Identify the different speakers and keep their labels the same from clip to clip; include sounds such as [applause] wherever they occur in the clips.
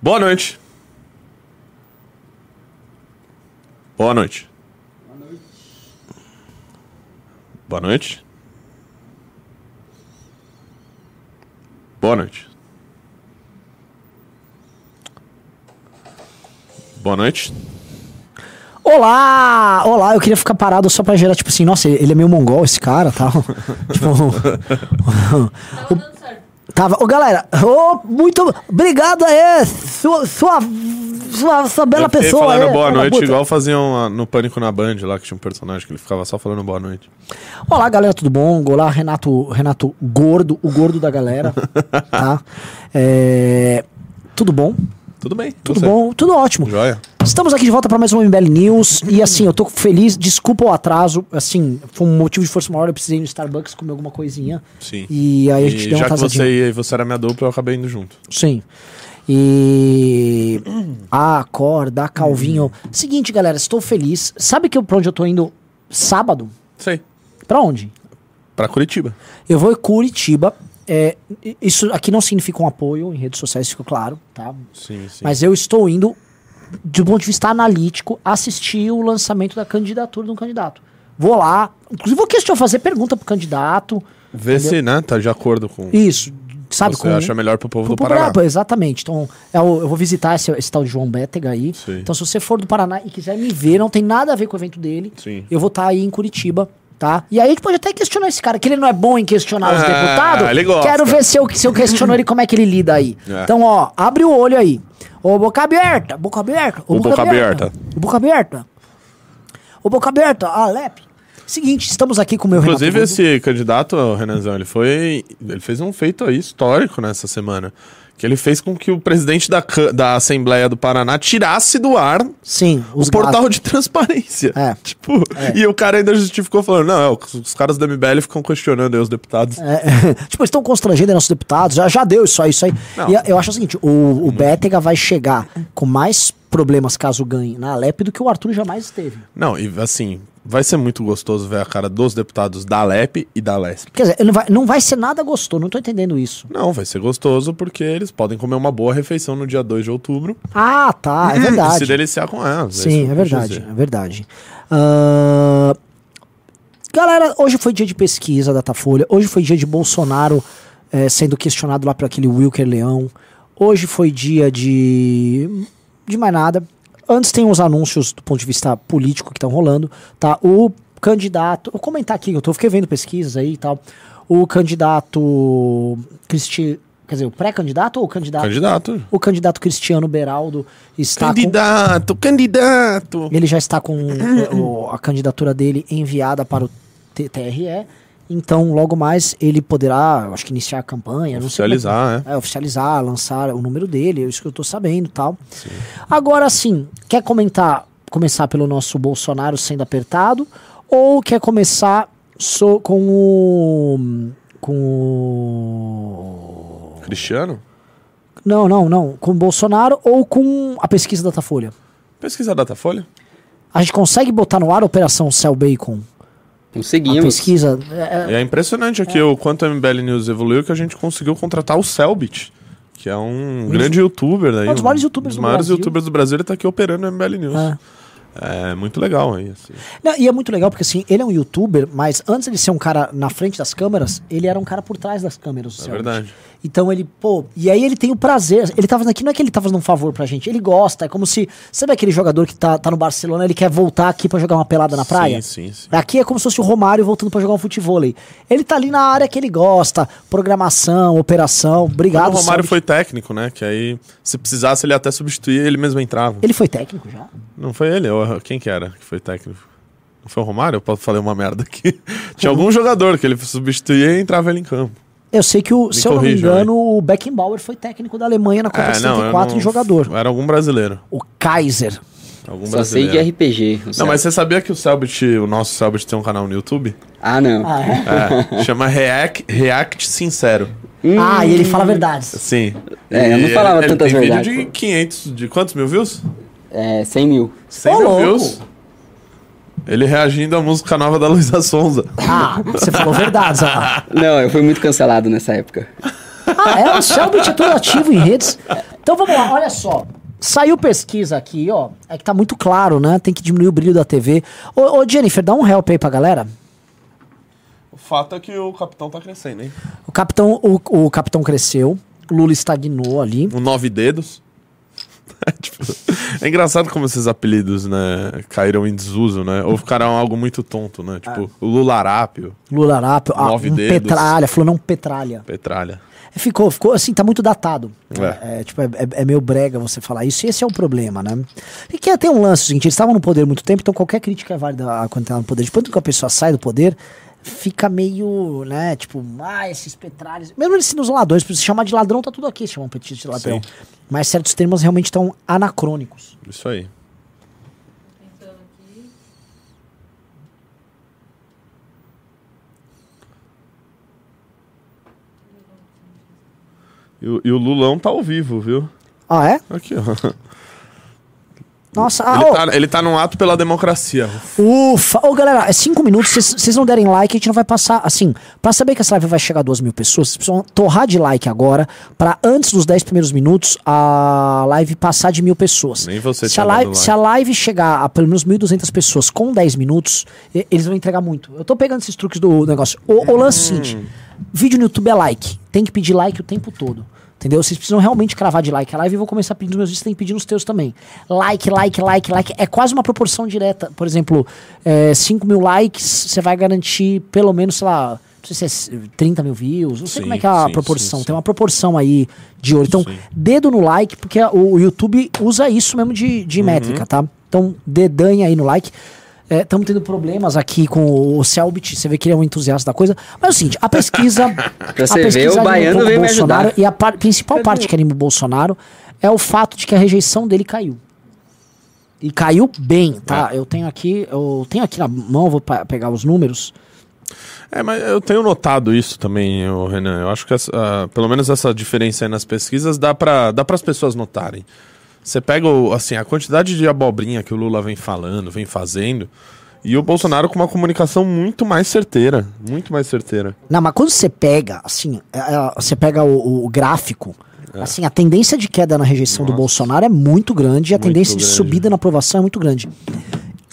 Speaker 1: Boa noite. Boa noite. Boa noite. Boa noite. Boa noite.
Speaker 2: Olá! Olá, eu queria ficar parado só pra gerar, tipo assim, nossa, ele é meio mongol esse cara tal. [laughs] tipo.
Speaker 3: Tava dando certo.
Speaker 2: Tava. Ô, galera, ô, muito obrigado aí, sua, sua, sua, sua bela
Speaker 1: eu fiquei
Speaker 2: pessoa.
Speaker 1: falando
Speaker 2: aí,
Speaker 1: boa
Speaker 2: filha da
Speaker 1: noite,
Speaker 2: puta.
Speaker 1: igual faziam ah, no Pânico na Band lá, que tinha um personagem que ele ficava só falando boa noite.
Speaker 2: Olá, galera, tudo bom? Olá, Renato, Renato Gordo, o gordo
Speaker 1: [laughs]
Speaker 2: da galera, tá? É, tudo bom?
Speaker 1: Tudo bem.
Speaker 2: Tudo
Speaker 1: você?
Speaker 2: bom? Tudo ótimo.
Speaker 1: Joia?
Speaker 2: Estamos aqui de volta para mais um MBL News e assim, eu tô feliz, desculpa o atraso, assim, foi um motivo de força maior, eu precisei ir no Starbucks comer alguma coisinha.
Speaker 1: Sim.
Speaker 2: E aí a gente
Speaker 1: E
Speaker 2: deu uma
Speaker 1: já que
Speaker 2: atrasadinha.
Speaker 1: você ia e você era minha dupla, eu acabei indo junto.
Speaker 2: Sim. E. Ah, acorda, Calvinho. Seguinte, galera, estou feliz. Sabe que eu, pra onde eu tô indo sábado?
Speaker 1: Sei.
Speaker 2: Pra onde?
Speaker 1: Pra Curitiba.
Speaker 2: Eu vou em Curitiba. É, i- isso aqui não significa um apoio em redes sociais, ficou claro, tá?
Speaker 1: Sim, sim.
Speaker 2: Mas eu estou indo, do ponto de vista analítico, assistir o lançamento da candidatura de um candidato. Vou lá, inclusive vou questionar, fazer pergunta pro candidato.
Speaker 1: Vê se, né, tá de acordo com o que
Speaker 2: Isso, sabe?
Speaker 1: você acha melhor pro povo
Speaker 2: Pro-
Speaker 1: do
Speaker 2: pro
Speaker 1: Paraná.
Speaker 2: Paraná, Exatamente. Então, é o- eu, vou visitar esse, esse tal de João Bétega aí.
Speaker 1: Sim.
Speaker 2: Então, se você for do Paraná e quiser me ver, não tem nada a ver com o evento dele.
Speaker 1: Sim.
Speaker 2: Eu vou estar aí em Curitiba, tá? E aí a gente pode até questionar esse cara, que ele não é bom em questionar os
Speaker 1: Ah,
Speaker 2: deputados.
Speaker 1: ele gosta.
Speaker 2: Quero ver se eu, se eu questiono ele como é que ele lida aí.
Speaker 1: É.
Speaker 2: Então, ó, abre o olho aí. Ô, boca aberta, boca aberta. Ô,
Speaker 1: Ô, boca aberta.
Speaker 2: Ô, boca aberta. Ô, boca aberta, Alep. Seguinte, estamos aqui com o meu
Speaker 1: Inclusive,
Speaker 2: Renato Russo.
Speaker 1: esse candidato, o Renanzão, ele foi. Ele fez um feito aí histórico nessa semana. Que ele fez com que o presidente da, Cã- da Assembleia do Paraná tirasse do ar
Speaker 2: Sim, os
Speaker 1: o portal de transparência.
Speaker 2: É.
Speaker 1: Tipo, e o cara ainda justificou falando: não, é, os, os caras do MBL ficam questionando aí os deputados.
Speaker 2: É, [laughs] tipo, estão constrangendo nossos deputados. Já, já deu isso aí, isso aí.
Speaker 1: Não.
Speaker 2: E eu acho o seguinte: o, o Bétega vai chegar com mais problemas caso ganhe na Alep do que o Arthur jamais teve.
Speaker 1: Não, e assim, vai ser muito gostoso ver a cara dos deputados da LEP e da LESP.
Speaker 2: Quer dizer, não vai, não vai ser nada gostoso, não tô entendendo isso.
Speaker 1: Não, vai ser gostoso porque eles podem comer uma boa refeição no dia 2 de outubro
Speaker 2: Ah, tá, é
Speaker 1: e [laughs] se
Speaker 2: verdade.
Speaker 1: deliciar com elas. isso
Speaker 2: Sim,
Speaker 1: que
Speaker 2: é
Speaker 1: eu quis
Speaker 2: verdade,
Speaker 1: dizer.
Speaker 2: é verdade. Ah, galera, hoje foi dia de pesquisa da Datafolha, hoje foi dia de Bolsonaro eh, sendo questionado lá por aquele Wilker Leão, hoje foi dia de. de mais nada. Antes tem uns anúncios do ponto de vista político que estão rolando, tá? O candidato. Vou comentar aqui, eu tô, fiquei vendo pesquisas aí e tal. O candidato. Cristi, quer dizer, o pré-candidato ou o candidato?
Speaker 1: Candidato.
Speaker 2: O candidato Cristiano Beraldo está Tá com-
Speaker 1: Candidato, candidato.
Speaker 2: ele já está com o- a candidatura dele enviada para o T- TRE. Então, logo mais, ele poderá, eu acho que iniciar a campanha. não sei como é que-
Speaker 1: Oficializar, né?
Speaker 2: é, oficializar, lançar o número dele, é isso que eu tô sabendo e tal. Agora sim, quer comentar, começar pelo nosso Bolsonaro sendo apertado, ou quer começar so- com o. com o.
Speaker 1: Cristiano?
Speaker 2: Não, não, não. Com o Bolsonaro ou com a pesquisa da Datafolha?
Speaker 1: Pesquisa Datafolha?
Speaker 2: A gente consegue botar no ar a Operação Cell Bacon? A
Speaker 4: Conseguimos.
Speaker 2: pesquisa. é, é,
Speaker 1: E é impressionante aqui o quanto a MBL News evoluiu que a gente conseguiu contratar o Selbit, que é um grande youtuber daí.
Speaker 2: É um dos maiores youtubers
Speaker 1: um
Speaker 2: do
Speaker 1: dos maiores
Speaker 2: Brasil.
Speaker 1: youtubers do Brasil, ele tá aqui operando o MBL News.
Speaker 2: Ah.
Speaker 1: É muito legal aí, assim.
Speaker 2: não, e é muito legal porque assim, ele é um youtuber, mas antes de ser um cara na frente das câmeras, ele era um cara por trás das câmeras.
Speaker 1: É
Speaker 2: Celso.
Speaker 1: verdade.
Speaker 2: Então ele, pô, e aí ele tem o prazer. Ele tá fazendo aqui, não é que ele tá fazendo um favor pra gente, ele gosta. É como se. Sabe aquele jogador que tá, tá no Barcelona, ele quer voltar aqui pra jogar uma pelada na praia?
Speaker 1: Sim, sim, sim.
Speaker 2: Aqui é como se fosse o Romário voltando pra jogar um futevôlei. Ele tá ali na área que ele gosta, programação, operação. Obrigado,
Speaker 1: Quando o Romário
Speaker 2: Celso.
Speaker 1: foi técnico, né? Que aí, se precisasse, ele até substituía, ele mesmo entrava.
Speaker 2: Ele foi técnico já?
Speaker 1: Não foi ele, ou ah, quem que era que foi técnico? Não foi o Romário? Eu po- falei uma merda aqui. [laughs] Tinha algum jogador que ele substituía e entrava ele em campo.
Speaker 2: Eu sei que, o, se eu não me
Speaker 1: corrija, É, né?
Speaker 2: engano, o Beckenbauer foi técnico da Alemanha na
Speaker 4: É,
Speaker 2: Copa de 74 e jogador.
Speaker 1: Era algum brasileiro.
Speaker 2: O Kaiser.
Speaker 1: Algum
Speaker 4: Só sei é
Speaker 1: brasileiro.
Speaker 4: de RPG. o
Speaker 1: Não,
Speaker 4: certo.
Speaker 1: mas você sabia que o Selbit, o nosso Selbit tem um canal no YouTube?
Speaker 4: Ah, não.
Speaker 2: Ah, é?
Speaker 4: [laughs]
Speaker 1: É, chama React, React Sincero.
Speaker 2: Ah, e ele fala verdades.
Speaker 1: Sim.
Speaker 4: É, eu não falava
Speaker 1: ele,
Speaker 4: tantas
Speaker 1: ele tem
Speaker 4: verdades.
Speaker 1: vídeo de 500, de quantos mil views?
Speaker 4: É, 100 mil.
Speaker 1: 100
Speaker 2: Ô,
Speaker 1: mil
Speaker 2: louco!
Speaker 1: views. Ele reagindo à música nova da Luísa Sonza.
Speaker 2: Ah, você falou verdades. Ah,
Speaker 4: [laughs] Não, eu fui muito cancelado nessa época.
Speaker 2: Ah, é, o Selbit é todo ativo em redes. Então vamos lá, olha só. Saiu pesquisa aqui, ó. É que tá muito claro, né? Tem que diminuir o brilho da TV. Ô, ô, Jennifer, dá um help aí pra galera.
Speaker 1: O fato é que o capitão tá crescendo, hein?
Speaker 2: O capitão, o, o capitão cresceu. o Lula estagnou ali.
Speaker 1: O nove dedos. [laughs] É, tipo, é engraçado como esses apelidos, né, caíram em desuso, né? Ou ficaram algo muito tonto, né? Tipo,
Speaker 2: Ah.
Speaker 1: o Lularápio,
Speaker 2: Lula Arápio, ah,
Speaker 1: Nove
Speaker 2: um
Speaker 1: dedos.
Speaker 2: Petralha, falou não Petralha.
Speaker 1: Petralha.
Speaker 2: Ficou, ficou assim, tá muito datado.
Speaker 1: É.
Speaker 2: É, tipo, é, é- é meio brega você falar isso, e esse é o problema, né? E que tem um lance, gente, eles estavam no poder há muito tempo, então qualquer crítica é válida a- quando tá no poder. Depois que a pessoa sai do poder, fica meio, né, tipo, ah, esses petralhos. Mesmo eles sendo os ladrões, pra se chamar de ladrão, tá tudo aqui, se chamam petista de ladrão.
Speaker 1: Sim.
Speaker 2: Mas certos termos realmente estão anacrônicos.
Speaker 1: Isso aí. E o, e o Lulão tá ao vivo, viu?
Speaker 2: Ah, é?
Speaker 1: Aqui, ó.
Speaker 2: Nossa, ah,
Speaker 1: ele,
Speaker 2: ô,
Speaker 1: tá, ele tá num ato pela democracia.
Speaker 2: Ufa! Ô, galera, é cinco minutos. Se vocês não derem like, a gente não vai passar. Assim, pra saber que essa live vai chegar a duas mil pessoas, vocês precisam torrar de like agora, pra antes dos 10 primeiros minutos, a live passar de mil pessoas.
Speaker 1: Nem você tá
Speaker 2: se
Speaker 1: tinha
Speaker 2: a live,
Speaker 1: dado
Speaker 2: Se a live chegar a pelo menos 1.200 pessoas com 10 minutos, e- eles vão entregar muito. Eu tô pegando esses truques do negócio. O, o lance é o
Speaker 1: Hum.
Speaker 2: seguinte: vídeo no YouTube é like. Tem que pedir like o tempo todo. Entendeu? Vocês precisam realmente cravar de like a live e eu vou começar a pedir nos meus vídeos, tem que pedir nos teus também. Like, like, like, like. É quase uma proporção direta. Por exemplo, é, 5 mil likes, você vai garantir pelo menos, sei lá, não sei se é 30 mil views. Não
Speaker 1: Sim,
Speaker 2: sei como é que é a
Speaker 1: sim,
Speaker 2: proporção.
Speaker 1: sim, sim.
Speaker 2: Tem uma proporção aí de ouro. Então, dedo no like, porque a- o YouTube usa isso mesmo de,
Speaker 4: Uhum.
Speaker 2: de métrica, tá? Então, dedanha aí no like. Estamos tendo problemas aqui com o Selbit, você vê que ele é um entusiasta da coisa. Mas é o seguinte, a
Speaker 4: [laughs]
Speaker 2: pesquisa. a
Speaker 4: você ver,
Speaker 2: pesquisa
Speaker 4: o
Speaker 2: anima
Speaker 4: baiano
Speaker 2: pouco
Speaker 4: veio me
Speaker 2: Bolsonaro,
Speaker 4: ajudar.
Speaker 2: E a par- principal parte que anima o Bolsonaro é o fato de que a rejeição dele caiu. E caiu bem, tá?
Speaker 4: É.
Speaker 2: Eu tenho aqui, eu tenho aqui na mão, vou pa- pegar os números.
Speaker 1: É, mas eu tenho notado isso também, ô Renan. Eu acho que essa- ah, pelo menos essa diferença aí nas pesquisas dá para dá as pessoas notarem. Você pega o- assim, a quantidade de abobrinha que o Lula vem falando, vem fazendo, e o Bolsonaro com uma comunicação muito mais certeira. Muito mais certeira.
Speaker 2: Não, mas quando você pega, assim, é, é, você pega o, o gráfico,
Speaker 1: É.
Speaker 2: assim, a tendência de queda na rejeição do Bolsonaro é muito grande e a
Speaker 1: Muito
Speaker 2: tendência de
Speaker 1: grande.
Speaker 2: subida na aprovação é muito grande.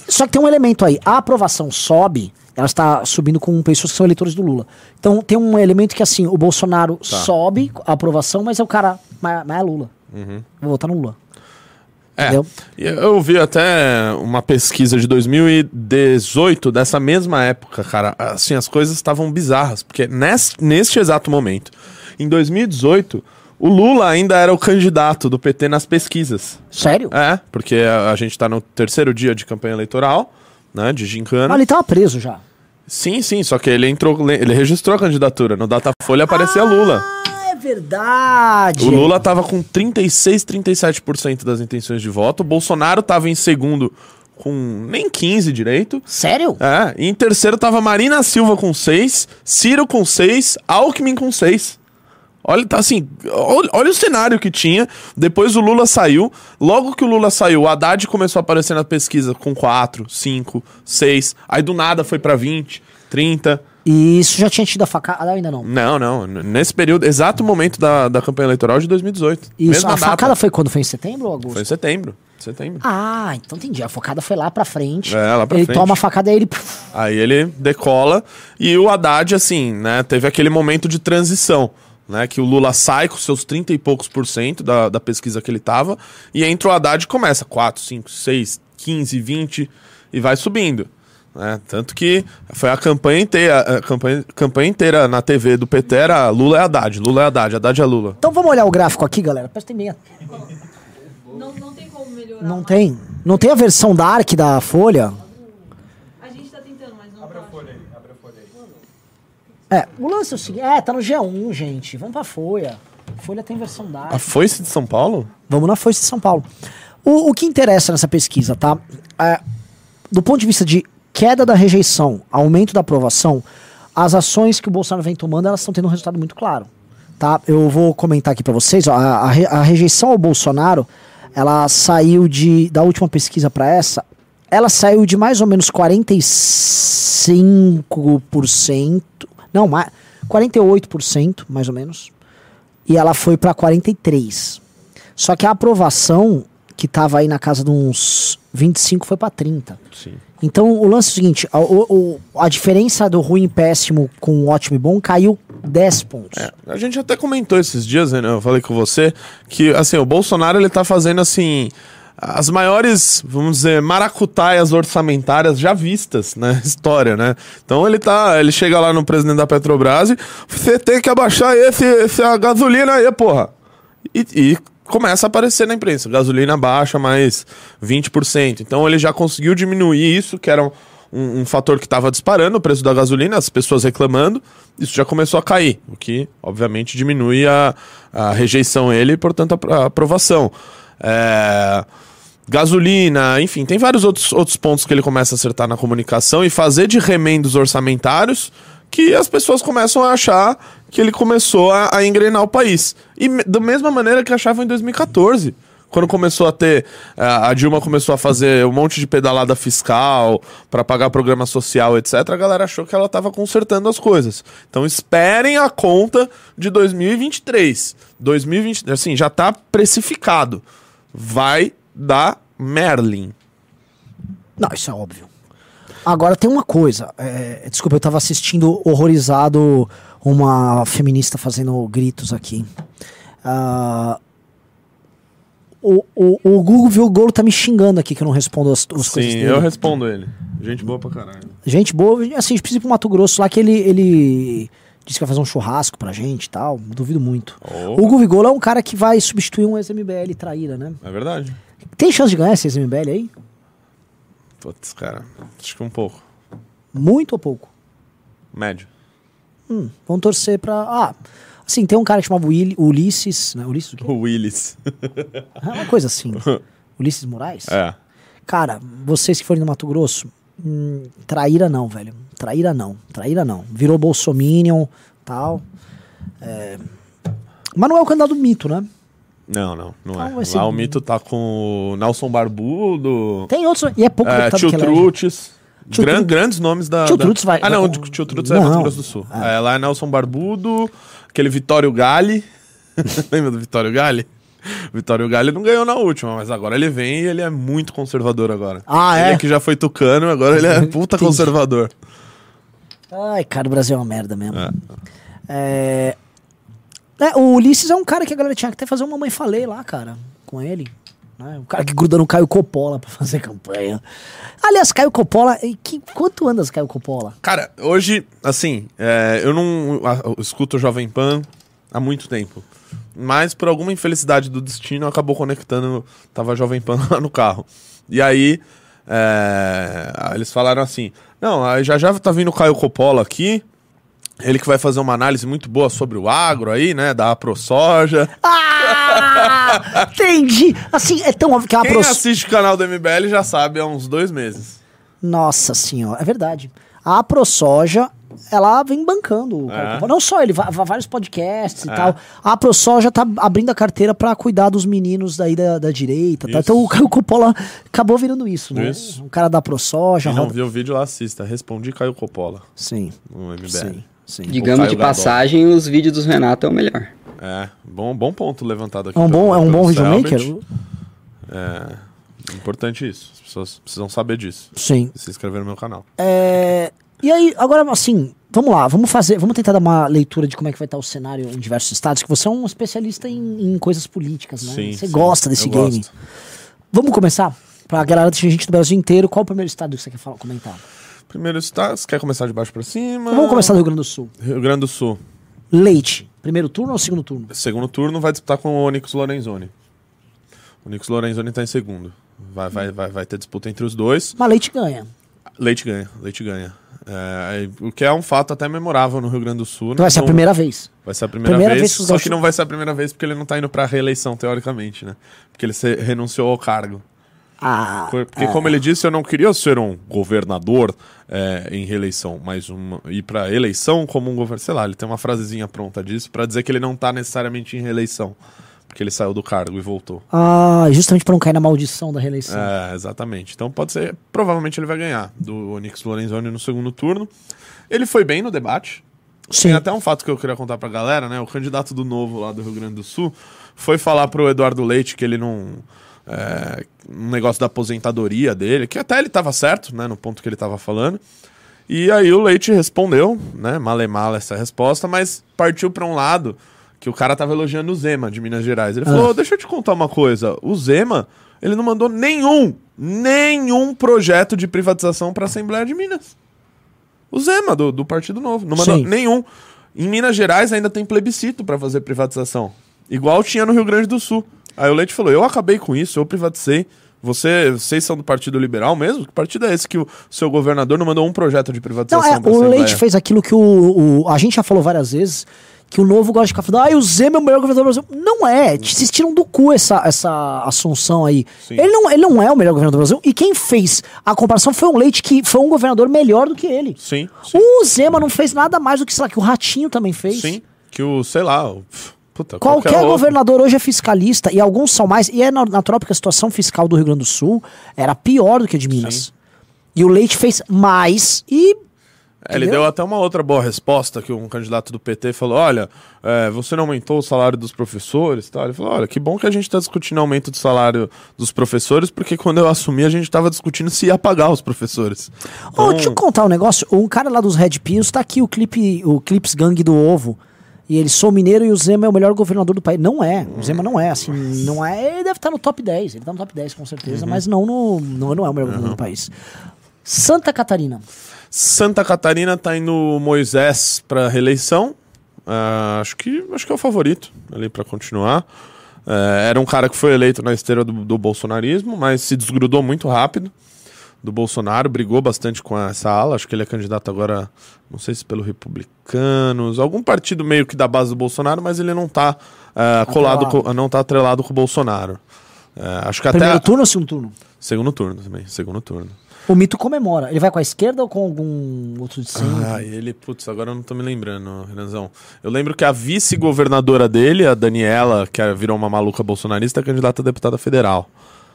Speaker 2: Só que tem um elemento aí. A aprovação sobe, ela está subindo com pessoas que são eleitores do Lula. Então tem um elemento que, assim, o Bolsonaro
Speaker 1: Tá.
Speaker 2: sobe a aprovação, mas é o cara. Mas, mas é Lula.
Speaker 1: Uhum.
Speaker 2: Vou votar no Lula.
Speaker 1: É.
Speaker 2: Entendeu?
Speaker 1: E Eu vi até uma pesquisa de 2018, dessa mesma época, cara. Assim, as coisas estavam bizarras, porque neste, neste exato momento, em 2018, o Lula ainda era o candidato do PT nas pesquisas.
Speaker 2: Sério?
Speaker 1: É, porque a, a gente tá no terceiro dia de campanha eleitoral, né, de gincana.
Speaker 2: Ah, ele tava preso já.
Speaker 1: Sim, sim, só que ele entrou, ele registrou a candidatura. No Datafolha aparecia Lula.
Speaker 2: Ah, é verdade.
Speaker 1: O Lula tava com 36, 37% das intenções de voto. O Bolsonaro tava em segundo com nem 15 direito.
Speaker 2: Sério?
Speaker 1: É, e em terceiro tava Marina Silva com 6, Ciro com 6, Alckmin com 6. Olha, tá assim, olha, olha o cenário que tinha. Depois o Lula saiu. Logo que o Lula saiu, o Haddad começou a aparecer na pesquisa com 4, 5, 6. Aí do nada foi pra 20, 30.
Speaker 2: E isso já tinha tido a facada? Ah, ainda não.
Speaker 1: Não, não. n- Nesse período, exato momento da, da campanha eleitoral de 2018.
Speaker 2: Isso,
Speaker 1: Mesma
Speaker 2: a
Speaker 1: data.
Speaker 2: facada foi quando? Foi em setembro ou agosto?
Speaker 1: Foi em setembro. Setembro.
Speaker 2: Ah, então entendi. A facada foi lá pra frente.
Speaker 1: É, lá pra
Speaker 2: ele
Speaker 1: frente.
Speaker 2: toma a facada e ele. puf,
Speaker 1: Aí ele decola e o Haddad, assim, né, teve aquele momento de transição, né, que o Lula sai com seus 30 e poucos por cento da, da pesquisa que ele tava e entra o Haddad e começa 4, 5, 6, 15, 20 e vai subindo. Né? Tanto que foi a campanha inteira, a campanha, campanha inteira na TV do PT era Lula é Haddad, Lula é Haddad, Haddad é Lula.
Speaker 2: Então vamos olhar o gráfico aqui, galera. Prestem bem.
Speaker 3: Não, não tem como melhorar.
Speaker 2: Não tem? Não tem a versão da ARC da Folha?
Speaker 3: A gente tá tentando, mas não tá.
Speaker 2: É, o lance é o seguinte. É, tá no G1, gente. Vamos pra Folha. Folha tem versão da
Speaker 1: A
Speaker 2: ARC.
Speaker 1: foice Ah, de São Paulo?
Speaker 2: Vamos na Folha de São Paulo. O, o que interessa nessa pesquisa, tá? É, do ponto de vista de queda da rejeição, aumento da aprovação, as ações que o Bolsonaro vem tomando, elas estão tendo um resultado muito claro. Tá? Eu vou comentar aqui para vocês, ó, a, a re- a rejeição ao Bolsonaro, ela saiu de da última pesquisa para essa, ela saiu de mais ou menos 45%, não, ma- 48% mais ou menos, e ela foi para 43. Só que a aprovação, que estava aí na casa de uns 25, foi para 30.
Speaker 1: Sim.
Speaker 2: Então, o lance é o seguinte: a, o- o- a diferença do ruim e péssimo com ótimo e bom caiu 10 pontos.
Speaker 1: A gente até comentou esses dias, né? Eu falei com você que assim, o Bolsonaro ele tá fazendo assim as maiores, vamos dizer, maracutaias orçamentárias já vistas na história, né? Então ele tá, ele chega lá no presidente da Petrobras, e você tem que abaixar esse, esse a gasolina aí, porra. E, e começa a aparecer na imprensa. Gasolina baixa mais 20%. Então ele já conseguiu diminuir isso, que era um, um- um fator que estava disparando o preço da gasolina, as pessoas reclamando. Isso já começou a cair, o que obviamente diminui a, a rejeição a ele e, portanto, a, apro- a aprovação. É, Gasolina, enfim, tem vários outros, outros pontos que ele começa a acertar na comunicação e fazer de remendos orçamentários que as pessoas começam a achar que ele começou a, a engrenar o país. E me- da mesma maneira que achavam em 2014. Quando começou a ter. ah, A Dilma começou a fazer um monte de pedalada fiscal para pagar programa social, etc. A galera achou que ela estava consertando as coisas. Então esperem a conta de 2023. 2023, assim, já está precificado. Vai dar Merlin.
Speaker 2: Não, isso é óbvio. Agora tem uma coisa. é, desculpa, eu tava assistindo horrorizado uma feminista fazendo gritos aqui. Ah, o, o, o Google viu o Golo tá me xingando aqui que eu não respondo as, as coisas
Speaker 1: Sim,
Speaker 2: dele.
Speaker 1: eu respondo ele. Gente boa pra caralho.
Speaker 2: Gente boa, assim, a gente precisa ir pro Mato Grosso lá que ele, ele disse que vai fazer um churrasco pra gente e tal. Duvido muito.
Speaker 1: Oh.
Speaker 2: O Hugo Vigolo é um cara que vai substituir um ex-MBL traíra, né?
Speaker 1: É verdade.
Speaker 2: Tem chance de ganhar esse ex-MBL aí?
Speaker 1: Putz, cara. Acho que um pouco.
Speaker 2: Muito ou pouco?
Speaker 1: Médio.
Speaker 2: Hum, vamos torcer pra. Ah, assim, tem um cara que chamava Willi- Ulisses. Né? Ulisses o quê?
Speaker 1: O Willis.
Speaker 2: É uma
Speaker 1: [laughs]
Speaker 2: coisa assim. Ulisses Moraes?
Speaker 1: É.
Speaker 2: Cara, vocês que forem no Mato Grosso, hum, traíra não, velho. Traíra não, traíra não. Virou Bolsominion tal. É... Mas não é o candidato mito, né?
Speaker 1: Não, não, não é.
Speaker 2: Então, esse-
Speaker 1: Lá o mito tá com o Nelson Barbudo,
Speaker 2: Tem outros. E é pouco
Speaker 1: é,
Speaker 2: deputado
Speaker 1: Tio
Speaker 2: que elege.
Speaker 1: Trutes.
Speaker 2: Tio
Speaker 1: Gran-
Speaker 2: Tru-
Speaker 1: Grandes nomes da.
Speaker 2: Tio
Speaker 1: da-
Speaker 2: Trutes vai-
Speaker 1: Ah, não,
Speaker 2: vai-
Speaker 1: o Tio Trutes é
Speaker 2: Não.
Speaker 1: Mato Grosso do Sul.
Speaker 2: Ah.
Speaker 1: É, lá é Nelson Barbudo, aquele Vitório Gale. [laughs] Lembra do Vitório Gale? Vitório Gale não ganhou na última, mas agora ele vem e ele é muito conservador agora.
Speaker 2: Ah,
Speaker 1: ele
Speaker 2: é?
Speaker 1: que já foi tucano, agora ele é puta
Speaker 2: Entendi.
Speaker 1: conservador.
Speaker 2: Ai, cara, o Brasil é uma merda mesmo. É. É, o Ulisses é um cara que a galera tinha que até fazer uma mãe falei lá, cara, com ele. Né? O cara que gruda no Caio Coppola pra fazer campanha. Aliás, Caio Coppola, e que, quanto andas Caio Coppola?
Speaker 1: Cara, hoje, assim, é, eu não a- eu escuto o Jovem Pan há muito tempo. Mas por alguma infelicidade do destino, acabou conectando. Tava Jovem Pan [laughs] lá no carro. E aí, é, eles falaram assim: Não, aí já já tá vindo o Caio Coppola aqui. Ele que vai fazer uma análise muito boa sobre o agro aí, né? Da AproSoja.
Speaker 2: [laughs] Ah! Entendi! Assim, é tão óbvio que é uma
Speaker 1: Quem
Speaker 2: pros-
Speaker 1: assiste o canal do MBL já sabe há uns dois meses.
Speaker 2: Nossa senhora, é verdade. A ProSoja, ela vem bancando. o Caio
Speaker 1: É.
Speaker 2: Coppola. Não só ele, va- va- vários podcasts e tal. A ProSoja tá abrindo a carteira pra cuidar dos meninos daí da, da direita. tá?
Speaker 1: Isso.
Speaker 2: Então [laughs] o Caio Coppola acabou virando isso, né?
Speaker 1: Isso. um
Speaker 2: Um cara da ProSoja.
Speaker 1: Quem não
Speaker 2: roda-
Speaker 1: viu o vídeo lá, assista. Respondi Caio Coppola
Speaker 2: Sim,
Speaker 1: no MBL.
Speaker 2: sim, sim.
Speaker 1: O
Speaker 4: Digamos
Speaker 1: Caio
Speaker 4: de
Speaker 1: Gadola.
Speaker 4: passagem, os vídeos dos Renato é o melhor.
Speaker 1: É, bom, bom ponto levantado aqui.
Speaker 2: É um
Speaker 1: pelo-
Speaker 2: bom, é um
Speaker 1: pelo
Speaker 2: bom
Speaker 1: Selbit.
Speaker 2: videomaker?
Speaker 1: É importante isso. As pessoas precisam saber disso.
Speaker 2: Sim.
Speaker 1: E Se inscrever no meu canal.
Speaker 2: É, E aí, agora assim, vamos lá, vamos fazer, vamos tentar dar uma leitura de como é que vai estar o cenário em diversos estados, que você é um especialista em, em coisas políticas, né?
Speaker 1: Sim,
Speaker 2: você
Speaker 1: sim.
Speaker 2: gosta desse
Speaker 1: Eu
Speaker 2: game.
Speaker 1: gosto.
Speaker 2: Vamos começar? Pra galera, tem gente do Brasil inteiro, qual o primeiro estado que você quer falar, comentar?
Speaker 1: Primeiro está. Você quer começar de baixo pra cima?
Speaker 2: Então Vamos começar do Rio Grande do Sul.
Speaker 1: Rio Grande do Sul.
Speaker 2: Leite, primeiro turno ou segundo turno?
Speaker 1: Segundo turno vai disputar com o Onyx Lorenzoni. O Onyx Lorenzoni tá em segundo. Vai, vai, vai, vai ter disputa entre os dois.
Speaker 2: Mas Leite ganha.
Speaker 1: Leite ganha, Leite ganha. É, aí, o que é um fato até memorável no Rio Grande do Sul.
Speaker 2: Então vai ser a
Speaker 1: Não-
Speaker 2: primeira vez.
Speaker 1: Vai ser a primeira,
Speaker 2: Primeira
Speaker 1: vez,
Speaker 2: vez que os
Speaker 1: só que
Speaker 2: gaúchos-
Speaker 1: não vai ser a primeira vez porque ele não tá indo pra reeleição, teoricamente, né? Porque ele se- renunciou ao cargo.
Speaker 2: Ah,
Speaker 1: Por- Porque, como ele disse, eu não queria ser um governador é, em reeleição, mas uma, ir pra eleição como um governador. Sei lá, ele tem uma frasezinha pronta disso pra dizer que ele não tá necessariamente em reeleição. Porque ele saiu do cargo e voltou.
Speaker 2: ah, justamente pra não cair na maldição da reeleição.
Speaker 1: É, exatamente. Então pode ser, provavelmente ele vai ganhar do Onyx Lorenzoni no segundo turno. Ele foi bem no debate.
Speaker 2: Sim.
Speaker 1: Tem até um fato que eu queria contar pra galera, né? O candidato do novo lá do Rio Grande do Sul foi falar pro Eduardo Leite que ele não. é, um negócio da aposentadoria dele, que até ele tava certo, né? No ponto que ele tava falando. E aí o Leite respondeu, né? Malemala essa resposta, mas partiu pra um lado que o cara tava elogiando o Zema de Minas Gerais. Ele falou: deixa eu te contar uma coisa. O Zema, ele não mandou nenhum, nenhum projeto de privatização pra Assembleia de Minas. O Zema, do, do Partido Novo. Não mandou
Speaker 2: Sim.
Speaker 1: nenhum. Em Minas Gerais ainda tem plebiscito pra fazer privatização. Igual tinha no Rio Grande do Sul. Aí o Leite falou: eu acabei com isso, eu privatizei. Você, vocês são do Partido Liberal mesmo? Que partido é esse que o seu governador não mandou um projeto de
Speaker 2: Não,
Speaker 1: privatização
Speaker 2: é,
Speaker 1: pra
Speaker 2: o
Speaker 1: Assembleia?
Speaker 2: Leite fez aquilo que o, o- A gente já falou várias vezes. Que o novo gosta de ficar falando, ah, o Zema é o melhor governador do Brasil. Não é, te- vocês tiram do cu essa, essa assunção aí.
Speaker 1: Sim.
Speaker 2: Ele não, ele não é o melhor governador do Brasil. E quem fez a comparação foi um Leite que foi um governador melhor do que ele.
Speaker 1: Sim, sim.
Speaker 2: O Zema não fez nada mais do que, sei lá, que o Ratinho também fez.
Speaker 1: Sim, que o, sei lá, o- pf, puta,
Speaker 2: Qualquer,
Speaker 1: outro.
Speaker 2: governador hoje é fiscalista e alguns são mais. E é na- natural porque a situação fiscal do Rio Grande do Sul era pior do que a de Minas.
Speaker 1: Sim.
Speaker 2: E o Leite fez mais e.
Speaker 1: É, Ele
Speaker 2: entendeu?
Speaker 1: deu até uma outra boa resposta que um candidato do PT falou: olha, é, você não aumentou o salário dos professores, e tal. Ele falou: olha, que bom que a gente está discutindo aumento do salário dos professores, porque quando eu assumi a gente estava discutindo se ia pagar os professores. Então,
Speaker 2: Ô, deixa eu contar um negócio. Um cara lá dos Red Pills tá aqui, o clipe, o Clips Gang do Ovo. E ele, sou mineiro e o Zema é o melhor governador do país. Não é, o Zema não é, assim, não é. Ele deve estar no top 10, ele tá no top 10 com certeza,
Speaker 1: Uhum.
Speaker 2: mas não, no, não, não é o melhor governador do país. Santa Catarina.
Speaker 1: Santa Catarina tá indo o Moisés para reeleição. Ah, acho, que, acho que é o favorito ali para continuar. Eh, era um cara que foi eleito na esteira do, do bolsonarismo, mas se desgrudou muito rápido do Bolsonaro, brigou bastante com essa ala. Acho que ele é candidato agora, não sei se pelo Republicanos, algum partido meio que da base do Bolsonaro, mas ele não tá ah, colado,
Speaker 2: Atrelado.
Speaker 1: com- não tá atrelado com o Bolsonaro. Eh, acho que
Speaker 2: Primeiro
Speaker 1: até.
Speaker 2: turno ou segundo turno?
Speaker 1: Segundo turno também, segundo turno.
Speaker 2: O mito comemora. Ele vai com a esquerda ou com algum outro de centro?
Speaker 1: Ah, ele, putz, agora eu não tô me lembrando, Renanzão. Eu lembro que a vice-governadora dele, a Daniela, que era- virou uma maluca bolsonarista, é candidata a deputada federal.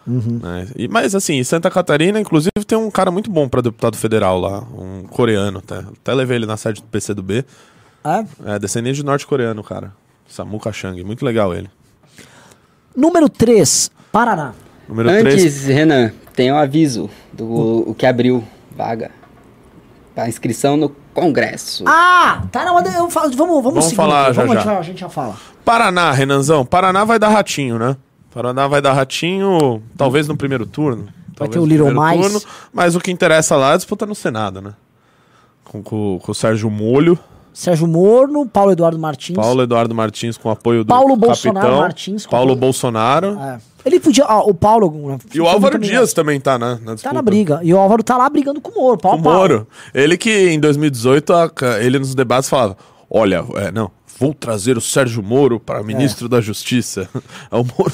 Speaker 1: Né? E, mas assim, em Santa Catarina, inclusive, tem um cara muito bom pra deputado federal lá, um coreano até. Até levei ele na sede do PCdoB.
Speaker 2: É?
Speaker 1: É descendente de norte-coreano, cara. Samuka Chang, muito legal ele.
Speaker 2: Número 3, Paraná.
Speaker 1: Número 3.
Speaker 4: Antes, Renan, tem um aviso do o que abriu vaga. Pra inscrição no Congresso.
Speaker 2: Ah, tá na hora. de- eu falo- Vamos, vamos,
Speaker 1: Vamos
Speaker 2: seguir,
Speaker 1: falar já,
Speaker 2: vamos,
Speaker 1: já.
Speaker 2: A, gente, vai- a gente já fala.
Speaker 1: Paraná, Renanzão. Paraná vai dar ratinho, né? Paraná vai dar ratinho, talvez no primeiro turno. Talvez
Speaker 2: ter o
Speaker 1: no
Speaker 2: Little
Speaker 1: primeiro
Speaker 2: Mais.
Speaker 1: mas o que interessa lá é disputar no Senado, né? Com, com- com o Sérgio Molho,
Speaker 2: Sérgio Morno, Paulo Eduardo Martins.
Speaker 1: Paulo Eduardo Martins com apoio do
Speaker 2: Paulo
Speaker 1: capitão,
Speaker 2: Bolsonaro Martins com
Speaker 1: Paulo
Speaker 2: apoio-
Speaker 1: Bolsonaro.
Speaker 2: É. Ele podia. ah, o Paulo.
Speaker 1: E o Álvaro Dias também tá, né?
Speaker 2: Tá
Speaker 1: disputa.
Speaker 2: na briga. E o Álvaro tá lá brigando com o Moro. Pau,
Speaker 1: O
Speaker 2: a pau.
Speaker 1: Moro. Ele que em 2018, a ca- ele nos debates falava: Olha, é, não, vou trazer o Sérgio Moro para
Speaker 2: É.
Speaker 1: ministro da Justiça. [laughs] Aí o Moro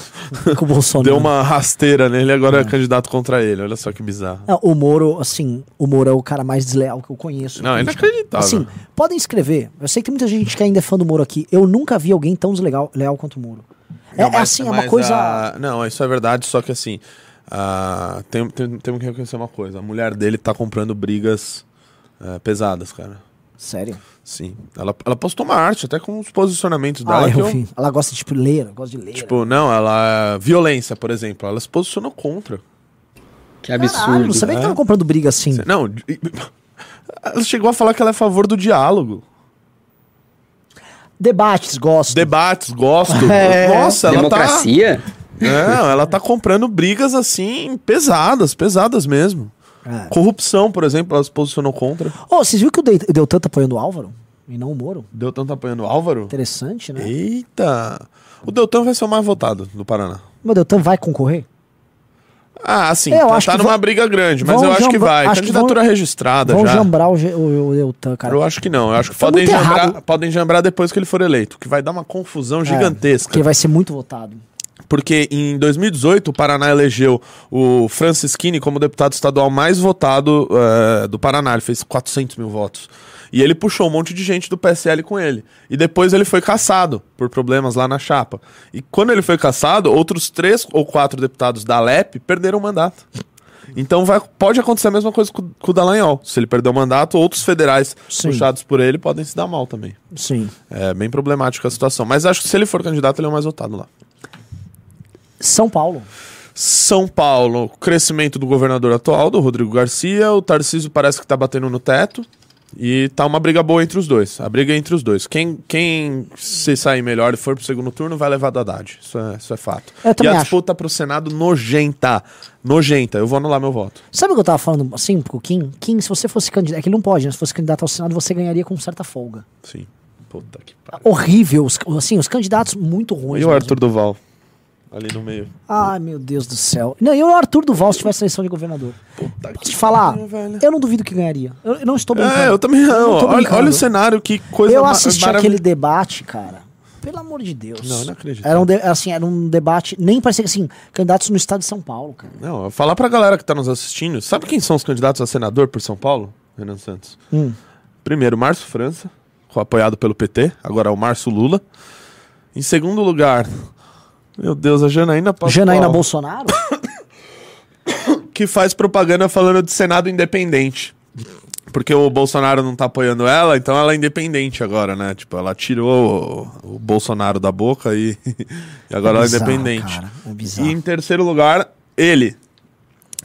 Speaker 2: Com o Bolsonaro.
Speaker 1: deu uma rasteira nele, agora é candidato contra ele. Olha só que bizarro.
Speaker 2: Não, É, o Moro, assim, o Moro é o cara mais desleal que eu conheço.
Speaker 1: Não, é
Speaker 2: Política.
Speaker 1: inacreditável.
Speaker 2: Assim, podem escrever. Eu sei que tem muita gente que ainda é fã do Moro aqui. Eu nunca vi alguém tão desleal leal quanto o Moro. É, é assim, é uma coisa.
Speaker 1: Não, isso é verdade, só que assim. ah, tem, tem, temos que reconhecer uma coisa: a mulher dele tá comprando brigas ah, pesadas, cara.
Speaker 2: Sério.
Speaker 1: Sim. Ela, ela postou uma arte até com os posicionamentos dela.
Speaker 2: Ah,
Speaker 1: é que
Speaker 2: eu
Speaker 1: eu-
Speaker 2: vi. Ela gosta de tipo, ler, gosta de ler.
Speaker 1: Tipo, não, ela. Violência, por exemplo. Ela se posicionou contra.
Speaker 4: Que
Speaker 2: Caralho, não
Speaker 4: absurdo.
Speaker 2: sabia que
Speaker 1: né?
Speaker 2: tava comprando briga assim.
Speaker 1: Não. e- [laughs] Ela chegou a falar que ela é a favor do diálogo.
Speaker 2: Debates, gosto.
Speaker 1: Debates, gosto.
Speaker 2: [laughs] É.
Speaker 1: Nossa, ela tá.
Speaker 4: Democracia?
Speaker 1: Não, ela tá comprando brigas assim, pesadas, pesadas mesmo.
Speaker 2: É. Ah.
Speaker 1: Corrupção, por exemplo, ela se posicionou contra.
Speaker 2: Ô, vocês viram que o Dei- o Deltan tá apoiando o Álvaro? E não o Moro?
Speaker 1: Deu tanto apanhando tá o Álvaro?
Speaker 2: Interessante, né?
Speaker 1: Eita! O Deltan vai ser o mais votado do Paraná.
Speaker 2: Meu Deltan vai concorrer?
Speaker 1: Ah, sim,
Speaker 2: É, eu
Speaker 1: tá,
Speaker 2: acho
Speaker 1: tá
Speaker 2: que
Speaker 1: numa
Speaker 2: vão-
Speaker 1: briga grande, mas
Speaker 2: vão
Speaker 1: eu acho que
Speaker 2: jamba-
Speaker 1: vai.
Speaker 2: acho que
Speaker 1: Candidatura
Speaker 2: vão-
Speaker 1: registrada
Speaker 2: Vão
Speaker 1: já.
Speaker 2: jambrar o, Ge- o, o Deltan, cara.
Speaker 1: Eu acho que não. Eu acho que
Speaker 2: Foi
Speaker 1: podem
Speaker 2: muito
Speaker 1: jambrar,
Speaker 2: errado. É.
Speaker 1: podem jambrar depois que ele for eleito, que vai dar uma confusão gigantesca.
Speaker 2: Porque ele vai ser muito votado.
Speaker 1: Porque em 2018 o Paraná elegeu o Francisquini como deputado estadual mais votado eh, do Paraná. Ele fez 400 mil votos. E ele puxou um monte de gente do PSL com ele. E depois ele foi caçado por problemas lá na chapa. E quando ele foi caçado, outros três ou quatro deputados da LEP perderam o mandato. Então vai, pode acontecer a mesma coisa com, com o Dallagnol. Se ele perder o mandato, outros federais
Speaker 2: Sim.
Speaker 1: puxados por ele podem se dar mal também.
Speaker 2: Sim.
Speaker 1: É bem problemática a situação. Mas acho que se ele for candidato, ele é o mais votado lá.
Speaker 2: São Paulo.
Speaker 1: São Paulo, crescimento do governador atual, do Rodrigo Garcia. O Tarcísio parece que tá batendo no teto. E tá uma briga boa entre os dois. A briga é entre os dois. Quem, quem se sair melhor e for pro segundo turno vai levar do Haddad. Isso é, isso é fato.
Speaker 2: Eu
Speaker 1: e
Speaker 2: também
Speaker 1: a
Speaker 2: acho.
Speaker 1: disputa pro Senado nojenta. Nojenta. Eu vou anular meu voto.
Speaker 2: Sabe o que eu tava falando assim pro Kim? Kim, se você fosse candidato. É que ele não pode, né? Se fosse candidato ao Senado, você ganharia com certa folga.
Speaker 1: Sim. Puta que pariu.
Speaker 2: Horrível. Os, assim, os candidatos muito ruins.
Speaker 1: E o
Speaker 2: mesmo.
Speaker 1: Arthur Duval? Ali no meio.
Speaker 2: Ai, meu Deus do céu. Não, e o Arthur Duval se tivesse eleição de governador.
Speaker 1: Puta
Speaker 2: Posso te falar?
Speaker 1: pariu, velho.
Speaker 2: Eu não duvido que ganharia. Eu, eu não estou brincando.
Speaker 1: É, eu também não.
Speaker 2: tô
Speaker 1: Olha,
Speaker 2: brincando.
Speaker 1: olha o cenário, que coisa
Speaker 2: Eu
Speaker 1: ma-
Speaker 2: assisti
Speaker 1: maravilhosa.
Speaker 2: aquele debate, cara. Pelo amor de Deus.
Speaker 1: Não, eu não acredito.
Speaker 2: Era um, de- assim, era um debate, nem parecia assim, candidatos no estado de São Paulo, cara.
Speaker 1: Não, eu falar pra galera que tá nos assistindo, sabe quem são os candidatos a senador por São Paulo, Renan Santos?
Speaker 2: Hum.
Speaker 1: Primeiro, Márcio França, co- apoiado pelo PT, agora é o Márcio Lula. Em segundo lugar, meu Deus, a Janaína Pascoal,
Speaker 2: Janaína Bolsonaro?
Speaker 1: que faz propaganda falando de Senado independente. Porque o Bolsonaro não tá apoiando ela, então ela é independente agora, né? Tipo, ela tirou o, o Bolsonaro da boca e, [laughs] e agora ela é
Speaker 2: Bizarro,
Speaker 1: independente.
Speaker 2: cara, é bizarro.
Speaker 1: E em terceiro lugar, ele,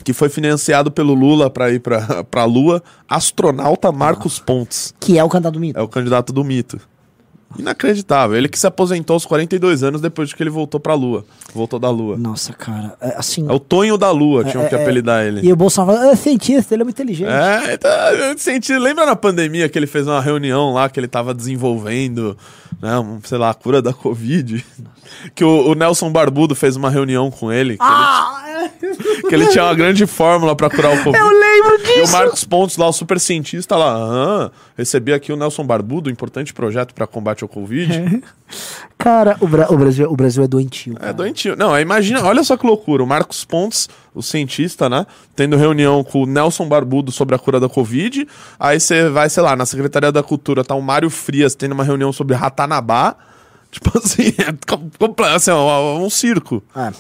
Speaker 1: que foi financiado pelo Lula para ir pra, [laughs] pra Lua, astronauta Marcos Pontes.
Speaker 2: Que é o candidato do mito.
Speaker 1: É o candidato do mito. Inacreditável. Ele que se aposentou aos 42 anos depois de que ele voltou pra Lua. Voltou da Lua.
Speaker 2: Nossa, cara. é, assim.
Speaker 1: É o Tonho da Lua, tinham
Speaker 2: é,
Speaker 1: que
Speaker 2: é.
Speaker 1: apelidar ele.
Speaker 2: E o Bolsonaro fala, é cientista, ele é muito inteligente.
Speaker 1: É,
Speaker 2: [laughs]
Speaker 1: então, eu senti, lembra na pandemia que ele fez uma reunião lá que ele tava desenvolvendo, né, um, sei lá, a cura da Covid? Que o, o Nelson Barbudo fez uma reunião com ele, que,
Speaker 2: Ah, é,
Speaker 1: ele, que ele tinha uma grande fórmula pra curar o Covid.
Speaker 2: [laughs] eu lembro
Speaker 1: E
Speaker 2: disso.
Speaker 1: o Marcos Pontes lá, o super cientista lá, aham, recebi aqui o Nelson Barbudo, importante projeto pra combate ao
Speaker 2: É.
Speaker 1: Covid.
Speaker 2: Cara, o, Bra- o Brasil, o Brasil é doentio.
Speaker 1: É
Speaker 2: cara.
Speaker 1: doentio. Não, aí imagina, olha só que loucura. O Marcos Pontes, o cientista, né? Tendo reunião com o Nelson Barbudo sobre a cura da Covid. Aí você vai, sei lá, na Secretaria da Cultura tá o Mário Frias tendo uma reunião sobre Ratanabá. [laughs] Tipo assim, é com- completo, assim, ó, um circo.
Speaker 2: É.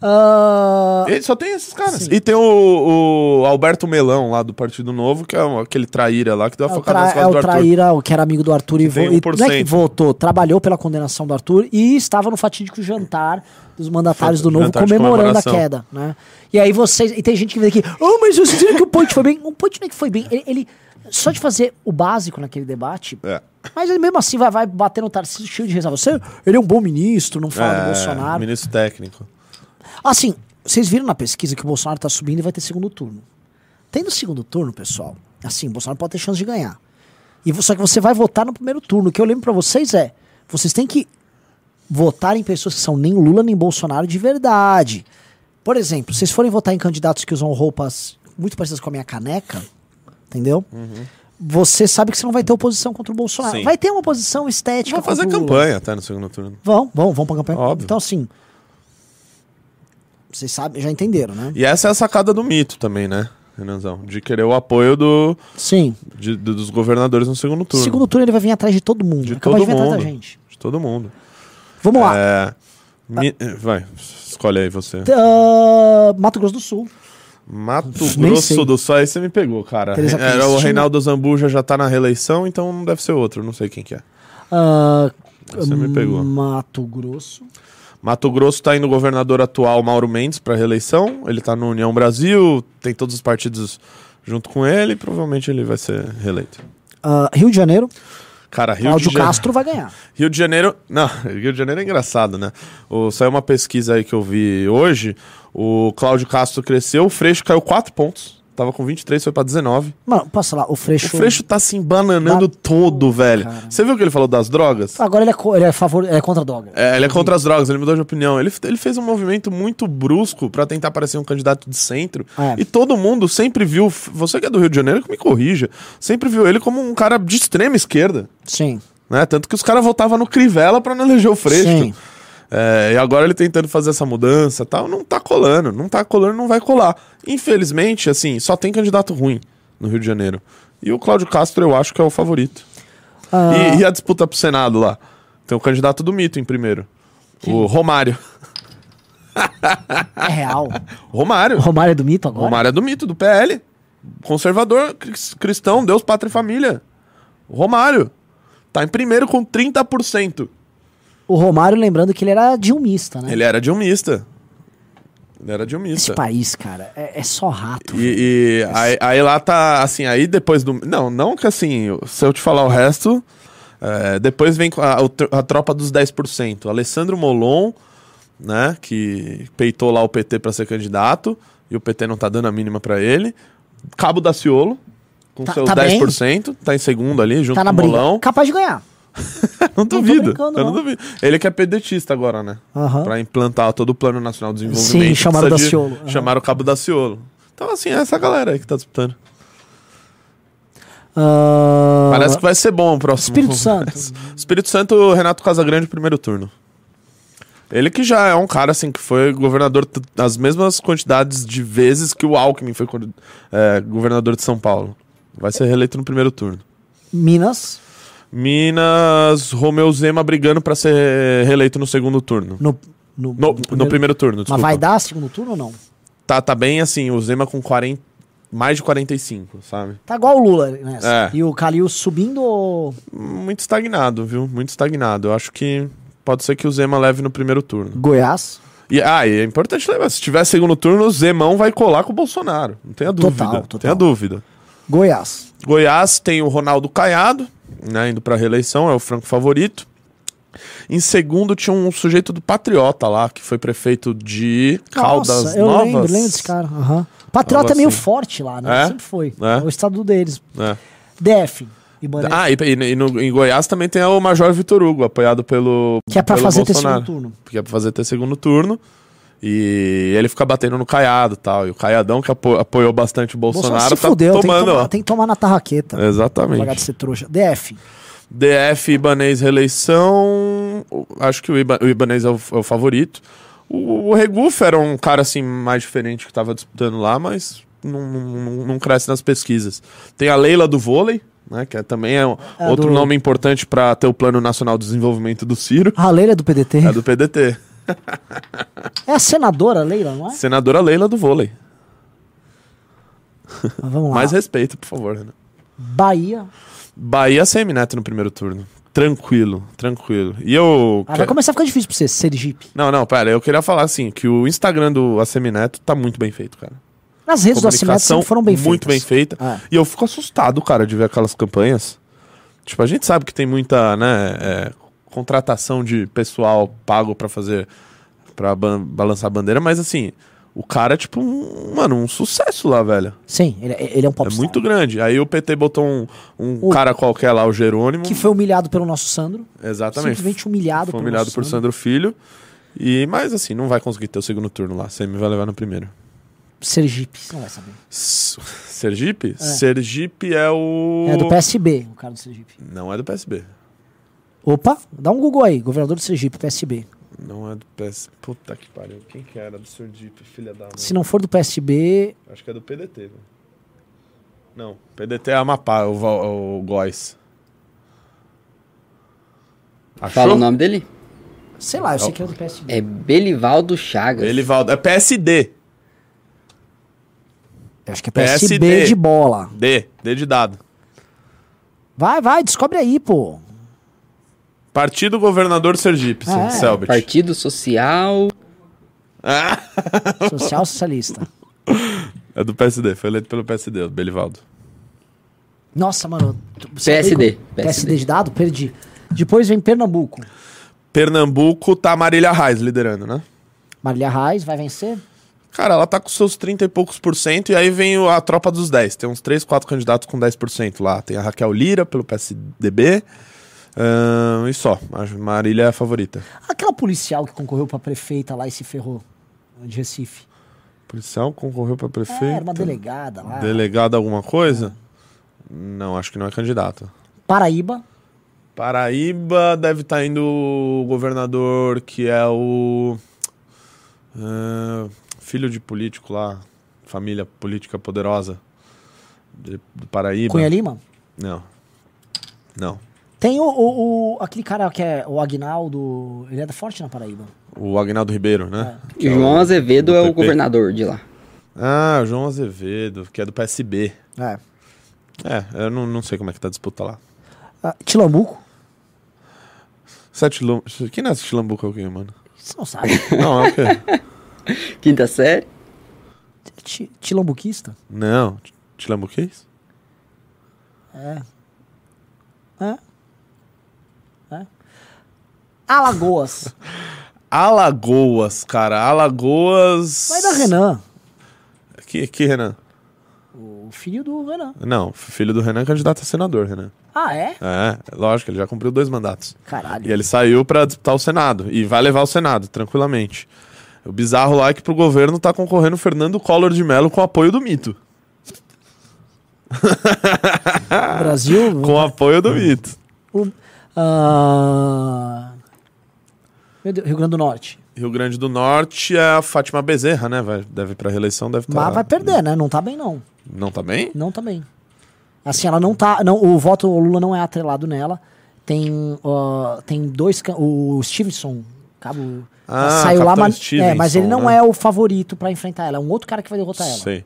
Speaker 2: Ah,
Speaker 1: Ele só tem esses caras. E tem o, o Alberto Melão lá do Partido Novo, que é um- aquele traíra lá que deu a
Speaker 2: É o,
Speaker 1: facada nas
Speaker 2: tra é
Speaker 1: costas do
Speaker 2: o
Speaker 1: Arthur.
Speaker 2: Traíra, o que era amigo do Arthur e, vo
Speaker 1: tem
Speaker 2: e não é
Speaker 1: 1%.
Speaker 2: que votou, trabalhou pela condenação do Arthur e estava no fatídico jantar dos mandatários do Novo
Speaker 1: Jantar de
Speaker 2: comemorando a
Speaker 1: comemoração.
Speaker 2: queda, né? E aí vocês, e tem gente que vem aqui, oh, mas vocês viram que o Ponte foi bem? O Ponte nem que foi bem, ele, ele- só de fazer o básico naquele debate,
Speaker 1: É.
Speaker 2: mas ele mesmo assim vai, vai bater no Tarcísio cheio de reserva. Você, ele é um bom ministro, não
Speaker 1: É,
Speaker 2: fala do Bolsonaro.
Speaker 1: Ministro técnico.
Speaker 2: Assim, vocês viram na pesquisa que o Bolsonaro tá subindo e vai ter segundo turno. Tendo segundo turno, pessoal, assim, o Bolsonaro pode ter chance de ganhar. E, vo- só que você vai votar no primeiro turno. O que eu lembro pra vocês é: vocês têm que votar em pessoas que são nem Lula nem Bolsonaro de verdade. Por exemplo, se vocês forem votar em candidatos que usam roupas muito parecidas com a minha caneca, entendeu? Você sabe que você não vai ter oposição contra o Bolsonaro.
Speaker 1: Uhum. Sim.
Speaker 2: Vai ter uma oposição estética.
Speaker 1: Vão fazer
Speaker 2: contra o Lula.
Speaker 1: campanha até no segundo turno.
Speaker 2: Vão, vão, vão pra campanha.
Speaker 1: Óbvio.
Speaker 2: Então, assim. Vocês sabem, já entenderam, né?
Speaker 1: E essa é a sacada do mito também, né, Renanzão? De querer o apoio do,
Speaker 2: Sim.
Speaker 1: de- do- dos governadores no segundo turno.
Speaker 2: Segundo turno ele vai vir atrás de todo mundo.
Speaker 1: de
Speaker 2: é
Speaker 1: todo
Speaker 2: capaz de vir
Speaker 1: mundo.
Speaker 2: atrás da gente.
Speaker 1: De todo mundo.
Speaker 2: Vamos lá.
Speaker 1: É, mi- vai, escolhe aí você.
Speaker 2: T- ah, Mato Grosso do Sul.
Speaker 1: Mato
Speaker 2: Nem
Speaker 1: Grosso
Speaker 2: sei.
Speaker 1: do Sol, aí você me pegou, cara.
Speaker 2: Teresa
Speaker 1: Era o
Speaker 2: Cristina.
Speaker 1: Reinaldo Zambuja já tá na reeleição, então não deve ser outro, não sei quem que é.
Speaker 2: Ah,
Speaker 1: Você me pegou.
Speaker 2: Mato Grosso.
Speaker 1: Mato Grosso tá indo o governador atual Mauro Mendes pra reeleição. Ele tá no União Brasil, tem todos os partidos junto com ele, provavelmente ele vai ser reeleito.
Speaker 2: Ah, Rio de Janeiro.
Speaker 1: Cara, Rio
Speaker 2: Cláudio
Speaker 1: de Janeiro.
Speaker 2: Castro vai ganhar.
Speaker 1: Rio de Janeiro. [laughs] Não, Rio de Janeiro é engraçado, né? O, saiu uma pesquisa aí que eu vi hoje. O Cláudio Castro cresceu, o Freixo caiu 4 pontos. Tava com 23, foi pra 19.
Speaker 2: Mano, passa lá, o Freixo.
Speaker 1: O Freixo tá se embananando
Speaker 2: Ba-
Speaker 1: todo, velho.
Speaker 2: cara.
Speaker 1: Você viu o que ele falou das drogas?
Speaker 2: Agora ele é, co- ele é, favor, é contra a Dogra.
Speaker 1: É, ele é contra as drogas, ele mudou de opinião. Ele, ele fez um movimento muito brusco pra tentar parecer um candidato de centro.
Speaker 2: É.
Speaker 1: E todo mundo sempre viu, você que é do Rio de Janeiro, que me corrija, sempre viu ele como um cara de extrema esquerda.
Speaker 2: Sim.
Speaker 1: né? Tanto que os caras votavam no Crivella pra não eleger o Freixo.
Speaker 2: Sim.
Speaker 1: É, e agora ele tentando fazer essa mudança e tal, não tá colando, não tá colando, não vai colar. Infelizmente, assim, só tem candidato ruim no Rio de Janeiro. E o Cláudio Castro eu acho que é o favorito. E, e a disputa pro Senado lá? Tem o candidato do mito em primeiro. O Romário.
Speaker 2: É
Speaker 1: [laughs]
Speaker 2: real.
Speaker 1: Romário.
Speaker 2: O Romário é do mito agora?
Speaker 1: Romário é do mito, do PL. Conservador, cris- cristão, Deus, pátria e família. Romário. Tá em primeiro com 30%.
Speaker 2: O Romário, lembrando que ele era dilmista, né?
Speaker 1: Ele era dilmista. Ele era
Speaker 2: Esse
Speaker 1: dilmista.
Speaker 2: país, cara, é, é só rato.
Speaker 1: E, e aí, aí lá tá, assim, aí depois do. Não, não que assim, se eu te falar o resto. é, depois vem com a, o tro- a tropa dos 10%. Alessandro Molon, né, que peitou lá o PT pra ser candidato, e o PT não tá dando a mínima pra ele. Cabo Daciolo, com
Speaker 2: Tá-
Speaker 1: seus
Speaker 2: tá bem.
Speaker 1: 10%, tá em segundo ali, junto
Speaker 2: tá na
Speaker 1: com o
Speaker 2: briga.
Speaker 1: Molon.
Speaker 2: Capaz de ganhar.
Speaker 1: Não
Speaker 2: tô
Speaker 1: duvido, eu
Speaker 2: brincando,
Speaker 1: não
Speaker 2: não.
Speaker 1: duvido. Ele que é pedetista agora, né?
Speaker 2: Aham.
Speaker 1: Pra implantar todo o Plano Nacional de Desenvolvimento.
Speaker 2: Sim, chamaram
Speaker 1: precisa de-
Speaker 2: Daciolo. Aham.
Speaker 1: Chamaram o Cabo Daciolo. Então, assim, é essa galera aí que tá disputando.
Speaker 2: Ah,
Speaker 1: Parece que vai ser bom o próximo. [laughs]
Speaker 2: Espírito Santo.
Speaker 1: Espírito Santo, Renato Casagrande, primeiro turno. Ele que já é um cara, assim, que foi governador t- as mesmas quantidades de vezes que o Alckmin foi co- é, governador de São Paulo. Vai ser reeleito no primeiro turno.
Speaker 2: Minas,
Speaker 1: Minas, Romeu Zema brigando pra ser reeleito no segundo turno.
Speaker 2: no, no,
Speaker 1: No,
Speaker 2: no
Speaker 1: no primeiro, turno,
Speaker 2: Mas
Speaker 1: desculpa.
Speaker 2: vai dar segundo turno ou não?
Speaker 1: Tá, tá bem assim, o Zema com 40, mais de 45, sabe?
Speaker 2: Tá igual o Lula nessa.
Speaker 1: É.
Speaker 2: E o Calil subindo ou...
Speaker 1: Muito estagnado, viu? Muito estagnado. Eu acho que pode ser que o Zema leve no primeiro turno.
Speaker 2: Goiás.
Speaker 1: E, ah, e é importante lembrar, se tiver segundo turno, o Zemão vai colar com o Bolsonaro. Não tenha dúvida.
Speaker 2: Total,
Speaker 1: Não
Speaker 2: total.
Speaker 1: tenha dúvida.
Speaker 2: Goiás.
Speaker 1: Goiás tem o Ronaldo Caiado, né, indo pra reeleição, é o franco favorito. Em segundo tinha um sujeito do Patriota lá, que foi prefeito de Caldas
Speaker 2: Nossa, eu
Speaker 1: Novas.
Speaker 2: lembro, lembro desse cara. Aham. Patriota
Speaker 1: Algo
Speaker 2: é meio
Speaker 1: assim.
Speaker 2: forte lá, né?
Speaker 1: É?
Speaker 2: Sempre foi.
Speaker 1: É.
Speaker 2: É. o estado deles.
Speaker 1: É.
Speaker 2: DF. Ibanez,
Speaker 1: Ah, e, e- e no- em Goiás também tem o Major Vitor Hugo, apoiado pelo.
Speaker 2: que é pra
Speaker 1: pelo
Speaker 2: fazer ter
Speaker 1: Bolsonaro.
Speaker 2: segundo turno.
Speaker 1: Que é pra fazer ter segundo turno. E ele fica batendo no Caiado e tal. E o Caiadão, que apo- apoiou bastante o Bolsonaro,
Speaker 2: Bolsonaro se
Speaker 1: tá
Speaker 2: fudeu, tem que
Speaker 1: tomando,
Speaker 2: tomar-
Speaker 1: ó. É,
Speaker 2: tem que tomar na tarraqueta. Largar de
Speaker 1: Exatamente.
Speaker 2: ser trouxa. DF.
Speaker 1: DF Ibanês reeleição. o- Acho que o, Iba, o Ibanês é o, é o favorito. O, o Regufe era um cara assim mais diferente que tava disputando lá, mas não, não- não- não cresce nas pesquisas. Tem a Leila do vôlei, né? Que é- também é um-
Speaker 2: É
Speaker 1: outro
Speaker 2: do-
Speaker 1: nome importante para ter o Plano Nacional de Desenvolvimento do Ciro.
Speaker 2: A Leila é do PDT.
Speaker 1: É do PDT.
Speaker 2: É a senadora Leila, não é?
Speaker 1: Senadora Leila do vôlei.
Speaker 2: Mas vamos lá.
Speaker 1: Mais respeito, por favor, Renan.
Speaker 2: Bahia.
Speaker 1: Bahia semi-neto no primeiro turno. Tranquilo, tranquilo. E eu.
Speaker 2: Ah, vai começar a ficar difícil pra você, Sergipe.
Speaker 1: Não, não, pera, eu queria falar assim, que o Instagram do Assemineto tá muito bem feito, cara.
Speaker 2: As redes do Assimeto
Speaker 1: Comunicação
Speaker 2: sempre foram bem
Speaker 1: Muito bem
Speaker 2: feitas.
Speaker 1: feita.
Speaker 2: Ah.
Speaker 1: E eu fico assustado, cara, de ver aquelas campanhas. Tipo, a gente sabe que tem muita, né, é, contratação de pessoal pago pra fazer, pra ban- balançar a bandeira, mas assim, o cara é tipo, um, mano, um sucesso lá, velho.
Speaker 2: Sim, ele, ele é um
Speaker 1: É
Speaker 2: popstar.
Speaker 1: muito grande. Aí o PT botou um, um
Speaker 2: O-
Speaker 1: cara qualquer lá, o Jerônimo.
Speaker 2: Que foi humilhado pelo nosso Sandro.
Speaker 1: Exatamente.
Speaker 2: Simplesmente humilhado né?
Speaker 1: Foi
Speaker 2: pelo
Speaker 1: humilhado
Speaker 2: nosso
Speaker 1: por Sandro
Speaker 2: Sandro.
Speaker 1: Filho. E, mas assim, não vai conseguir ter o segundo turno lá. Semi vai levar no primeiro.
Speaker 2: Sergipe, você não vai saber.
Speaker 1: S- Sergipe? Sergipe é o.
Speaker 2: É do PSB, o cara do Sergipe.
Speaker 1: Não é do PSB.
Speaker 2: Opa, dá um Google aí. Governador do Sergipe, PSB.
Speaker 1: Não é do PSB. Puta que pariu. Quem que era do Sergipe, filha da mãe?
Speaker 2: Se não for do PSB,
Speaker 1: Acho que é do PDT, velho. Não, PDT é Amapá, o, Val- o Góis.
Speaker 4: Fala o
Speaker 1: Achou?
Speaker 4: nome dele?
Speaker 2: sei lá, eu sei que é do PSB.
Speaker 4: É Belivaldo Chagas.
Speaker 1: Elivaldo. É PSD.
Speaker 2: Eu acho que é
Speaker 1: PSB.
Speaker 2: PSB, de bola.
Speaker 1: D. D de dado.
Speaker 2: Vai, vai, descobre aí, pô.
Speaker 1: Partido Governador Sergipe,
Speaker 2: Ah, é.
Speaker 1: Selbit. Ah.
Speaker 4: Partido Social.
Speaker 1: [laughs]
Speaker 2: Social socialista.
Speaker 1: É do PSD, foi eleito pelo PSD, o Belivaldo.
Speaker 2: Nossa, mano. tu- você- é
Speaker 4: PSD.
Speaker 2: PSD de dado? Perdi. Depois vem Pernambuco.
Speaker 1: Pernambuco tá a Marília Reis liderando, né?
Speaker 2: Marília Reis vai vencer?
Speaker 1: Cara, ela tá com seus 30 e poucos por cento, e aí vem o- a tropa dos 10. Tem uns 3, 4 candidatos com 10% lá. Tem a Raquel Lira pelo PSDB. ahn, e só. A Marília é a favorita.
Speaker 2: Aquela policial que concorreu pra prefeita lá e se ferrou. De Recife.
Speaker 1: Policial concorreu pra prefeito.
Speaker 2: É, era uma delegada lá.
Speaker 1: Delegada alguma coisa? Não, acho que não é candidata.
Speaker 2: Paraíba.
Speaker 1: Paraíba deve estar indo o governador que é o. ah, filho de político lá. Família política poderosa. De, do Paraíba.
Speaker 2: Cunha Lima.
Speaker 1: Não. Não.
Speaker 2: Tem o, o- o- aquele cara que é o Agnaldo. Ele é da Forte na Paraíba.
Speaker 1: O Agnaldo Ribeiro, né?
Speaker 4: E João Azevedo é o
Speaker 1: PP.
Speaker 4: governador de lá.
Speaker 1: Ah, o João Azevedo, que é do PSB.
Speaker 2: É.
Speaker 1: É, eu não, não sei como é que tá a disputa lá.
Speaker 2: Ah, Tilambuco?
Speaker 1: Sete Lam... Quem nasce Tilambuco é o quê, mano?
Speaker 2: Você não sabe. [laughs]
Speaker 1: Não, é o quê?
Speaker 4: Quinta série?
Speaker 2: Ti- Tilambuquista?
Speaker 1: não, Ti- Tilambuquês?
Speaker 2: É. É? Alagoas.
Speaker 1: Alagoas, cara. Alagoas.
Speaker 2: Vai da Renan.
Speaker 1: Que, que Renan?
Speaker 2: O filho do Renan.
Speaker 1: Não, filho do Renan é candidato a senador, Renan.
Speaker 2: Ah, é?
Speaker 1: É, lógico, ele já cumpriu dois mandatos. E
Speaker 2: Caralho.
Speaker 1: ele saiu pra disputar o Senado. E vai levar o Senado, tranquilamente. O bizarro lá é que pro governo tá concorrendo Fernando Collor de Mello com o apoio do mito.
Speaker 2: O [laughs] Brasil.
Speaker 1: Com o apoio do mito.
Speaker 2: o- ah, Meu Deus, Rio Grande do Norte.
Speaker 1: Rio Grande do Norte é a Fátima Bezerra, né? Vai, deve ir pra reeleição, deve estar.
Speaker 2: Mas vai perder, né? Não tá bem, não.
Speaker 1: Não tá bem?
Speaker 2: Não tá bem. Assim, ela não tá. Não, o voto o Lula não é atrelado nela. Tem, ó, tem dois. can- O Stevenson, cabo.
Speaker 1: Ah,
Speaker 2: saiu lá,
Speaker 1: Capitão
Speaker 2: mas, é, mas
Speaker 1: Stevenson,
Speaker 2: ele não
Speaker 1: né?
Speaker 2: é o favorito pra enfrentar ela. É um outro cara que vai derrotar ela.
Speaker 1: Sei,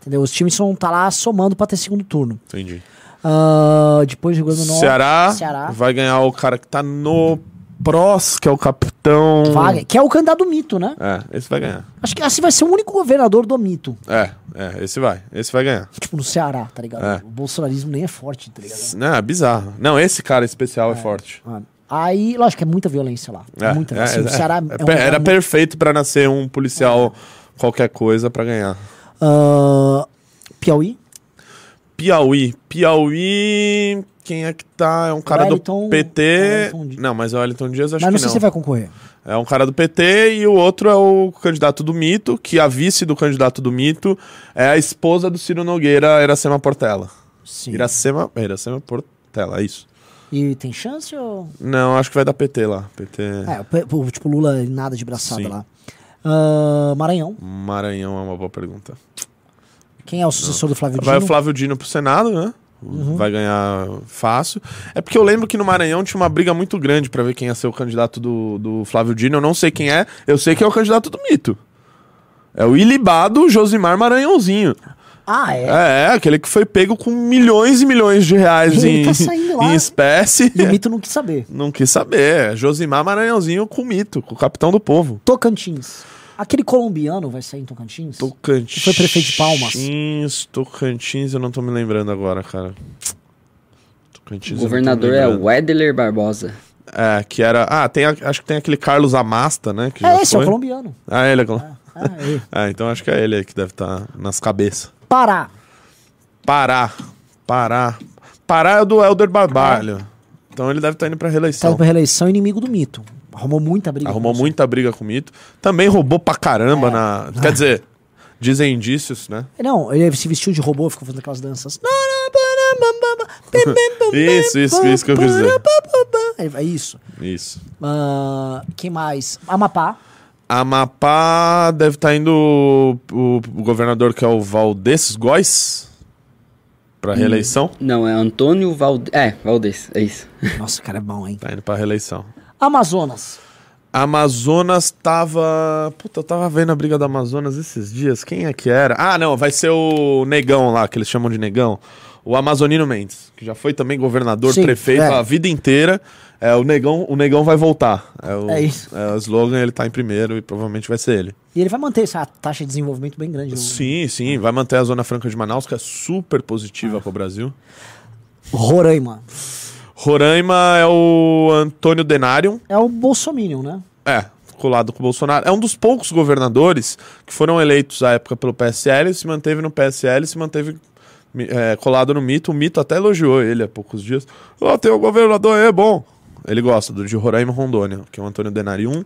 Speaker 2: Entendeu? O Stevenson tá lá somando pra ter segundo turno.
Speaker 1: entendi.
Speaker 2: Ah, depois jogando no
Speaker 1: Ceará,
Speaker 2: Ceará.
Speaker 1: vai ganhar o cara que tá no PROS, que é o capitão.
Speaker 2: Vaga, que é o candidato do mito, né?
Speaker 1: É, esse vai ganhar.
Speaker 2: Acho que assim vai ser o único governador do mito.
Speaker 1: É, é, esse vai. Esse vai ganhar.
Speaker 2: Tipo, no Ceará, tá ligado?
Speaker 1: É.
Speaker 2: O bolsonarismo nem é forte, tá ligado?
Speaker 1: Não, é bizarro. Não, esse cara especial é, forte.
Speaker 2: Mano, Aí, lógico, é muita violência lá.
Speaker 1: É,
Speaker 2: muita
Speaker 1: é,
Speaker 2: assim,
Speaker 1: é,
Speaker 2: o Ceará é um
Speaker 1: é, per-
Speaker 2: lugar
Speaker 1: era
Speaker 2: muito- É.
Speaker 1: perfeito pra nascer um policial qualquer coisa pra ganhar.
Speaker 2: Ah, Piauí?
Speaker 1: Piauí. Piauí. Quem é que tá? É um cara
Speaker 2: Wellington-
Speaker 1: do PT.
Speaker 2: Wellington Dias.
Speaker 1: Não, mas é o Wellington Dias acho
Speaker 2: Mas não
Speaker 1: que
Speaker 2: sei
Speaker 1: não.
Speaker 2: se vai concorrer.
Speaker 1: É um cara do PT e o outro é o candidato do mito, que a vice do candidato do mito é a esposa do Ciro Nogueira, Iracema Portela.
Speaker 2: Sim.
Speaker 1: Iracema, é, Iracema Portela, é isso.
Speaker 2: E tem chance ou.
Speaker 1: Não, acho que vai dar PT lá. PT.
Speaker 2: É, o pe- o, tipo, Lula nada de braçada
Speaker 1: Sim.
Speaker 2: lá. Ah, Maranhão.
Speaker 1: Maranhão é uma boa pergunta.
Speaker 2: Quem é o sucessor do
Speaker 1: Ah.
Speaker 2: Flávio
Speaker 1: Vai o
Speaker 2: Dino? Uhum.
Speaker 1: Flávio Dino pro Senado, né? Vai ganhar fácil. É porque eu lembro que no Maranhão tinha uma briga muito grande pra ver quem ia ser o candidato do, do Flávio Dino. Eu não sei quem é, eu sei que é o candidato do mito. É o ilibado Josimar Maranhãozinho.
Speaker 2: Ah, é.
Speaker 1: É, é, aquele que foi pego com milhões e milhões de reais
Speaker 2: Ele
Speaker 1: em,
Speaker 2: tá saindo lá.
Speaker 1: em espécie.
Speaker 2: E o mito não quis saber.
Speaker 1: Não quis saber. É Josimar Maranhãozinho com mito, com o capitão do povo.
Speaker 2: Tocantins. Aquele colombiano vai sair em Tocantins?
Speaker 1: Tocantins.
Speaker 2: Foi prefeito de Palmas.
Speaker 1: Tocantins, eu não tô me lembrando agora, cara.
Speaker 4: O
Speaker 1: Tocantins. eu não tô me
Speaker 4: governador é
Speaker 1: lembrando.
Speaker 4: o Wedler Barbosa.
Speaker 1: É, que era. Ah, tem, a- acho que tem aquele Carlos Amasta, né? Que
Speaker 2: é
Speaker 1: já
Speaker 2: esse, é
Speaker 1: foi. [laughs]
Speaker 2: o colombiano.
Speaker 1: Ah, ele é colombiano.
Speaker 2: Ah, é.
Speaker 1: [laughs] Ah, então acho que é ele aí que deve estar nas cabeças.
Speaker 2: Pará. Tá
Speaker 1: Pará. Pará. Pará é do Helder Barbalho. Então ele deve estar indo pra
Speaker 2: Tá
Speaker 1: reeleição.
Speaker 2: indo pra reeleição, inimigo do mito. Arrumou muita briga.
Speaker 1: Arrumou
Speaker 2: com isso.
Speaker 1: muita briga com o Mito. Também roubou pra
Speaker 2: É.
Speaker 1: caramba na. Quer dizer, dizem indícios, né?
Speaker 2: Não, ele se vestiu de robô, ficou fazendo aquelas danças.
Speaker 1: [laughs] Isso, isso, isso que eu quis dizer.
Speaker 2: É isso.
Speaker 1: Isso.
Speaker 2: Ah, quem mais? Amapá.
Speaker 1: Amapá deve estar indo o, o- o governador que é o Valdez Góes pra reeleição.
Speaker 4: Não, é Antônio Valdez. É, Valdez, é isso.
Speaker 2: Nossa, o cara é bom, hein?
Speaker 1: Tá indo pra reeleição.
Speaker 2: Amazonas.
Speaker 1: Amazonas tava. Puta, eu tava vendo a briga do Amazonas esses dias. Quem é que era? Ah, não, vai ser o Negão lá, que eles chamam de Negão. O Amazonino Mendes, que já foi também governador,
Speaker 2: Sim,
Speaker 1: prefeito
Speaker 2: é.
Speaker 1: a vida inteira. É, o Negão, o Negão vai voltar. É o,
Speaker 2: É isso.
Speaker 1: é o slogan, ele tá em primeiro e provavelmente vai ser ele.
Speaker 2: E ele vai manter essa taxa de desenvolvimento bem grande. né?
Speaker 1: Sim, sim, vai manter a Zona Franca de Manaus, que é super positiva pro Brasil.
Speaker 2: Roraima.
Speaker 1: Roraima é o Antônio Denário,
Speaker 2: É o Bolsominion, né?
Speaker 1: É, colado com o Bolsonaro. É um dos poucos governadores que foram eleitos à época pelo PSL, se manteve no PSL, se manteve mi- é, colado no mito. O mito até elogiou ele há poucos dias. Ó, tem um governador aí, é bom. Ele gosta do de Roraima e Rondônia, que é o Antônio Denarium,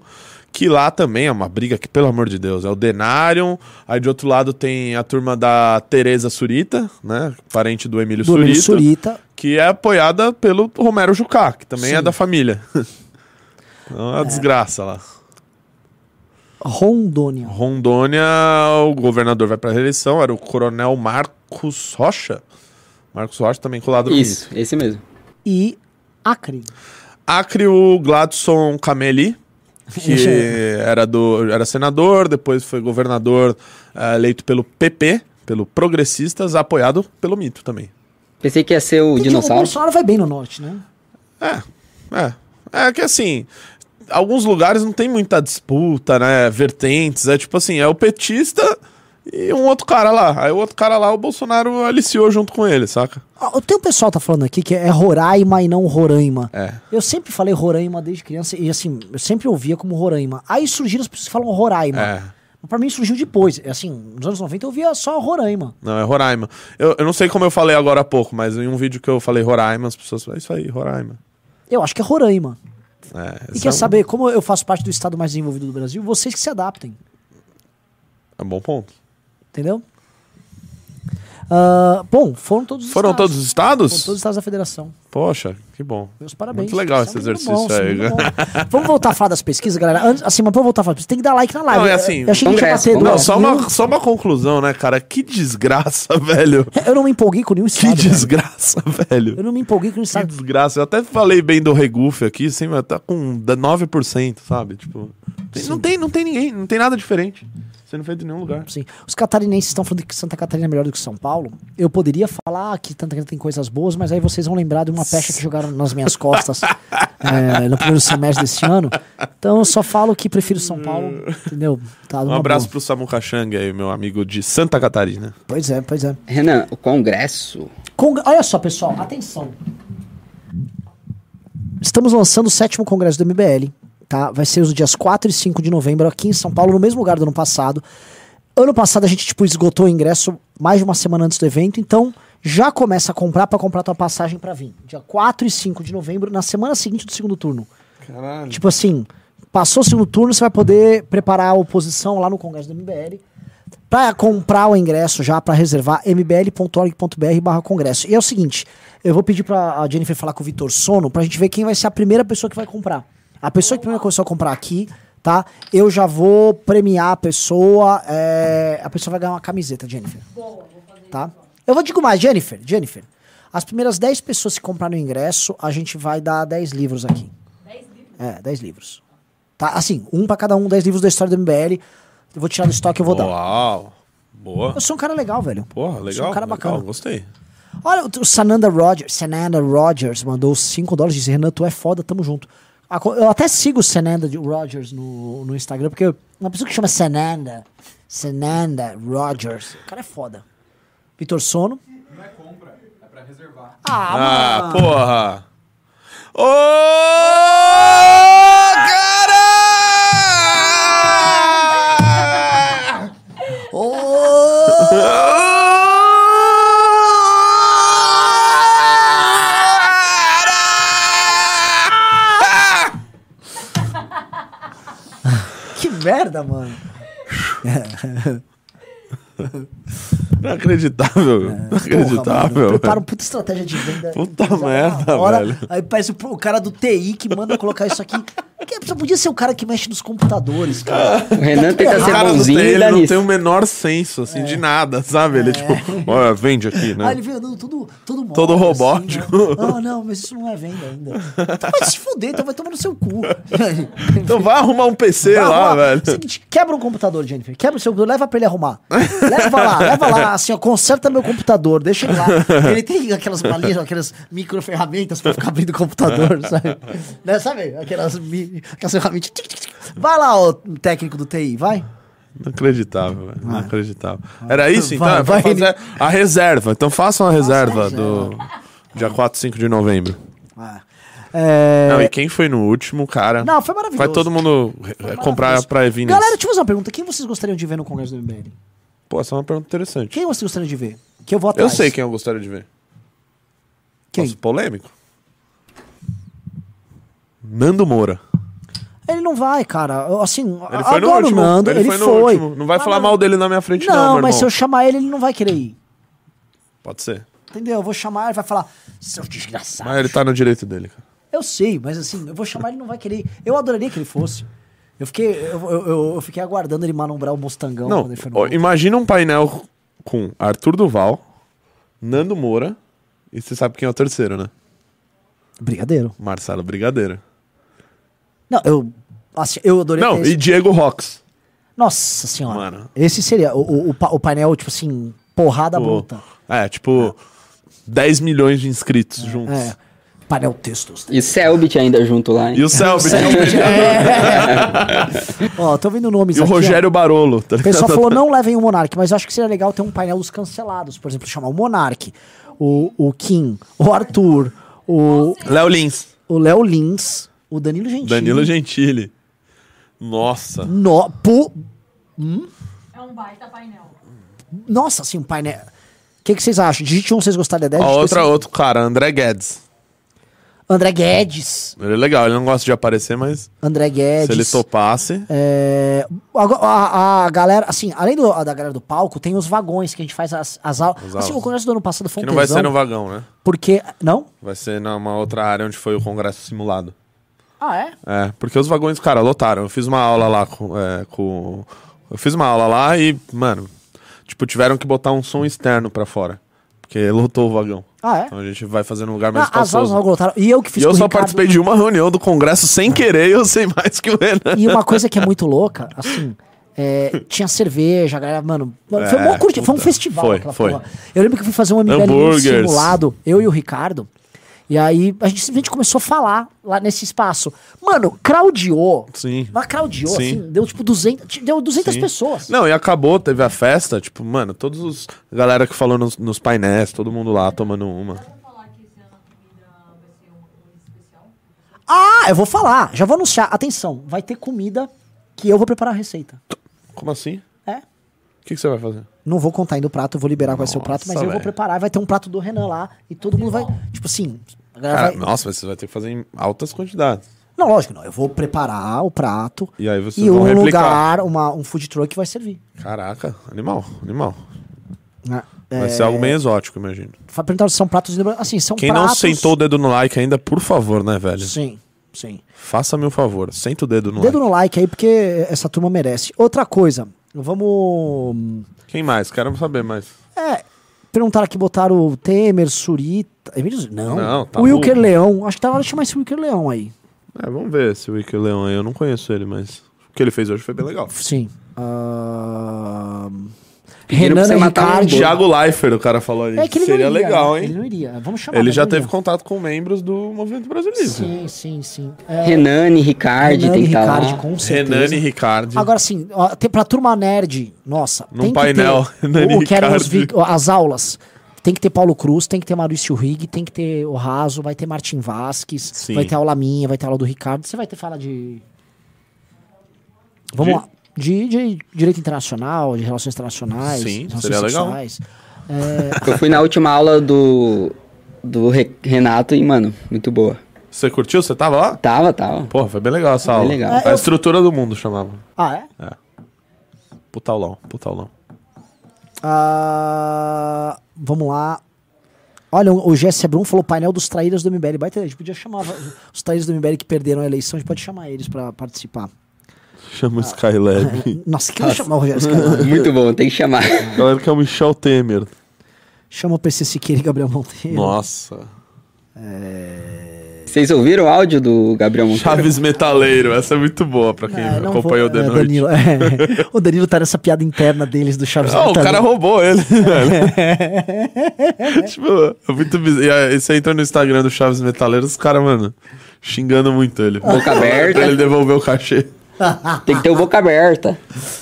Speaker 1: que lá também é uma briga que, pelo amor de Deus, é o Denarium. Aí de outro lado tem a turma da Tereza Surita, né? Parente do Emílio
Speaker 2: Do Emílio
Speaker 1: Surita,
Speaker 2: Surita.
Speaker 1: que é apoiada pelo Romero Jucá, que também é
Speaker 2: Sim.
Speaker 1: da família. [laughs] então é uma desgraça lá.
Speaker 2: Rondônia.
Speaker 1: Rondônia, o governador vai para reeleição, era o coronel Marcos Rocha. Marcos Rocha tá também colado no Isso.
Speaker 4: Isso, esse mesmo.
Speaker 2: E Acre.
Speaker 1: Acre, o Gladson Cameli, que era, do, era senador, depois foi governador eh, eleito pelo PP, pelo Progressistas, apoiado pelo Mito também.
Speaker 4: Pensei que ia ser o
Speaker 2: Entendi, O
Speaker 4: dinossauro.
Speaker 2: Bolsonaro vai bem no norte, né?
Speaker 1: É, é. É que assim, alguns lugares não tem muita disputa, né? Vertentes. É tipo assim, é o petista e um outro cara lá. Aí o outro cara lá, o Bolsonaro aliciou junto com ele, saca?
Speaker 2: Ah, Tem um pessoal que tá falando aqui que é Roraima e não Roraima.
Speaker 1: É.
Speaker 2: Eu sempre falei Roraima desde criança e assim, eu sempre ouvia como Roraima. Aí surgiram as pessoas que falam Roraima.
Speaker 1: É.
Speaker 2: Mas Pra mim surgiu depois. Assim, nos anos 90 eu via só Roraima.
Speaker 1: Não, é Roraima. Eu, eu não sei como eu falei agora há pouco, mas em um vídeo que eu falei Roraima, as pessoas falam, é isso aí, Roraima.
Speaker 2: Eu acho que é Roraima.
Speaker 1: É,
Speaker 2: E
Speaker 1: esse é
Speaker 2: quer
Speaker 1: um-
Speaker 2: saber, como eu faço parte do estado mais desenvolvido do Brasil, vocês que se adaptem,
Speaker 1: É um bom ponto.
Speaker 2: entendeu? Ah, bom, foram todos os
Speaker 1: Foram
Speaker 2: estados.
Speaker 1: todos os estados?
Speaker 2: Foram todos os estados da federação.
Speaker 1: Poxa, que bom.
Speaker 2: Meus parabéns.
Speaker 1: Muito legal esse
Speaker 2: Isso é muito
Speaker 1: exercício
Speaker 2: bom,
Speaker 1: aí. né?
Speaker 2: isso é muito bom. Vamos voltar a falar das pesquisas, galera. Antes, assim, mas pra eu voltar a falar, você tem que dar like na live.
Speaker 1: Não, é assim,
Speaker 2: eu achei que a gente ia
Speaker 4: congresso,
Speaker 2: bater
Speaker 1: Não,
Speaker 2: duas
Speaker 1: só
Speaker 2: mil.
Speaker 1: uma, só uma conclusão, né, cara? Que desgraça, [laughs] velho.
Speaker 2: Eu não me empolguei com nenhum
Speaker 1: Que
Speaker 2: estado. velho.
Speaker 1: desgraça, velho.
Speaker 2: né? Eu não me empolguei com nenhum
Speaker 1: Que
Speaker 2: estado.
Speaker 1: desgraça. Eu até falei bem do Regufe aqui, assim, mas tá com da- 9%, sabe? Tipo, tem- não, tem, não tem ninguém, não tem nada diferente. Você não fez em nenhum lugar.
Speaker 2: Sim. Os catarinenses estão falando que Santa Catarina é melhor do que São Paulo. Eu poderia falar que Santa Catarina tem coisas boas, mas aí vocês vão lembrar de uma pecha que jogaram
Speaker 1: [laughs]
Speaker 2: nas minhas costas é, no primeiro semestre desse ano. Então eu só falo que prefiro
Speaker 1: [laughs]
Speaker 2: São Paulo, entendeu? Tá,
Speaker 1: Um
Speaker 2: numa
Speaker 1: abraço
Speaker 2: boa.
Speaker 1: pro Samu Kachang aí, meu amigo de Santa Catarina.
Speaker 2: Pois é, pois é.
Speaker 4: Renan, o Congresso.
Speaker 2: Cong- Olha só, pessoal, atenção. Estamos lançando o sétimo congresso do MBL, tá? Vai ser os dias 4 e 5 de novembro aqui em São Paulo, no mesmo lugar do ano passado. Ano passado a gente tipo esgotou o ingresso mais de uma semana antes do evento, então já começa a comprar pra comprar tua passagem pra vir. Dia 4 e 5 de novembro, na semana seguinte do segundo turno.
Speaker 1: Caralho.
Speaker 2: Tipo assim, passou o segundo turno, você vai poder preparar a oposição lá no Congresso do MBL para comprar o ingresso já, para reservar mbl.org.br barra congresso. E é o seguinte, eu vou pedir para a Jennifer falar com o Vitor Sono pra gente ver quem vai ser a primeira pessoa que vai comprar. A pessoa que primeiro começou a comprar aqui, tá? Eu já vou premiar a pessoa, é, a pessoa vai ganhar uma camiseta, Jennifer tá? Eu vou digo mais, Jennifer, Jennifer. As primeiras 10 pessoas que compraram o ingresso, a gente vai dar 10 livros aqui. 10 livros? É, 10 livros. Tá, assim, um pra cada um, 10 livros da história do MBL. Eu vou tirar do estoque e eu vou dar.
Speaker 1: Uau. Boa.
Speaker 2: Eu sou um cara legal, velho.
Speaker 1: Porra,
Speaker 2: Eu
Speaker 1: legal.
Speaker 2: Sou um cara
Speaker 1: legal,
Speaker 2: bacana.
Speaker 1: Gostei.
Speaker 2: Olha, o- o Sananda Rogers, Sananda Rogers mandou 5 dólares e disse, Renan, tu é foda, tamo junto. A co- Eu até sigo o Sananda de- Rogers no, no Instagram, porque uma pessoa que chama Sananda, Sananda Rogers, o cara é foda. Vitor Sono. Não é compra, é pra reservar. Ah,
Speaker 1: Ah, porra. Ô, cara!
Speaker 2: Ô,
Speaker 1: Cara!
Speaker 2: que merda, mano.
Speaker 1: é Inacreditável,
Speaker 2: Porra, É, mano,
Speaker 1: inacreditável.
Speaker 2: Prepara um uma puta estratégia de venda.
Speaker 1: Puta
Speaker 2: Usava
Speaker 1: merda,
Speaker 2: na
Speaker 1: velho.
Speaker 2: Aí parece o, o cara do TI que manda colocar isso aqui. Que é, só podia ser o cara que mexe nos computadores,
Speaker 1: Ah.
Speaker 2: cara. Tá
Speaker 4: O Renan tenta
Speaker 1: O
Speaker 4: ser né?
Speaker 1: cara não tem,
Speaker 4: bonzinho e
Speaker 1: ele não
Speaker 4: dane-se.
Speaker 1: tem o menor senso, assim, de nada, sabe? Ele, tipo, olha, vende aqui, né?
Speaker 2: Aí É. ele veio andando todo, todo móvel,
Speaker 1: Todo
Speaker 2: assim,
Speaker 1: robótico.
Speaker 2: né? Ah, não, mas isso não é venda ainda. Então vai se fuder, então vai tomar no
Speaker 1: [laughs]
Speaker 2: seu cu.
Speaker 1: Então vai arrumar um PC
Speaker 2: Vai
Speaker 1: lá,
Speaker 2: arrumar.
Speaker 1: velho.
Speaker 2: Seguinte, quebra é o computador, Jennifer. Quebra o seu computador, leva pra
Speaker 1: [laughs]
Speaker 2: ele arrumar. leva lá, leva lá, assim, ó, conserta meu computador, deixa ele lá. Ele tem aquelas malinhas, aquelas microferramentas pra ficar abrindo o computador, [laughs] sabe? Né, sabe? Aquelas, mi- aquelas ferramentas. Tic, tic, tic. Vai lá, ó, técnico do TI, vai.
Speaker 1: Inacreditável, velho. Inacreditável. Era isso, então?
Speaker 2: Ah. Vai,
Speaker 1: É pra
Speaker 2: vai,
Speaker 1: fazer a reserva. Então façam a reserva
Speaker 2: a
Speaker 1: do dia 4, 5 de novembro.
Speaker 2: Ah, é,
Speaker 1: Não, e quem foi no último, cara?
Speaker 2: Não, foi maravilhoso.
Speaker 1: Vai todo mundo re- comprar
Speaker 2: maravilhoso.
Speaker 1: pra Evine.
Speaker 2: Galera, deixa eu fazer uma pergunta. Quem vocês gostariam de ver no Congresso do MBL?
Speaker 1: Pô, essa é uma pergunta interessante.
Speaker 2: Quem vocês gostariam de ver? Que eu vou
Speaker 1: Eu
Speaker 2: atrás.
Speaker 1: sei quem eu gostaria de ver.
Speaker 2: Quem?
Speaker 1: Posso polêmico? Nando Moura.
Speaker 2: Ele não vai, cara. Eu, Assim,
Speaker 1: Ele foi
Speaker 2: adoro
Speaker 1: no último.
Speaker 2: o Nando, ele,
Speaker 1: foi no
Speaker 2: foi.
Speaker 1: último. Não vai
Speaker 2: Mas
Speaker 1: falar
Speaker 2: não-
Speaker 1: mal dele na minha frente, não,
Speaker 2: Não,
Speaker 1: meu
Speaker 2: mas se eu
Speaker 1: irmão.
Speaker 2: chamar ele, ele não vai querer ir.
Speaker 1: Pode ser.
Speaker 2: Entendeu? Eu vou chamar, ele vai falar, seu desgraçado.
Speaker 1: Mas ele tá no direito dele, cara.
Speaker 2: Eu sei, mas assim, eu vou chamar, ele não vai querer ir. Eu adoraria que ele fosse. Eu fiquei, eu, eu- eu- eu fiquei aguardando ele manombrar o Mustangão
Speaker 1: Não,
Speaker 2: quando ele foi no
Speaker 1: ó,
Speaker 2: outro.
Speaker 1: imagina um painel com Arthur Duval, Nando Moura, e você sabe quem é o terceiro, né?
Speaker 2: Brigadeiro.
Speaker 1: Marcelo Brigadeiro.
Speaker 2: Não, eu Assim, eu adorei.
Speaker 1: Não,
Speaker 2: esse-
Speaker 1: e Diego Rox.
Speaker 2: Nossa senhora.
Speaker 1: Mano.
Speaker 2: Esse seria o, o, o pa- o painel, tipo assim, porrada bruta.
Speaker 1: É, tipo, 10 milhões de inscritos juntos.
Speaker 2: É. Painel textos.
Speaker 4: E Selbit ainda junto lá, hein?
Speaker 1: E o Selbit.
Speaker 2: Ó, tô vendo nomes
Speaker 1: E o
Speaker 2: aqui, ó.
Speaker 1: Rogério Barolo. Tá
Speaker 2: é.
Speaker 1: [laughs]
Speaker 2: O pessoal
Speaker 1: ligado?
Speaker 2: falou, não levem o Monark, mas eu acho que seria legal ter um painel dos cancelados. Por exemplo, chamar o Monark, o, o Kim, o Arthur, o
Speaker 1: Léo Lins.
Speaker 2: o Léo Lins, o Danilo Gentili.
Speaker 1: Danilo Gentili. Nossa.
Speaker 2: No- pu-
Speaker 3: É um baita painel.
Speaker 2: Nossa, assim, um painel... O que, que vocês acham? Digite um, vocês gostaram da ideia?
Speaker 1: Ó,
Speaker 2: Digite
Speaker 1: outra,
Speaker 2: esse-
Speaker 1: outro cara, André Guedes.
Speaker 2: André Guedes.
Speaker 1: Ele é legal, ele não gosta de aparecer, mas
Speaker 2: André
Speaker 1: se ele
Speaker 2: Guedes.
Speaker 1: topasse.
Speaker 2: É, agora, a, a galera, assim, além do- da galera do palco, tem os vagões que a gente faz as, as aulas.
Speaker 1: As
Speaker 2: Assim,
Speaker 1: aulas.
Speaker 2: o congresso do ano passado foi
Speaker 1: Que
Speaker 2: um
Speaker 1: não vai
Speaker 2: tesão,
Speaker 1: ser no vagão, né?
Speaker 2: porque... Não?
Speaker 1: Vai ser numa outra área onde foi o congresso simulado.
Speaker 2: Ah, é?
Speaker 1: É, porque os vagões, cara, lotaram. Eu fiz uma aula lá com. é, com- Eu fiz uma aula lá e, mano, tipo, tiveram que botar um som externo pra fora. Porque lotou o vagão.
Speaker 2: Ah, é?
Speaker 1: Então a gente vai fazer num lugar mais
Speaker 2: Ah, as aulas
Speaker 1: espaçoso.
Speaker 2: não lotaram. E eu que fiz
Speaker 1: E eu
Speaker 2: com o
Speaker 1: só
Speaker 2: Ricardo-
Speaker 1: participei de uma reunião do congresso sem querer e eu sei mais que o Renan.
Speaker 2: E uma coisa que é muito louca, assim, é, tinha cerveja, a galera, mano. mano, foi,
Speaker 1: É,
Speaker 2: uma curti, foi um
Speaker 1: puta,
Speaker 2: festival
Speaker 1: foi,
Speaker 2: aquela
Speaker 1: foi.
Speaker 2: porra. Eu lembro que eu fui fazer um MBL
Speaker 1: Hambúrgueres.
Speaker 2: simulado, eu e o Ricardo. E aí a gente simplesmente começou a falar lá nesse espaço. Mano, craudiou.
Speaker 1: Sim.
Speaker 2: Mas craudiou,
Speaker 1: Sim.
Speaker 2: assim, deu tipo 200, deu 200
Speaker 1: Sim.
Speaker 2: pessoas.
Speaker 1: Não, e acabou, teve a festa, tipo, mano, todos os a galera que falou nos, nos painéis, todo mundo lá tomando uma.
Speaker 3: Vamos falar que esse ano a comida vai ser um um especial.
Speaker 2: Ah, eu vou falar, já vou anunciar. Atenção, vai ter comida que eu vou preparar a receita.
Speaker 1: Como assim?
Speaker 2: É.
Speaker 1: O que, que você vai fazer?
Speaker 2: Não vou contar ainda o prato, eu vou liberar qual vai ser o prato, mas
Speaker 1: Nossa,
Speaker 2: eu vou
Speaker 1: velho.
Speaker 2: preparar. Vai ter um prato do Renan lá e todo mundo vai. Tipo assim. a galera
Speaker 1: Cara,
Speaker 2: vai-
Speaker 1: nossa, mas você vai ter que fazer em altas quantidades.
Speaker 2: Não, lógico, não. Eu vou preparar o prato
Speaker 1: E aí vocês
Speaker 2: e
Speaker 1: vão
Speaker 2: um
Speaker 1: replicar.
Speaker 2: lugar, uma, um food truck vai servir.
Speaker 1: Caraca, animal, animal.
Speaker 2: né? É,
Speaker 1: Vai ser algo meio exótico, imagino.
Speaker 2: fa- perguntaram se são pratos de Assim, são
Speaker 1: Quem
Speaker 2: pratos.
Speaker 1: não sentou o dedo no like ainda, por favor, né, velho?
Speaker 2: Sim, sim.
Speaker 1: Faça-me um favor, senta o dedo no
Speaker 2: Dedo
Speaker 1: like.
Speaker 2: no like aí, porque essa turma merece. Outra coisa, vamos.
Speaker 1: Quem mais? Quero saber mais.
Speaker 2: É. Perguntaram aqui, botaram o Temer, Surita. Emílio Zurita? Não.
Speaker 1: Não, tá
Speaker 2: o Wilker
Speaker 1: louco.
Speaker 2: Leão. Acho que tava na hora de chamar esse Wilker Leão aí.
Speaker 1: É, vamos ver esse Wiki Leão aí, eu não conheço ele, mas o que ele fez hoje foi bem legal.
Speaker 2: Sim. Ah,
Speaker 4: Pediram pra
Speaker 2: Renan
Speaker 4: você matar um
Speaker 2: Ricardo.
Speaker 4: boi.
Speaker 1: Thiago Leifert, o cara falou aí.
Speaker 2: É que ele
Speaker 1: Seria
Speaker 2: não iria,
Speaker 1: legal,
Speaker 2: né?
Speaker 1: hein?
Speaker 2: Ele não iria. Vamos chamar.
Speaker 1: Ele
Speaker 2: mas
Speaker 1: já
Speaker 2: não
Speaker 1: teve
Speaker 2: iria.
Speaker 1: contato com membros do movimento brasileiro.
Speaker 2: Sim, sim, sim. É,
Speaker 4: Renane, Ricardo,
Speaker 2: Renan
Speaker 4: tem
Speaker 2: e
Speaker 4: que estar lá.
Speaker 2: Ricardo, com certeza.
Speaker 1: Renan e Ricardo.
Speaker 2: Agora sim, ó, tem pra turma nerd, nossa.
Speaker 1: Num
Speaker 2: tem
Speaker 1: painel,
Speaker 2: que ter,
Speaker 1: [laughs] Renan
Speaker 2: o,
Speaker 1: e
Speaker 2: o que eram os vi-
Speaker 1: Ricardo.
Speaker 2: as aulas. Tem que ter Paulo Cruz, tem que ter Maurício Rigg, tem que ter o Raso, vai ter Martin Vasquez,
Speaker 1: Sim.
Speaker 2: vai ter aula minha, vai ter aula do Ricardo. Você vai ter fala de. Vamos
Speaker 1: De-
Speaker 2: lá. De, de direito internacional, de relações internacionais.
Speaker 1: Sim,
Speaker 2: relações
Speaker 1: seria legal.
Speaker 2: sexuais.
Speaker 4: Eu fui na última aula do, do Re- Renato e, mano, muito boa.
Speaker 1: Você curtiu? Você tava lá?
Speaker 4: Tava, tava.
Speaker 1: Porra, foi bem legal essa
Speaker 4: Bem
Speaker 1: aula.
Speaker 4: legal.
Speaker 2: É,
Speaker 1: A estrutura do mundo chamava.
Speaker 2: Ah, é?
Speaker 1: Puta aulão, puta aulão.
Speaker 2: Ah, vamos lá. Olha, o Jesse Brum falou painel dos traíras do MBL. Baita, ideia, a gente podia chamar os traíras do MBL que perderam a eleição, a gente pode chamar eles pra participar.
Speaker 1: Chama o
Speaker 2: Ah. [laughs]
Speaker 1: Skylab.
Speaker 2: Nossa, que eu chamar o Rogério Scaloni?
Speaker 4: Muito bom, tem que chamar.
Speaker 1: Galera que é o Michel Temer.
Speaker 2: Chama o PC Siqueira e Gabriel Monteiro. É,
Speaker 1: Nossa.
Speaker 4: Vocês ouviram o áudio do Gabriel Monteiro?
Speaker 1: [laughs] Chaves Metaleiro, essa é muito boa pra quem
Speaker 2: É, não
Speaker 1: acompanhou o
Speaker 2: vou-
Speaker 1: The
Speaker 2: é,
Speaker 1: Noite.
Speaker 2: Danilo, é. O Danilo tá nessa piada interna deles do Chaves.
Speaker 1: Ah, o
Speaker 2: Vittar.
Speaker 1: cara roubou ele, [laughs]
Speaker 2: [laughs]
Speaker 1: velho. tipo, é muito bizarro. E aí você entra no Instagram do Chaves Metaleiro, os caras, mano, xingando muito ele.
Speaker 4: Boca aberta.
Speaker 1: ele devolveu o cachê.
Speaker 4: Tem que ter o boca aberta.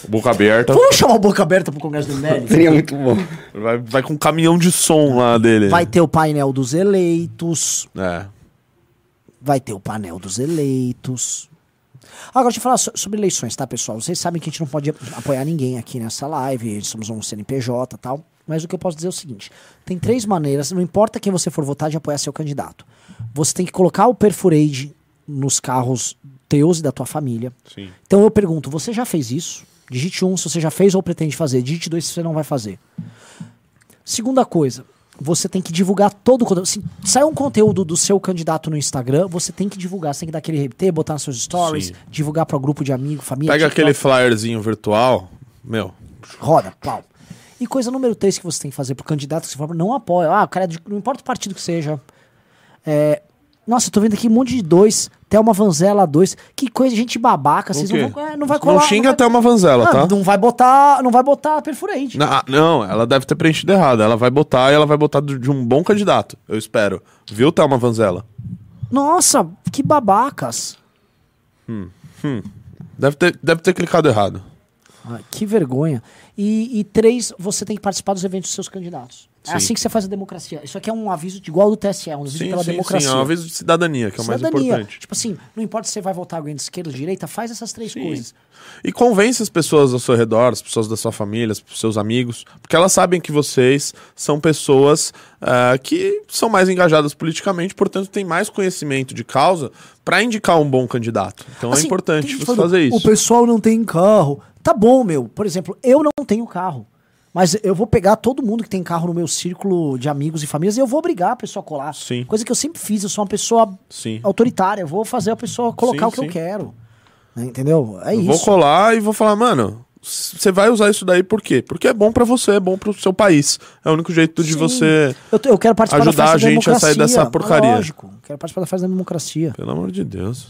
Speaker 1: Boca aberta.
Speaker 2: Vamos chamar o Boca Aberta pro Congresso do MBL?
Speaker 4: Seria muito bom.
Speaker 1: Vai, vai com um caminhão de som lá dele.
Speaker 2: Vai ter o painel dos eleitos.
Speaker 1: É.
Speaker 2: Vai ter o painel dos eleitos. Agora, deixa eu falar so- sobre eleições, tá, pessoal? Vocês sabem que a gente não pode apoiar ninguém aqui nessa live, somos um CNPJ e tal. Mas o que eu posso dizer é o seguinte: tem três maneiras, não importa quem você for votar, de apoiar seu candidato. Você tem que colocar o Perfurade nos carros teus e da tua família.
Speaker 1: Sim.
Speaker 2: Então eu pergunto: você já fez isso? Digite um se você já fez ou pretende fazer. Digite dois se você não vai fazer. Segunda coisa, você tem que divulgar todo o conteúdo. Se sai um conteúdo do seu candidato no Instagram, você tem que divulgar. Você tem que dar aquele RT, botar nos seus stories,
Speaker 1: Sim.
Speaker 2: divulgar para o grupo de amigo, família.
Speaker 1: Pega
Speaker 2: TikTok,
Speaker 1: aquele flyerzinho virtual, meu.
Speaker 2: Roda, pau. E coisa número três que você tem que fazer pro candidato que se forma, não apoia. Ah, o cara, é de- não importa o partido que seja. É, Nossa, eu tô vendo aqui um monte de dois. Thelma Vanzella dois. Que coisa, gente babaca. Vocês
Speaker 1: quê?
Speaker 2: não vão. é, Não vai colar.
Speaker 1: Não xinga
Speaker 2: vai-
Speaker 1: até uma vanzela,
Speaker 2: Ah,
Speaker 1: tá?
Speaker 2: Não vai botar. Não vai botar perfurante.
Speaker 1: Na- ah, Não, ela deve ter preenchido errado. Ela vai botar e ela vai botar do- de um bom candidato, eu espero. Viu, Thelma Vanzela?
Speaker 2: Nossa, que babacas.
Speaker 1: Deve ter, deve ter clicado errado.
Speaker 2: Ah, que vergonha. E, e três, você tem que participar dos eventos dos seus candidatos. É
Speaker 1: Sim.
Speaker 2: assim que você faz a democracia. Isso aqui é um aviso de, igual do TSE, um aviso
Speaker 1: Sim,
Speaker 2: pela
Speaker 1: sim,
Speaker 2: democracia.
Speaker 1: sim. É um aviso de cidadania, que é o mais
Speaker 2: Cidadania.
Speaker 1: importante.
Speaker 2: Tipo é assim, não importa se você vai votar alguém de esquerda ou de direita, faz essas três coisas.
Speaker 1: E convence as pessoas ao seu redor, as pessoas da sua família, os seus amigos, porque elas sabem que vocês são pessoas ah, que são mais engajadas politicamente, portanto, têm mais conhecimento de causa para indicar um bom candidato. Então é
Speaker 2: Assim, tem
Speaker 1: importante
Speaker 2: gente
Speaker 1: você
Speaker 2: falando,
Speaker 1: fazer
Speaker 2: O
Speaker 1: isso.
Speaker 2: pessoal não tem carro. Tá bom, meu. Por exemplo, eu não tenho carro. Mas eu vou pegar todo mundo que tem carro no meu círculo de amigos e famílias e eu vou obrigar a pessoa a colar.
Speaker 1: Sim.
Speaker 2: Coisa que eu sempre fiz. Eu sou uma pessoa
Speaker 1: Sim.
Speaker 2: autoritária. Eu vou fazer a pessoa colocar
Speaker 1: Sim,
Speaker 2: o que
Speaker 1: sim.
Speaker 2: eu quero. Né, Entendeu? É
Speaker 1: Eu
Speaker 2: isso.
Speaker 1: vou colar e vou falar, mano, você vai usar isso daí por quê? Porque é bom para você, é bom pro seu país. É o único jeito de
Speaker 2: Sim.
Speaker 1: você.
Speaker 2: Eu, eu quero participar
Speaker 1: ajudar
Speaker 2: da festa
Speaker 1: a gente
Speaker 2: da
Speaker 1: a sair
Speaker 2: democracia.
Speaker 1: dessa porcaria.
Speaker 2: Lógico. Quero participar da festa da democracia.
Speaker 1: Pelo amor de Deus.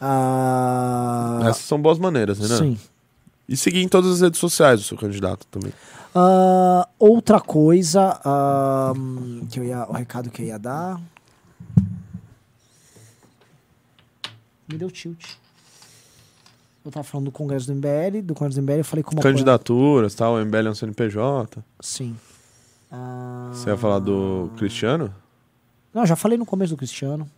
Speaker 2: Ah,
Speaker 1: Essas são boas maneiras, é assim, né?
Speaker 2: sim.
Speaker 1: E seguir em todas as redes sociais o seu candidato também.
Speaker 2: Ah, outra coisa ah, que eu ia, o recado que eu ia dar. Me deu tilt. Eu tava falando do Congresso do MBL, do Congresso do MBL, eu falei como
Speaker 1: Candidaturas, tal, MBL é um CNPJ.
Speaker 2: Sim. Ah,
Speaker 1: Você ia falar do Cristiano?
Speaker 2: Não, já falei no começo do Cristiano.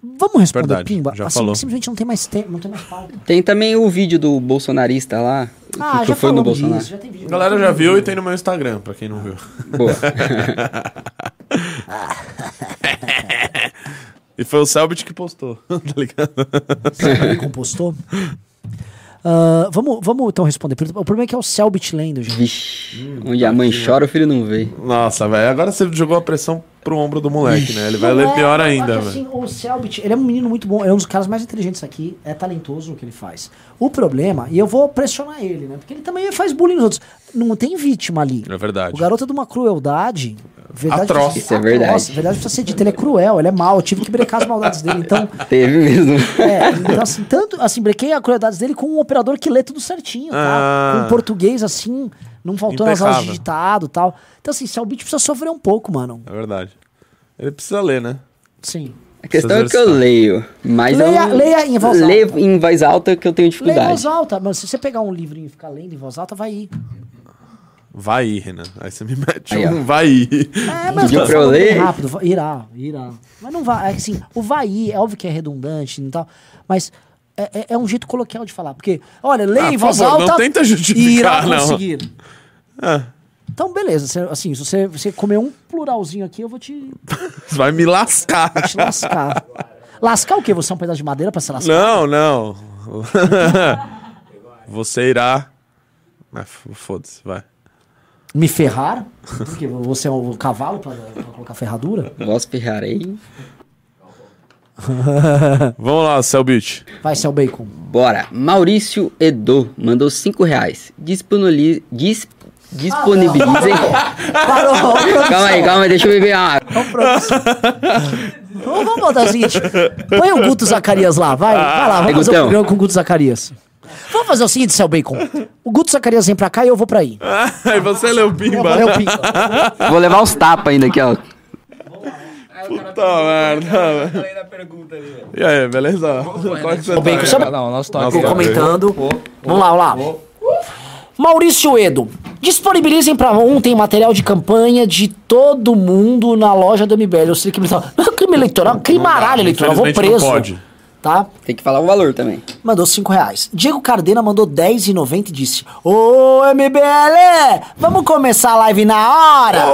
Speaker 2: Vamos responder,
Speaker 1: Verdade,
Speaker 2: Pimba.
Speaker 1: já
Speaker 2: assim,
Speaker 1: falou.
Speaker 2: simplesmente não tem mais tempo, não tem mais pauta.
Speaker 4: Tem também o vídeo do bolsonarista lá.
Speaker 2: Ah,
Speaker 4: que
Speaker 2: já
Speaker 4: foi no
Speaker 2: falamos
Speaker 4: Bolsonaro.
Speaker 2: disso, já tem vídeo.
Speaker 1: A galera já viu e tem no meu Instagram, pra quem não viu.
Speaker 4: Boa.
Speaker 1: E foi o Selbit que postou, [laughs] tá ligado?
Speaker 2: Ele compostou. Ah, vamos, vamos então responder. O problema é que é o Selbit lendo, gente.
Speaker 4: Vixe.
Speaker 5: Hum,
Speaker 4: Onde a mãe chora, o filho não vê.
Speaker 1: Nossa, velho, agora você jogou a pressão pro ombro do moleque, né? Ele vai
Speaker 2: Não
Speaker 1: ler
Speaker 2: é,
Speaker 1: pior
Speaker 2: eu
Speaker 1: ainda,
Speaker 2: acho
Speaker 1: velho.
Speaker 2: assim, o Selbit, ele é um menino muito bom, é um dos caras mais inteligentes aqui, é talentoso o que ele faz. O problema, e eu vou pressionar ele, né? Porque ele também faz bullying nos outros. Não tem vítima ali.
Speaker 1: É verdade.
Speaker 2: O garoto é de uma crueldade. Verdade
Speaker 1: Atroz.
Speaker 2: precisa-
Speaker 4: Isso é verdade.
Speaker 2: atroz, verdade precisa ser dita. Ele é cruel, ele é mau. Eu tive que brecar as maldades dele. Então,
Speaker 4: Teve mesmo.
Speaker 2: é, então assim, tanto assim, brequei a crueldade dele com um operador que lê tudo certinho, tá?
Speaker 1: Ah.
Speaker 2: Com português assim, não faltou nas
Speaker 1: Impecável.
Speaker 2: aulas digitado e tal. Então, assim, Selbit precisa sofrer um pouco, mano.
Speaker 1: É verdade. Ele precisa ler, né?
Speaker 2: Sim.
Speaker 4: [laughs] A questão é que eu leio. Mas
Speaker 2: Leia-
Speaker 4: eu não-
Speaker 2: leia em voz alta.
Speaker 4: Leio em voz alta que eu tenho
Speaker 2: Lê em
Speaker 4: dificuldade.
Speaker 2: voz alta, mas se você pegar um livrinho e ficar lendo em voz alta, vai ir.
Speaker 1: Vai ir, Renan. Aí você me mete
Speaker 4: Aí, ó.
Speaker 1: um vai ir. [laughs]
Speaker 2: É, mas
Speaker 4: Pediu
Speaker 2: eu tô
Speaker 4: pra eu
Speaker 2: falando bem
Speaker 4: ler?
Speaker 2: rápido, va- irá, irá. Mas não vai, é que assim, o vai ir, é óbvio que é redundante e tal, mas é, é- é um jeito coloquial de falar, porque, olha, leia
Speaker 1: Ah,
Speaker 2: em
Speaker 1: por
Speaker 2: voz
Speaker 1: favor,
Speaker 2: alta
Speaker 1: não tenta justificar,
Speaker 2: e irá
Speaker 1: não.
Speaker 2: conseguir. Então, beleza, você- assim, se você, você comer um pluralzinho aqui, eu vou te,
Speaker 1: Vai me lascar.
Speaker 2: vou te lascar. lascar o quê? Você é um pedaço de madeira pra se lascar?
Speaker 1: Não, não. [laughs] Você irá. Ah, f- foda-se, vai.
Speaker 2: Me ferrar? Porque você é um cavalo pra, pra colocar ferradura?
Speaker 4: Vós ferrarei.
Speaker 1: Vamos lá, Selbit.
Speaker 2: Vai ser o bacon.
Speaker 4: Bora. Maurício Edo mandou 5 reais. Disponili... Dis... Disponibilizem.
Speaker 2: Ah, Parou!
Speaker 4: [laughs] calma aí, calma aí, deixa eu beber uma água.
Speaker 2: Vamos, vamos botar o seguinte: põe o Guto Zacarias lá, vai, vai lá,
Speaker 4: Aí,
Speaker 2: vamos fazer um
Speaker 4: Gutão.
Speaker 2: programa com o Guto Zacarias. Vamos fazer o seguinte, Céu Bacon. O Guto Zacarias vem pra cá e eu vou pra aí.
Speaker 1: [laughs] Aí você leu
Speaker 2: Eu
Speaker 1: Pimba.
Speaker 2: falei, eu pinto.
Speaker 4: Vou levar os tapas ainda aqui, ó.
Speaker 1: [laughs] Puta merda.
Speaker 5: Além da pergunta ali, velho. né?
Speaker 1: E aí, beleza? Qual que você tá?
Speaker 2: Bacon, sabe-
Speaker 5: Ah, Não, nosso toque.
Speaker 1: Nossa,
Speaker 2: Comentando. Vamos lá, vamos lá. Maurício Edo. Disponibilizem pra ontem material de campanha de todo mundo na loja do MBL. Eu sei que eleitoral. Não é crime eleitoral, crime aralho eleitoral. Eu vou
Speaker 1: Infelizmente não
Speaker 2: preso.
Speaker 1: pode.
Speaker 2: Tá?
Speaker 4: Tem que falar o valor também.
Speaker 2: mandou 5 reais. Diego Cardena mandou 10,90 e disse: Ô MBL, vamos começar a live na hora!
Speaker 1: Ô,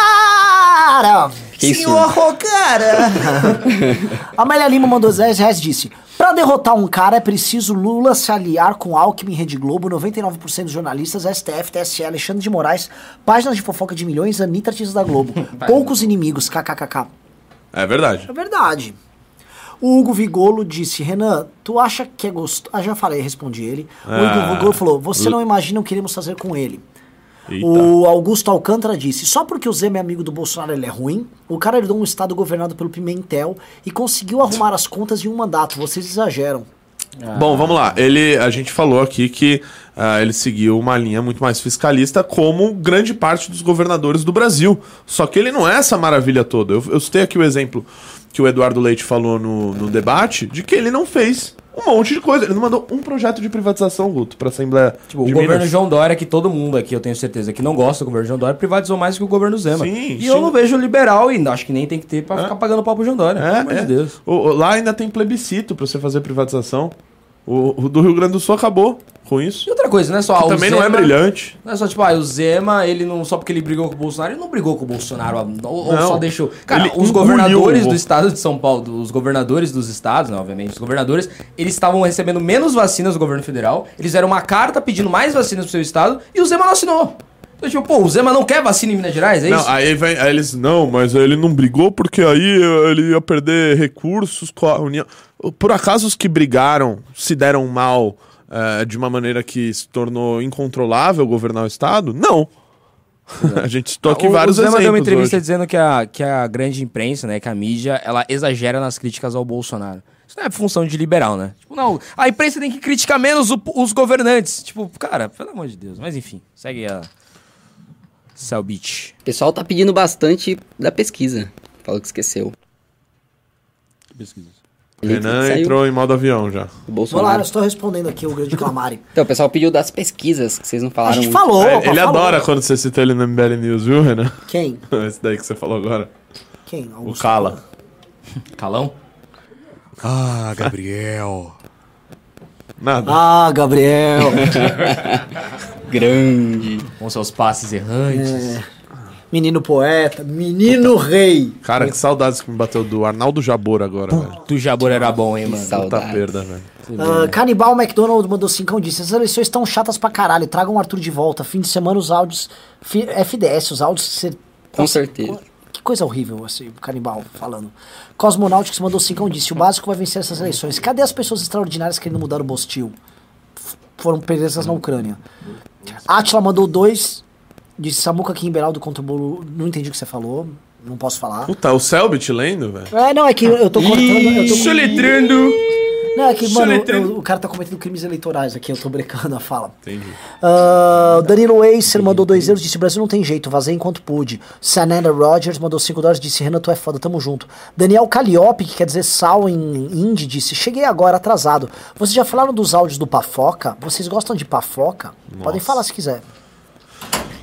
Speaker 2: Cara!
Speaker 4: Que
Speaker 2: Senhor Rocara! [laughs] Amélia Lima mandou 10 reais e disse: Pra derrotar um cara é preciso Lula se aliar com Alckmin Rede Globo, 99% dos jornalistas, STF, TSE, Alexandre de Moraes, páginas de fofoca de milhões, Anitta Artista da Globo. Poucos inimigos, kkkk.
Speaker 1: É verdade.
Speaker 2: É verdade. O Hugo Vigolo disse, Renan, tu acha que é gostoso? Ah, já falei, respondi ele. o Hugo
Speaker 1: Ah.
Speaker 2: Vigolo falou, você não imagina o que iremos fazer com ele.
Speaker 1: Eita.
Speaker 2: O Augusto Alcântara disse: só porque o Zema é amigo do Bolsonaro, ele é ruim. O cara herdou um estado governado pelo Pimentel e conseguiu arrumar as contas em um mandato. Vocês exageram.
Speaker 1: Bom, vamos lá. Ele, a gente falou aqui que ah, ele seguiu uma linha muito mais fiscalista, como grande parte dos governadores do Brasil. Só que ele não é essa maravilha toda. Eu, eu citei aqui o exemplo que o Eduardo Leite falou no, no debate, de que ele não fez um monte de coisa. Ele não mandou um projeto de privatização, Guto, para Assembleia
Speaker 5: Tipo, o
Speaker 1: de
Speaker 5: governo
Speaker 1: Minas.
Speaker 5: João Dória, que todo mundo aqui, eu tenho certeza, que não gosta do governo João Dória, privatizou mais que o governo Zema.
Speaker 1: Sim,
Speaker 5: e eu
Speaker 1: sim.
Speaker 5: não vejo liberal, e acho que nem tem que ter pra ficar pagando pau pro João Dória. pelo amor
Speaker 1: É, é.
Speaker 5: de Deus.
Speaker 1: O- o- lá ainda tem plebiscito para você fazer privatização. O, o do Rio Grande do Sul acabou com
Speaker 5: E
Speaker 1: isso.
Speaker 5: outra coisa, não é só... ah,
Speaker 1: Que
Speaker 5: o
Speaker 1: também não é
Speaker 5: Zema-
Speaker 1: brilhante.
Speaker 5: Não é só tipo, ah, o Zema, ele não. Só porque ele brigou com o Bolsonaro, ele não brigou com o Bolsonaro. ah, Ou, ou
Speaker 1: Não.
Speaker 5: só deixou. Cara,
Speaker 1: Ele
Speaker 5: os
Speaker 1: engoliu
Speaker 5: governadores
Speaker 1: o-
Speaker 5: do estado de São Paulo, os governadores dos estados, né, obviamente, os governadores, eles estavam recebendo menos vacinas do governo federal. Eles fizeram uma carta pedindo mais vacinas pro seu estado e o Zema não assinou. Então, tipo, pô, o Zema não quer vacina em Minas Gerais, é
Speaker 1: Não,
Speaker 5: isso?
Speaker 1: aí, vem, aí eles, não, mas ele não brigou porque aí eh, ele ia perder recursos com a União. Por acaso os que brigaram se deram mal eh, de uma maneira que se tornou incontrolável governar o Estado? Não. [laughs] a gente citou aqui
Speaker 5: Ah, o,
Speaker 1: vários
Speaker 5: o Zema
Speaker 1: exemplos.
Speaker 5: deu uma entrevista
Speaker 1: hoje.
Speaker 5: dizendo que a, que a grande imprensa, né, que a mídia, ela exagera nas críticas ao Bolsonaro. Isso não é função de liberal, né? Tipo, não, a imprensa tem que criticar menos o- os governantes. Tipo, cara, pelo amor de Deus. Mas enfim, segue a Selbit.
Speaker 4: O pessoal tá pedindo bastante da pesquisa. Falou que esqueceu. Ele
Speaker 1: Renan
Speaker 4: saiu
Speaker 1: entrou em modo avião já.
Speaker 4: do
Speaker 2: Olá, eu
Speaker 4: Bolsonaro.
Speaker 2: estou respondendo aqui o grande
Speaker 1: [laughs]
Speaker 2: Clamari.
Speaker 4: Então, o pessoal pediu das pesquisas, que vocês não
Speaker 2: A
Speaker 4: falaram
Speaker 2: gente
Speaker 4: muito.
Speaker 2: falou.
Speaker 1: É,
Speaker 2: opa,
Speaker 1: ele
Speaker 2: falou.
Speaker 1: adora quando você cita ele no MBL News, viu, Renan? [laughs]
Speaker 2: Quem?
Speaker 1: Esse daí que você falou agora.
Speaker 2: Quem?
Speaker 1: O
Speaker 2: Augusto?
Speaker 1: Cala.
Speaker 5: [laughs] Calão?
Speaker 6: Ah, Gabriel.
Speaker 1: Nada.
Speaker 2: Ah,
Speaker 1: [laughs]
Speaker 2: Gabriel.
Speaker 4: Grande.
Speaker 5: Com seus passes errantes.
Speaker 2: menino poeta, menino rei.
Speaker 1: Cara, que saudades que me bateu do Arnaldo Jabor agora, velho.
Speaker 5: Tu Jabor era bom, hein, mano?
Speaker 4: Saudades.
Speaker 1: Puta perda, velho.
Speaker 2: Ah, Canibal McDonald mandou cincão e disse: Essas eleições estão chatas pra caralho, tragam o Arthur de volta. Fim de semana os áudios. fi- FDS, os áudios. ser-
Speaker 4: Com certeza.
Speaker 2: Que coisa horrível esse canibal falando. Cosmonautics mandou cincão e disse: O básico vai vencer essas eleições. Cadê as pessoas extraordinárias querendo mudar o Bostil? F- Foram presas na Ucrânia. Atila mandou dois. Disse Samuca aqui em Beraldo contra o Bolo. Não entendi o que você falou. Não posso falar.
Speaker 1: Puta, o Selbit lendo, velho.
Speaker 2: É, não, é que eu tô cortando. Eu tô
Speaker 1: Soletrando.
Speaker 2: Não, é que, mano,
Speaker 1: Soletrando.
Speaker 2: eu- o cara tá cometendo crimes eleitorais aqui, eu tô brecando [laughs] a fala.
Speaker 1: Entendi.
Speaker 2: Ah, o Danilo Acer mandou dois euros, disse: Brasil não tem jeito, vazei enquanto pude. Sananda Rogers mandou cinco dólares, disse: Renan, tu é foda, tamo junto. Daniel Calliope, que quer dizer sal em indie, disse: Cheguei agora atrasado. Vocês já falaram dos áudios do Pafoca? Vocês gostam de Pafoca? Podem falar se quiser.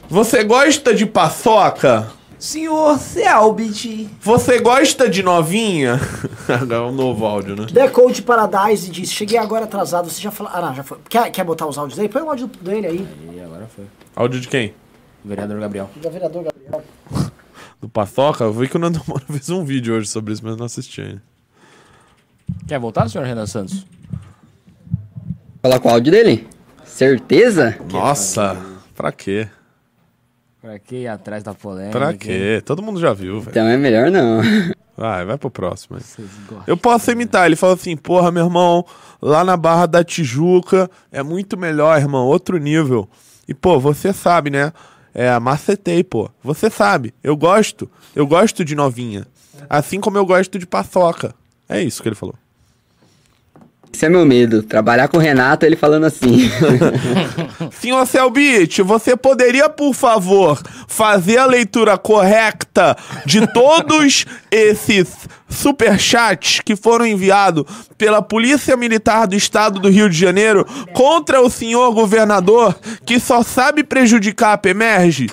Speaker 1: Você gosta de paçoca?
Speaker 5: Senhor Selbit.
Speaker 1: Você gosta de novinha? [laughs] Agora é um novo áudio, né?
Speaker 2: Decode Paradise disse: Cheguei agora atrasado. Vocês já falaram. Ah, não, já foi. Quer, quer botar os áudios aí? Põe o áudio dele aí,
Speaker 5: E agora foi.
Speaker 1: Áudio de quem?
Speaker 5: Vereador Gabriel.
Speaker 2: da vereador Gabriel.
Speaker 1: Do paçoca? Eu vi que o Nando Moura [laughs] fez um vídeo hoje sobre isso, mas eu não assisti ainda.
Speaker 5: Quer voltar, senhor Renan Santos?
Speaker 4: Falar com o áudio dele? Certeza?
Speaker 1: Nossa, pra quê?
Speaker 5: Pra que ir atrás da polêmica?
Speaker 1: Pra quê? Todo mundo já viu, velho.
Speaker 4: Então é melhor não. [laughs]
Speaker 1: Vai, vai pro próximo aí.
Speaker 5: Vocês gostam.
Speaker 1: Eu posso imitar. Ele fala assim: porra, meu irmão, lá na Barra da Tijuca é muito melhor, irmão, outro nível. E, pô, você sabe, né? É, macetei, pô. Você sabe, eu gosto. Eu gosto de novinha. Assim como eu gosto de paçoca. É isso que ele falou.
Speaker 4: Esse é meu medo. Trabalhar com o Renato, ele falando assim. [laughs]
Speaker 1: Senhor Selbit, você poderia, por favor, fazer a leitura correta de todos esses superchats que foram enviados pela Polícia Militar do Estado do Rio de Janeiro contra o senhor governador que só sabe prejudicar a PEMERGE?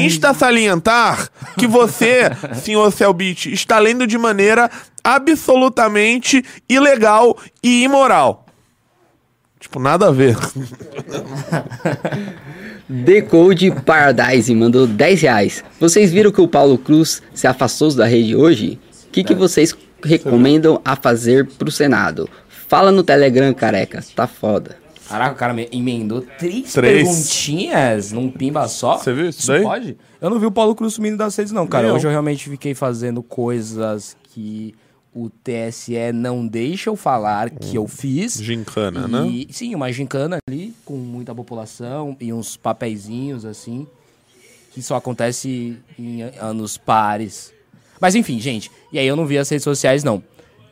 Speaker 1: Insta salientar que você, senhor Selbit, está lendo de maneira absolutamente ilegal e imoral. Tipo, nada a ver. [laughs]
Speaker 4: Decode Paradise mandou 10 reais. Vocês viram que o Paulo Cruz se afastou da rede hoje? O que,
Speaker 2: É.
Speaker 4: que vocês recomendam a fazer pro Senado? Fala no Telegram, careca. Tá foda.
Speaker 5: Caraca, o cara me- emendou três,
Speaker 1: Três.
Speaker 5: perguntinhas num pimba só.
Speaker 1: Você viu isso daí?
Speaker 5: pode? Eu não vi o Paulo Cruz sumindo das redes, não, cara.
Speaker 1: Nem eu.
Speaker 5: Hoje eu realmente fiquei fazendo coisas que o TSE não deixa eu falar que eu fiz.
Speaker 1: Gincana, né?
Speaker 5: E, sim, uma gincana ali, com muita população e uns papeizinhos assim, que só acontece em a- anos pares. Mas enfim, gente, e aí eu não vi as redes sociais, não.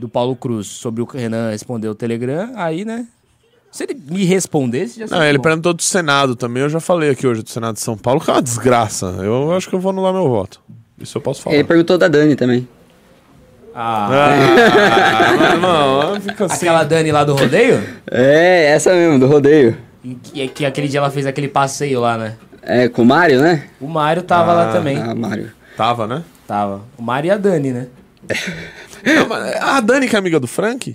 Speaker 5: Do Paulo Cruz, sobre o que o Renan respondeu o Telegram, aí, né? Se ele me respondesse, já
Speaker 1: Não,
Speaker 5: seria
Speaker 1: ele
Speaker 5: bom.
Speaker 1: perguntou do Senado também. Eu já falei aqui hoje do Senado de São Paulo, que é uma desgraça. Eu acho que eu vou anular meu voto. Isso eu posso falar.
Speaker 4: Ele perguntou da Dani também.
Speaker 5: Ah,
Speaker 1: Ah, mas, irmão, fica assim.
Speaker 5: aquela Dani lá do rodeio?
Speaker 4: É, essa mesmo, do rodeio.
Speaker 5: E que, que aquele dia ela fez aquele passeio lá, né?
Speaker 4: É, com o Mário, né?
Speaker 5: O Mário tava lá também.
Speaker 4: Ah, Mário.
Speaker 1: Tava, né?
Speaker 5: Tava. O Mário e a Dani, né?
Speaker 1: Não, mas a Dani que é amiga do Frank?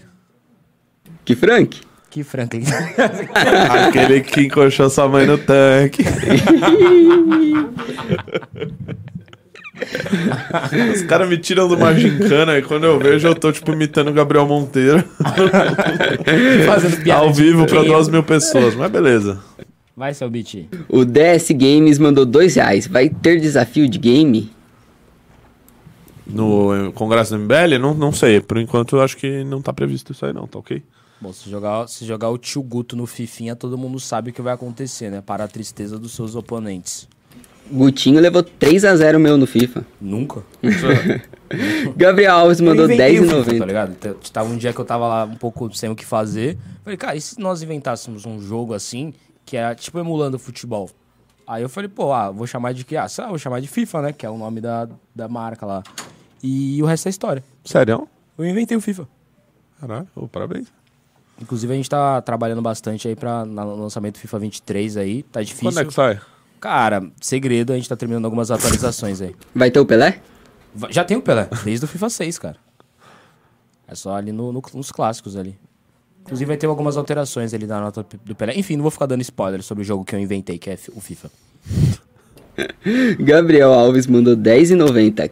Speaker 4: Que Frank?
Speaker 5: Que Franklin.
Speaker 1: [laughs] Aquele
Speaker 5: [laughs]
Speaker 1: que encoxou sua mãe no tanque. [laughs] Os caras me tiram de uma gincana e quando eu vejo eu tô tipo imitando o Gabriel Monteiro
Speaker 5: Fazendo piada.
Speaker 1: ao
Speaker 5: de
Speaker 1: vivo pra
Speaker 5: quem?
Speaker 1: duas mil pessoas, mas beleza.
Speaker 5: Vai, seu Biti.
Speaker 4: O DS Games mandou dois reais. Vai ter desafio de game?
Speaker 1: No eh, Congresso do MBL, não, não sei. Por enquanto eu acho que não tá previsto isso aí, não, tá ok?
Speaker 5: Bom, se jogar, se jogar o tio Guto no Fifinha, todo mundo sabe o que vai acontecer, né? Para a tristeza dos seus oponentes.
Speaker 4: Gutinho levou 3 a 0 meu no FIFA.
Speaker 5: Nunca.
Speaker 4: Gabriel Alves mandou
Speaker 5: Eu inventei o FIFA, Tá
Speaker 4: 10,90.
Speaker 5: ligado? T- Tava um dia que eu tava lá um pouco sem o que fazer. Falei, cara, e se nós inventássemos um jogo assim, que era tipo emulando futebol? Aí eu falei, pô, ah, vou chamar de que? Ah, sei lá, vou chamar de FIFA, né? Que é o nome da, da marca lá. E o resto é história.
Speaker 1: Sério?
Speaker 5: Eu inventei o FIFA.
Speaker 1: Caralho, ô, parabéns.
Speaker 5: Inclusive, a gente tá trabalhando bastante aí pra, na- no lançamento do FIFA 23 aí. Tá difícil.
Speaker 1: Quando é que sai?
Speaker 5: Cara, segredo, a gente tá terminando algumas atualizações aí.
Speaker 4: Vai ter o Pelé?
Speaker 5: Va- Já tem o Pelé, desde o FIFA 6, cara. É só ali no- no- nos clássicos ali. Inclusive vai ter algumas alterações ali na nota do Pelé. Enfim, não vou ficar dando spoiler sobre o jogo que eu inventei, que é fi- o [laughs] FIFA.
Speaker 4: Gabriel Alves mandou 10,90.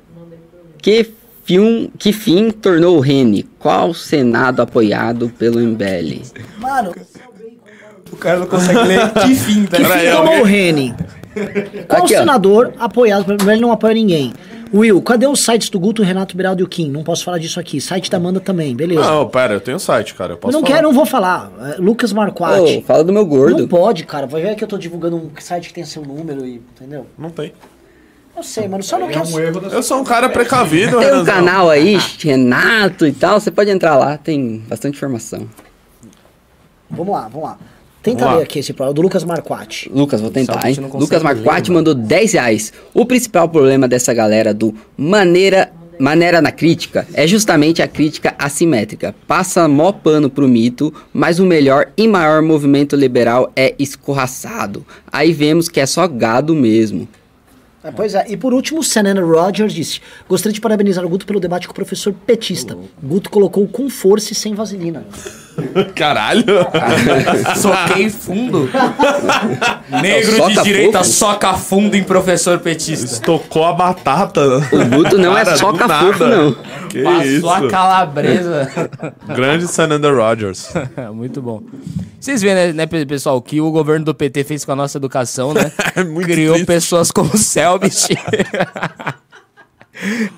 Speaker 4: Que, fium, que fim tornou o Rene? Qual Senado apoiado pelo MBL?
Speaker 2: Mano,
Speaker 5: O cara não consegue ler que fim, tá
Speaker 2: que fim tomou o Reni? Qual
Speaker 4: Aqui, ó.
Speaker 2: senador apoiado pelo MBL não apoia ninguém? Will, cadê os sites do Guto, Renato Beraldo e o Kim? Não posso falar disso aqui. Site da Amanda também, beleza.
Speaker 1: Não, pera, eu tenho um site, cara. Eu Ah, posso
Speaker 2: não
Speaker 1: falar.
Speaker 2: quero, não vou falar. É, Lucas
Speaker 4: Ô,
Speaker 2: Marquardt.
Speaker 4: fala do meu
Speaker 2: Não
Speaker 4: gordo.
Speaker 2: pode, cara. Vai ver que eu tô divulgando um site que tem seu número e. Entendeu?
Speaker 1: Não tem.
Speaker 2: Eu sei, mano.
Speaker 5: É
Speaker 2: Só não quero.
Speaker 1: Eu sou um cara
Speaker 4: [laughs]
Speaker 1: precavido,
Speaker 4: Tem um
Speaker 1: Renanzão.
Speaker 4: canal aí,
Speaker 2: Ah.
Speaker 4: Renato e tal. Você pode entrar lá, tem bastante informação.
Speaker 2: Vamos lá, vamos lá. Tenta
Speaker 1: Vamos lá.
Speaker 2: ler aqui esse problema do Lucas Marquardt.
Speaker 4: Lucas, vou tentar,
Speaker 5: Sabe
Speaker 4: hein?
Speaker 5: que não consegue
Speaker 4: Lucas Marquardt
Speaker 5: ler, mano.
Speaker 4: mandou 10 reais. O principal problema dessa galera do maneira, maneira na crítica é justamente a crítica assimétrica. Passa mó pano pro mito, mas o melhor e maior movimento liberal é escorraçado. Aí vemos que é só gado mesmo.
Speaker 2: É, pois é. E por último, Senana Rogers disse: Gostaria de parabenizar o Guto pelo debate com o professor petista. Guto colocou com força e sem vaselina.
Speaker 1: Caralho. [laughs]
Speaker 5: Soquei fundo.
Speaker 4: É,
Speaker 5: Negro
Speaker 4: soca
Speaker 1: tá
Speaker 5: de direita
Speaker 4: fofo.
Speaker 5: soca fundo em professor petista.
Speaker 1: Estocou a batata.
Speaker 4: O Guto não é
Speaker 1: Cara,
Speaker 4: só
Speaker 1: do
Speaker 4: cafofo,
Speaker 1: nada.
Speaker 4: não.
Speaker 1: Que
Speaker 5: Passou
Speaker 1: isso.
Speaker 5: a calabresa.
Speaker 1: Grande Sananda Rogers.
Speaker 5: [laughs] Muito bom. Vocês veem, né, né, pe- pessoal, o que o governo do PT fez com a nossa educação, [laughs] né?
Speaker 1: [laughs] É muito
Speaker 5: Criou
Speaker 1: triste.
Speaker 5: pessoas como o Selbit. [laughs]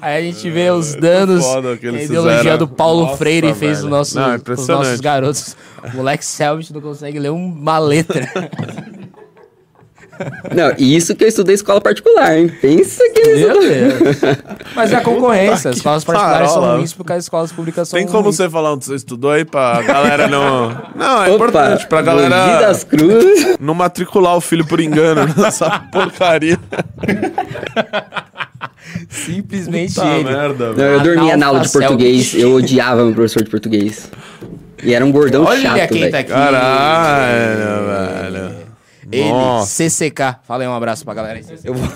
Speaker 5: Aí a gente vê os danos
Speaker 1: É, foda o que
Speaker 5: que a
Speaker 1: eles
Speaker 5: ideologia
Speaker 1: fizeram.
Speaker 5: do Paulo
Speaker 1: Nossa,
Speaker 5: Freire fez
Speaker 1: velho.
Speaker 5: os nossos,
Speaker 1: Não, é
Speaker 5: os
Speaker 1: impressionante.
Speaker 5: nossos garotos. O moleque Selbit não consegue ler uma letra.
Speaker 1: [laughs]
Speaker 4: Não, e isso que eu estudei em escola particular, hein? Pensa que eles...
Speaker 5: Meu Deus. Mas é a concorrência. As escolas particulares são
Speaker 1: farola.
Speaker 5: ruins porque as escolas públicas são
Speaker 1: Tem como
Speaker 5: ruins.
Speaker 1: você falar onde você estudou aí pra galera não... Não, é
Speaker 4: Opa,
Speaker 1: importante pra
Speaker 4: Mogi
Speaker 1: galera
Speaker 4: das Cruzes.
Speaker 1: não matricular o filho por engano [laughs] nessa
Speaker 4: [laughs]
Speaker 1: porcaria.
Speaker 5: Simplesmente
Speaker 1: Tá
Speaker 5: ele.
Speaker 1: merda,
Speaker 4: Não,
Speaker 1: velho.
Speaker 4: eu dormia na aula de
Speaker 5: Analfa
Speaker 4: português.
Speaker 5: Celtic.
Speaker 4: Eu odiava meu professor de português. E era um gordão
Speaker 5: Olha
Speaker 4: chato,
Speaker 5: quem
Speaker 4: velho.
Speaker 5: tá aqui.
Speaker 1: Caralho, velho.
Speaker 5: Ele,
Speaker 1: Nossa.
Speaker 5: CCK. Fala aí um abraço pra galera. aí.
Speaker 7: Eu vou,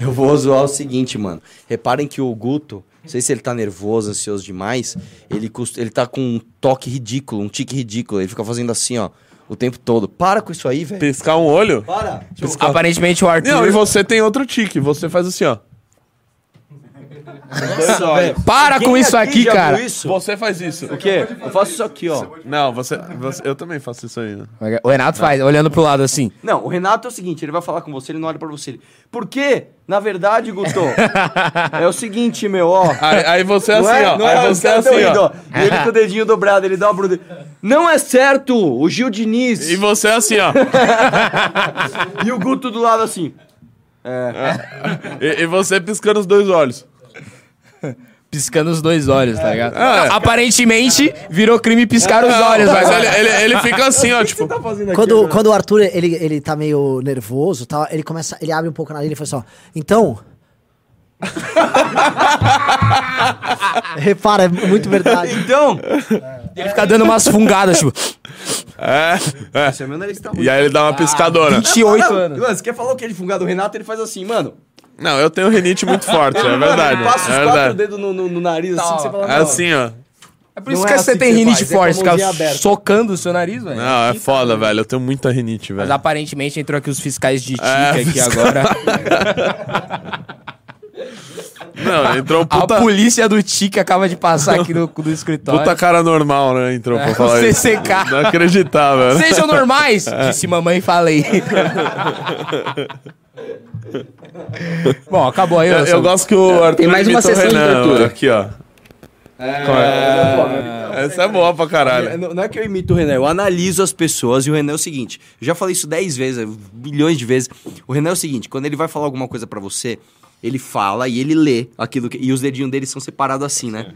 Speaker 7: eu vou zoar o seguinte, mano. Reparem que o Guto, não sei se ele tá nervoso, ansioso demais, ele, cust- ele tá com um toque ridículo, um tique ridículo. Ele fica fazendo assim, ó, o tempo todo. Para com isso aí, velho. Tipo,
Speaker 1: Piscar um olho?
Speaker 7: Para.
Speaker 5: Aparentemente o Arthur.
Speaker 1: Não, e
Speaker 7: Uhum.
Speaker 1: você tem outro tique. Você faz assim, ó.
Speaker 5: Para com isso aqui,
Speaker 7: já viu
Speaker 5: cara.
Speaker 7: Isso?
Speaker 1: Você faz isso.
Speaker 7: O quê? Eu faço isso aqui, ó.
Speaker 1: Não, você, você- Eu também faço isso aí. né?
Speaker 5: O Renato faz, olhando pro lado assim.
Speaker 7: Não, o Renato é o seguinte, ele vai falar com você, ele não olha pra você. Ele, Por quê? Na verdade, [laughs] Guto, é o seguinte, meu, ó.
Speaker 1: Aí, aí você é assim,
Speaker 7: Não é?
Speaker 1: ó.
Speaker 7: Não
Speaker 1: aí
Speaker 7: é, os
Speaker 1: você é
Speaker 7: caras tão
Speaker 1: assim,
Speaker 7: rindo,
Speaker 1: ó.
Speaker 7: ó. E ele com o dedinho dobrado, ele dobra o dedo. Não é certo! O Gil Diniz
Speaker 1: E
Speaker 7: e,
Speaker 1: você é assim, ó.
Speaker 7: o Guto do lado assim.
Speaker 1: E, e você piscando os dois olhos.
Speaker 5: Piscando os dois olhos, tá ligado?
Speaker 1: Ah, é.
Speaker 5: Aparentemente, virou crime piscar os
Speaker 1: Não,
Speaker 5: olhos né?
Speaker 1: mas
Speaker 5: agora.
Speaker 1: ele, ele, ele fica assim, ó, tipo.
Speaker 2: Quando, quando o Arthur ele, ele tá meio nervoso, tá, ele começa, ele abre um pouco na linha e fala assim, ó, então. [laughs] Repara, é muito verdade.
Speaker 7: Então,
Speaker 5: Ele fica dando umas fungadas,
Speaker 7: [laughs]
Speaker 5: tipo,
Speaker 1: É, é.
Speaker 7: seu meu nariz tá
Speaker 1: E aí ele dá uma piscadona.
Speaker 5: 28
Speaker 7: Não,
Speaker 5: anos.
Speaker 7: Luan, Você quer falar o que de fungado? O Renato ele faz assim, mano.
Speaker 1: Não, eu tenho rinite muito forte, é verdade.
Speaker 7: Ele
Speaker 1: É
Speaker 7: passa os quatro
Speaker 1: verdade.
Speaker 7: dedos no, no- no nariz assim, você fala.
Speaker 1: É assim, ó.
Speaker 5: É por isso
Speaker 7: Não
Speaker 5: que
Speaker 7: é
Speaker 5: você
Speaker 7: assim
Speaker 5: tem
Speaker 7: que você
Speaker 5: rinite
Speaker 7: faz, é com a
Speaker 5: forte, ficar
Speaker 7: mãozinha aberta.
Speaker 5: socando o seu nariz, velho.
Speaker 1: Não, é foda, velho. Eu tenho muita rinite,
Speaker 5: Mas
Speaker 1: velho.
Speaker 5: aparentemente entrou aqui os fiscais de tica
Speaker 1: É,
Speaker 5: aqui
Speaker 1: fiscal-
Speaker 5: agora.
Speaker 1: Não, entrou um
Speaker 5: A
Speaker 1: puta,
Speaker 5: polícia do tica acaba de passar aqui no, no escritório.
Speaker 1: puta cara normal, né? Entrou pra falar
Speaker 5: o
Speaker 1: isso.
Speaker 5: CCK.
Speaker 1: Não acreditava, né?
Speaker 5: Sejam normais, disse mamãe
Speaker 1: [laughs]
Speaker 5: e falei. Bom, acabou aí. né,
Speaker 1: Eu,
Speaker 5: nossa-
Speaker 1: eu gosto que o Arthur
Speaker 4: Tem mais uma
Speaker 1: imita o
Speaker 4: sessão de
Speaker 1: Renan,
Speaker 4: tortura.
Speaker 1: Aqui, ó. Como é? Essa é boa pra caralho.
Speaker 7: Não, não é que eu imito o Renan, eu analiso as pessoas e o Renan é o seguinte. Eu já falei isso dez vezes, bilhões de vezes. O Renan é o seguinte: quando ele vai falar alguma coisa pra você, ele fala e ele lê aquilo que. E os dedinhos dele são separados assim, né?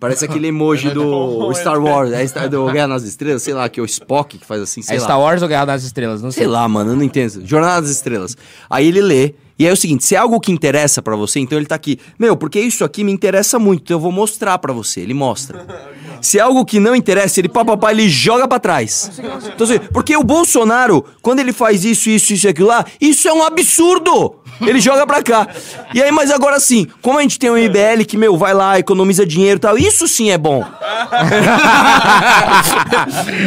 Speaker 7: Parece aquele
Speaker 1: [laughs] É
Speaker 7: emoji do Star Wars, é Star- do Guerra nas Estrelas, sei lá, que é o Spock que faz assim, sei
Speaker 5: É
Speaker 7: lá.
Speaker 5: Star Wars ou Guerra das Estrelas? Não sei.
Speaker 7: Sei lá, mano, eu não entendo. Jornada das Estrelas. Aí ele lê. E aí é o seguinte, se é algo que interessa pra você, então ele tá aqui. Meu, porque isso aqui me interessa muito, então eu vou mostrar pra você.
Speaker 5: [laughs]
Speaker 7: Ele mostra. Se é algo que não interessa, ele papapá, ele joga pra trás. Então, assim, porque o Bolsonaro, quando ele faz isso, isso, isso e aquilo lá, isso é um absurdo! Ele joga pra cá. E aí, mas agora sim, como a gente tem um o MBL que, meu, vai lá, economiza dinheiro e tal, isso sim é bom. [laughs]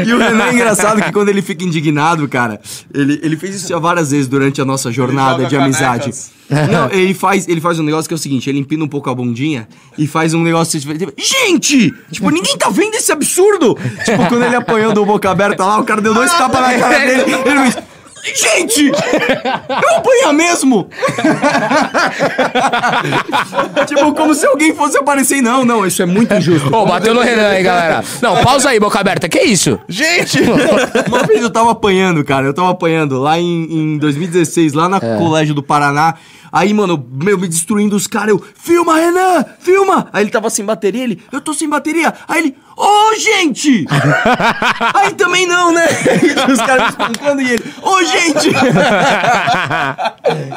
Speaker 7: E o Renan é engraçado que quando ele fica indignado, cara, ele, ele fez isso já várias vezes durante a nossa jornada de amizade. Não, ele faz, ele faz um negócio que é o seguinte, ele empina um pouco a bundinha e faz um negócio tipo, gente, tipo, ninguém tá vendo esse absurdo. Tipo, quando ele apanhou do boca aberta lá, o cara deu dois tapas na cara dele, ele fez Gente! Eu apanhar mesmo! [laughs] tipo, como se alguém fosse aparecer. e Não, não, isso é muito injusto.
Speaker 5: Ô, bateu no Renan aí, galera. Não, pausa aí, boca aberta. Que isso?
Speaker 1: Gente!
Speaker 7: Uma vez eu tava apanhando, cara. Eu tava apanhando lá em, em 2016, lá na Colégio do Paraná. Aí, mano, meu, me destruindo os caras. Eu, filma, Renan! Filma! Aí ele tava sem bateria, ele, eu tô sem bateria. Aí ele, ô, [laughs] gente! Aí também não, né? [laughs] os caras me espancando e ele, ô, gente!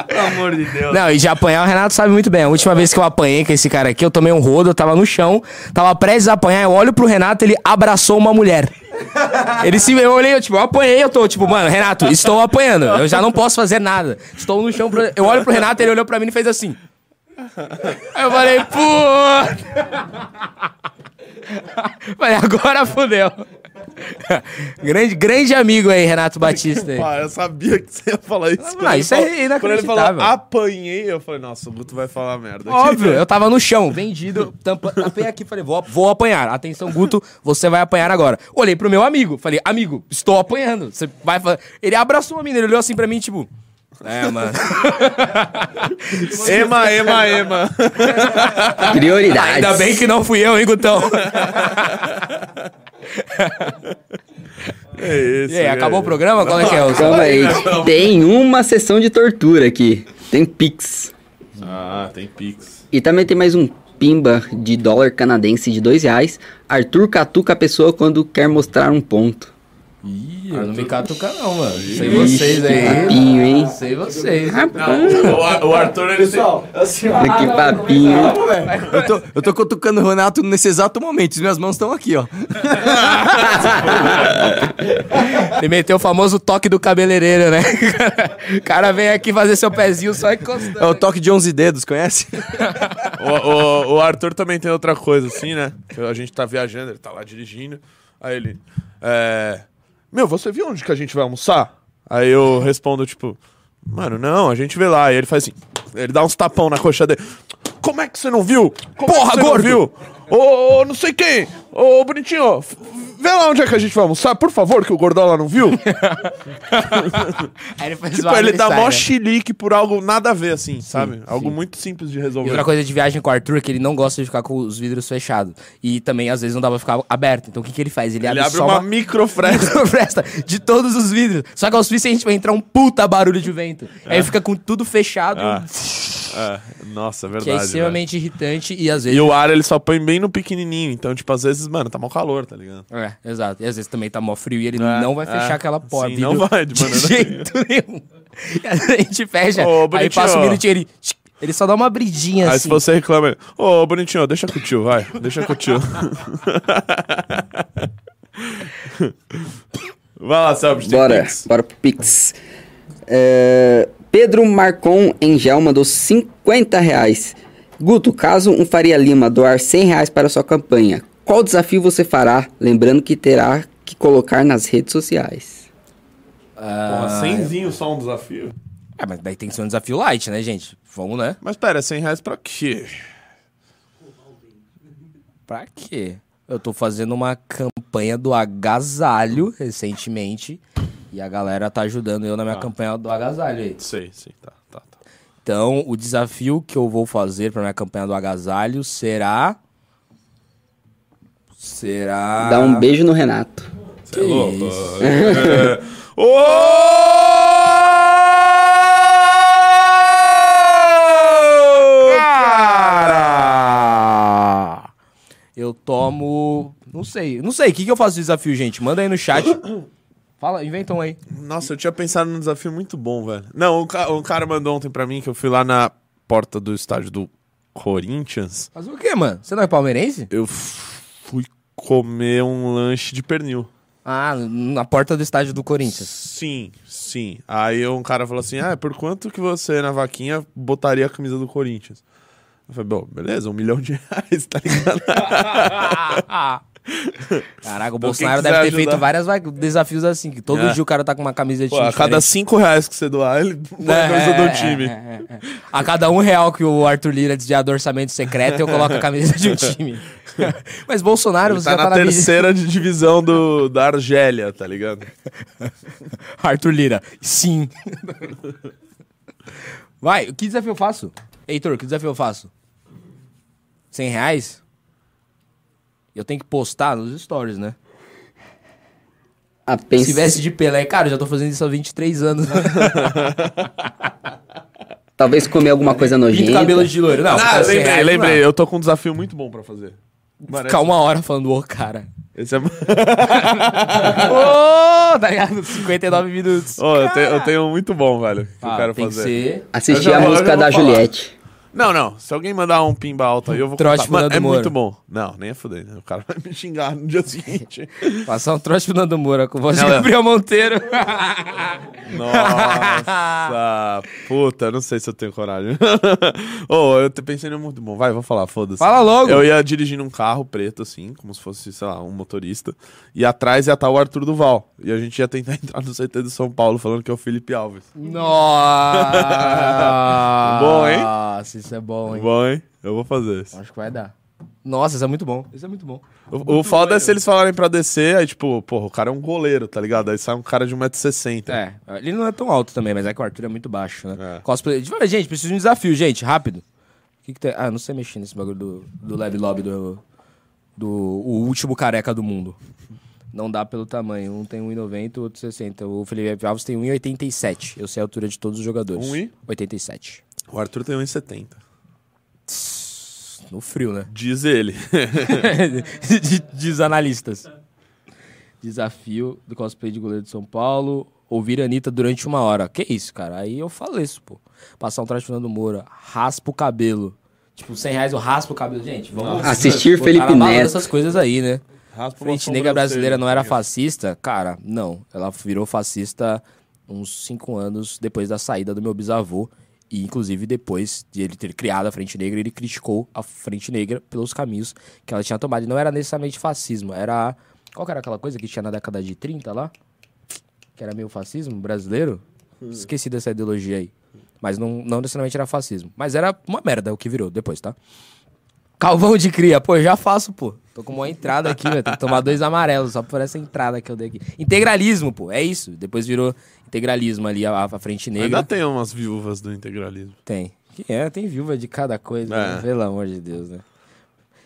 Speaker 7: Pelo amor de Deus.
Speaker 5: Não, e de apanhar, o Renato sabe muito bem. A última vez que eu apanhei com esse cara aqui, eu tomei um rodo, eu tava no chão, tava prestes a apanhar, eu olho pro Renato, ele abraçou uma mulher. Ele se eu olhei, eu tipo, eu apanhei, eu tô tipo, mano, Renato, estou apanhando, eu já não posso fazer nada. Estou no chão, pro- eu olho pro Renato, ele olhou pra mim e fez assim. Aí eu falei, pô! falei, agora fodeu. grande, grande amigo aí, Renato Batista. aí.
Speaker 1: Pá, eu sabia que você ia falar isso. Quando ele
Speaker 5: isso é
Speaker 1: falou-
Speaker 5: inacreditável.
Speaker 1: Quando ele falou apanhei, eu falei, nossa, o Guto vai falar merda.
Speaker 5: Óbvio, é eu [laughs] tava no chão, vendido, tampa, tapei aqui, falei, vou, vou apanhar. Atenção, Guto, você vai apanhar agora. Olhei pro meu amigo, falei, amigo, estou apanhando. Você vai fa-" Ele abraçou a mina, ele olhou assim pra mim, tipo. É, mano.
Speaker 1: [laughs] Ema, ema, ema.
Speaker 4: Prioridades.
Speaker 5: Ainda bem que não fui eu, hein, Gutão?
Speaker 1: [laughs] É isso.
Speaker 5: E aí,
Speaker 1: é
Speaker 5: acabou o
Speaker 1: isso.
Speaker 5: programa? Qual é que é o
Speaker 4: Calma aí. Tem uma sessão de tortura aqui. Tem Pix.
Speaker 1: Ah, tem Pix.
Speaker 4: E também tem mais um pimba de dólar canadense de dois reais. Arthur catuca a pessoa quando quer mostrar um ponto.
Speaker 5: Ih, eu não me catuca, não, mano. Sei vocês aí.
Speaker 4: Papinho, hein?
Speaker 5: Sei vocês.
Speaker 4: Rapaz,
Speaker 1: O, o Arthur, ele Pessoal,
Speaker 4: que papinho. hein?
Speaker 7: Eu tô, eu tô cutucando o Renato nesse exato momento. As minhas mãos estão aqui, ó.
Speaker 5: Ele meteu o famoso toque do cabeleireiro, né? [laughs] O cara vem aqui fazer seu pezinho só encostando.
Speaker 7: É o toque de 11 dedos, conhece?
Speaker 1: o, o- o Arthur também tem outra coisa, assim, né? Que A gente tá viajando, ele tá lá dirigindo. Aí ele. É, Meu, você viu onde que a gente vai almoçar? Aí eu respondo, tipo, mano, não, a gente vê lá. Aí ele faz assim, ele dá uns tapão na coxa dele. Como é que você não viu? Como é
Speaker 5: Porra,
Speaker 1: que você não
Speaker 5: gordo!
Speaker 1: viu? Ô, ô, não sei quem! Ô, ô, bonitinho, f- vê lá onde é que a gente vai almoçar, por favor, que o gordão lá não viu.
Speaker 5: Aí ele faz
Speaker 1: tipo,
Speaker 5: zoada,
Speaker 1: ele dá
Speaker 5: sai,
Speaker 1: mó
Speaker 5: né?
Speaker 1: chilique por algo nada a ver, assim, sabe? Algo muito simples de
Speaker 5: E
Speaker 1: resolver.
Speaker 5: outra coisa de viagem com o Arthur é que ele não gosta de ficar com os vidros fechados. E também, às vezes, não dá pra ficar aberto. Então, o que, que ele faz? Ele,
Speaker 1: Ele
Speaker 5: abre,
Speaker 1: abre
Speaker 5: só
Speaker 1: uma,
Speaker 5: [laughs] uma...
Speaker 1: microfresta.
Speaker 5: microfresta de todos os vidros. Só que é o suficiente pra entrar um puta barulho de vento. Aí fica com tudo fechado,
Speaker 1: Ah,
Speaker 5: [laughs]
Speaker 1: é, nossa, é
Speaker 5: que é extremamente irritante e às vezes...
Speaker 1: E o ar ele só põe bem no pequenininho, então, tipo, às vezes, mano, tá mal calor, tá ligado?
Speaker 5: É, exato. E às vezes também tá mó frio e ele
Speaker 1: É,
Speaker 5: não vai fechar
Speaker 1: é.
Speaker 5: aquela porta.
Speaker 1: Sim,
Speaker 5: vidro
Speaker 1: não vai, de
Speaker 5: de
Speaker 1: maneira
Speaker 5: jeito nenhum. [laughs] E a gente fecha,
Speaker 1: Ô,
Speaker 5: aí
Speaker 1: bonitinho.
Speaker 5: passa um minutinho ele... Ele só dá uma abridinha
Speaker 1: Aí
Speaker 5: assim.
Speaker 1: se você reclama, ele, ô, bonitinho, deixa com o tio, vai, deixa com o tio. [laughs] vai lá, Selbit, tem
Speaker 4: Bora,
Speaker 1: Pix.
Speaker 4: bora pro Pix. É, Pedro Marcon Engel mandou 50 reais. Guto, caso um Faria Lima doar 100 reais para sua campanha, qual desafio você fará? Lembrando que terá que colocar nas redes sociais.
Speaker 1: Porra, cenzinho só um desafio.
Speaker 5: É, mas daí tem que ser um desafio light, né, gente? Vamos, né?
Speaker 1: Mas pera, 100 reais pra quê?
Speaker 5: Pra quê? Eu tô fazendo uma campanha do agasalho recentemente. E a galera tá ajudando eu na minha campanha do agasalho aí.
Speaker 1: Sei, sei, tá, tá, tá.
Speaker 5: Então, o desafio que eu vou fazer pra minha campanha do agasalho será. Será.
Speaker 4: Dá
Speaker 1: Ah.
Speaker 4: um beijo no Renato.
Speaker 5: Que isso?
Speaker 1: Tá [laughs] Ô!
Speaker 5: Cara! Eu tomo. Não sei. Não sei. O que, que eu faço de desafio, gente? Manda aí no chat. Fala, inventam aí.
Speaker 1: Nossa, eu tinha pensado num desafio muito bom, velho. Não, um, ca- um cara mandou ontem pra mim que eu fui lá na porta do estádio do Corinthians.
Speaker 5: Mas o quê, mano? Você não é palmeirense?
Speaker 1: Eu f- fui comer um lanche de pernil.
Speaker 5: Ah, na porta do estádio do Corinthians.
Speaker 1: Sim, sim. Aí um cara falou assim: Ah, por quanto que você na vaquinha botaria a camisa do Corinthians? Eu falei, bom, beleza, um milhão de [laughs] reais, tá ligado?
Speaker 5: [laughs] Caraca, o
Speaker 1: Então,
Speaker 5: Bolsonaro
Speaker 1: quem quiser
Speaker 5: deve ter
Speaker 1: ajudar.
Speaker 5: feito vários va- desafios assim, que todo
Speaker 1: É.
Speaker 5: dia o cara tá com uma camisa de
Speaker 1: Pô,
Speaker 5: time
Speaker 1: a cada
Speaker 5: diferente.
Speaker 1: cinco reais que você doar, ele põe a camisa do um time.
Speaker 5: é, é. A cada um real que o Arthur Lira desviar do orçamento secreto, eu coloco a camisa de um time. [laughs] Mas Bolsonaro,
Speaker 1: Ele
Speaker 5: você
Speaker 1: tá
Speaker 5: já
Speaker 1: na
Speaker 5: tá na terceira.
Speaker 1: terceira de divisão do, da Argélia, tá ligado?
Speaker 5: [laughs] Arthur Lira, sim. Vai, que desafio eu faço? Heitor, que desafio eu faço? 100 reais? Eu tenho que postar nos stories, né?
Speaker 4: Ah,
Speaker 5: Se
Speaker 4: pensa...
Speaker 5: tivesse de Pelé, cara, eu já tô fazendo isso há 23 anos.
Speaker 4: Talvez comer alguma coisa
Speaker 5: [laughs] Pinto
Speaker 4: nojenta.
Speaker 5: cabelo de loiro. Não, é
Speaker 1: Ah,
Speaker 5: pra cem
Speaker 1: lembrei,
Speaker 5: reais,
Speaker 1: lembrei. Eu tô com um desafio muito bom pra fazer.
Speaker 5: não. Ficar uma hora falando, ô,
Speaker 1: [laughs]
Speaker 5: cara.
Speaker 1: Esse é...
Speaker 5: Ô, tá ligado? 59 minutos.
Speaker 1: Ô, eu, tenho, eu tenho um muito bom, velho, que eu
Speaker 5: Ah,
Speaker 1: quero
Speaker 5: tem
Speaker 1: fazer.
Speaker 5: que ser...
Speaker 1: Eu
Speaker 4: Assistir
Speaker 1: já
Speaker 4: a
Speaker 1: vou- eu já
Speaker 4: música
Speaker 1: vou
Speaker 4: da
Speaker 1: falar.
Speaker 4: Juliette.
Speaker 1: Não, não. Se alguém mandar um pimba alto aí, eu vou
Speaker 5: Trote
Speaker 1: contar.
Speaker 5: pro Nando
Speaker 1: é
Speaker 5: Moura.
Speaker 1: muito bom. Não, nem a fuder. né? O cara vai me xingar no dia
Speaker 5: [laughs]
Speaker 1: seguinte.
Speaker 5: Passar um trote pro Nando Moura com voz de
Speaker 1: Não, é. não. [laughs]
Speaker 5: Gabriel Monteiro.
Speaker 1: Nossa, puta, não sei se eu tenho coragem. [laughs] Ô, eu te- pensei num muito bom. Vai, vou falar, foda-se.
Speaker 5: Fala logo.
Speaker 1: Eu ia dirigindo um carro preto, assim, como se fosse, sei lá, um motorista. E atrás ia estar o Arthur Duval. E a gente ia tentar [laughs] entrar no CT do São Paulo falando que é o Felipe Alves.
Speaker 5: Nossa.
Speaker 1: Bom, hein?
Speaker 5: Nossa, isso é bom, hein?
Speaker 1: Bom, hein? Eu vou fazer isso.
Speaker 5: Acho que vai dar. Nossa, isso é muito bom. Isso é muito bom.
Speaker 1: O, o foda é se eles falarem pra descer, aí tipo, porra, o cara é um goleiro, tá ligado? Aí sai um cara de 1,60m.
Speaker 5: É, ele não é tão alto também, mas é que o Arthur é muito baixo, né? Cosplay. Fala, Gente, preciso de um desafio, gente, rápido. O que que tem? Ah, não sei mexer nesse bagulho do, do Lab Lobby do, do o último careca do mundo. Não dá pelo tamanho. Um tem 1,90, o outro 60. O Felipe Alves tem 1,87. Eu sei a altura de todos os jogadores.
Speaker 1: 1 e?
Speaker 5: 1,87.
Speaker 1: O Arthur tem 1,70.
Speaker 5: No frio, né?
Speaker 1: Diz ele. [laughs]
Speaker 5: [laughs] De- Diz analistas. Desafio do cosplay de goleiro de São Paulo. Ouvir a Anitta durante uma hora. Que isso, cara? Aí eu faleço, pô. Passar um traje Fernando Moura. Raspa o cabelo. Tipo, 100 reais eu raspo o cabelo. Gente, vamos...
Speaker 4: Assistir
Speaker 5: botar
Speaker 4: Felipe
Speaker 5: na balada
Speaker 4: Neto.
Speaker 5: Essas coisas aí, né?
Speaker 1: Raspa uma
Speaker 5: Frente Negra
Speaker 1: sobrancelha,
Speaker 5: Brasileira não era
Speaker 1: tá ligado?
Speaker 5: fascista? Cara, não. Ela virou fascista uns cinco anos depois da saída do meu bisavô. E, inclusive, depois de ele ter criado a Frente Negra, ele criticou a Frente Negra pelos caminhos que ela tinha tomado. E não era necessariamente fascismo, era... Qual que era aquela coisa que tinha na década de 30 lá? Que era meio fascismo brasileiro? Esqueci dessa ideologia aí. Mas não, não necessariamente era fascismo. Mas era uma merda o que virou depois, tá? Calvão de cria. Pô, eu já faço, pô. Tô com uma entrada aqui, velho. Tem que tomar dois amarelos só por essa entrada que eu dei aqui. Integralismo, pô. É isso. Depois virou integralismo ali, a, a frente negra.
Speaker 1: Ainda tem umas viúvas do integralismo.
Speaker 5: Tem. Que é, tem viúva de cada coisa,
Speaker 1: É.
Speaker 5: né? pelo amor de Deus, né?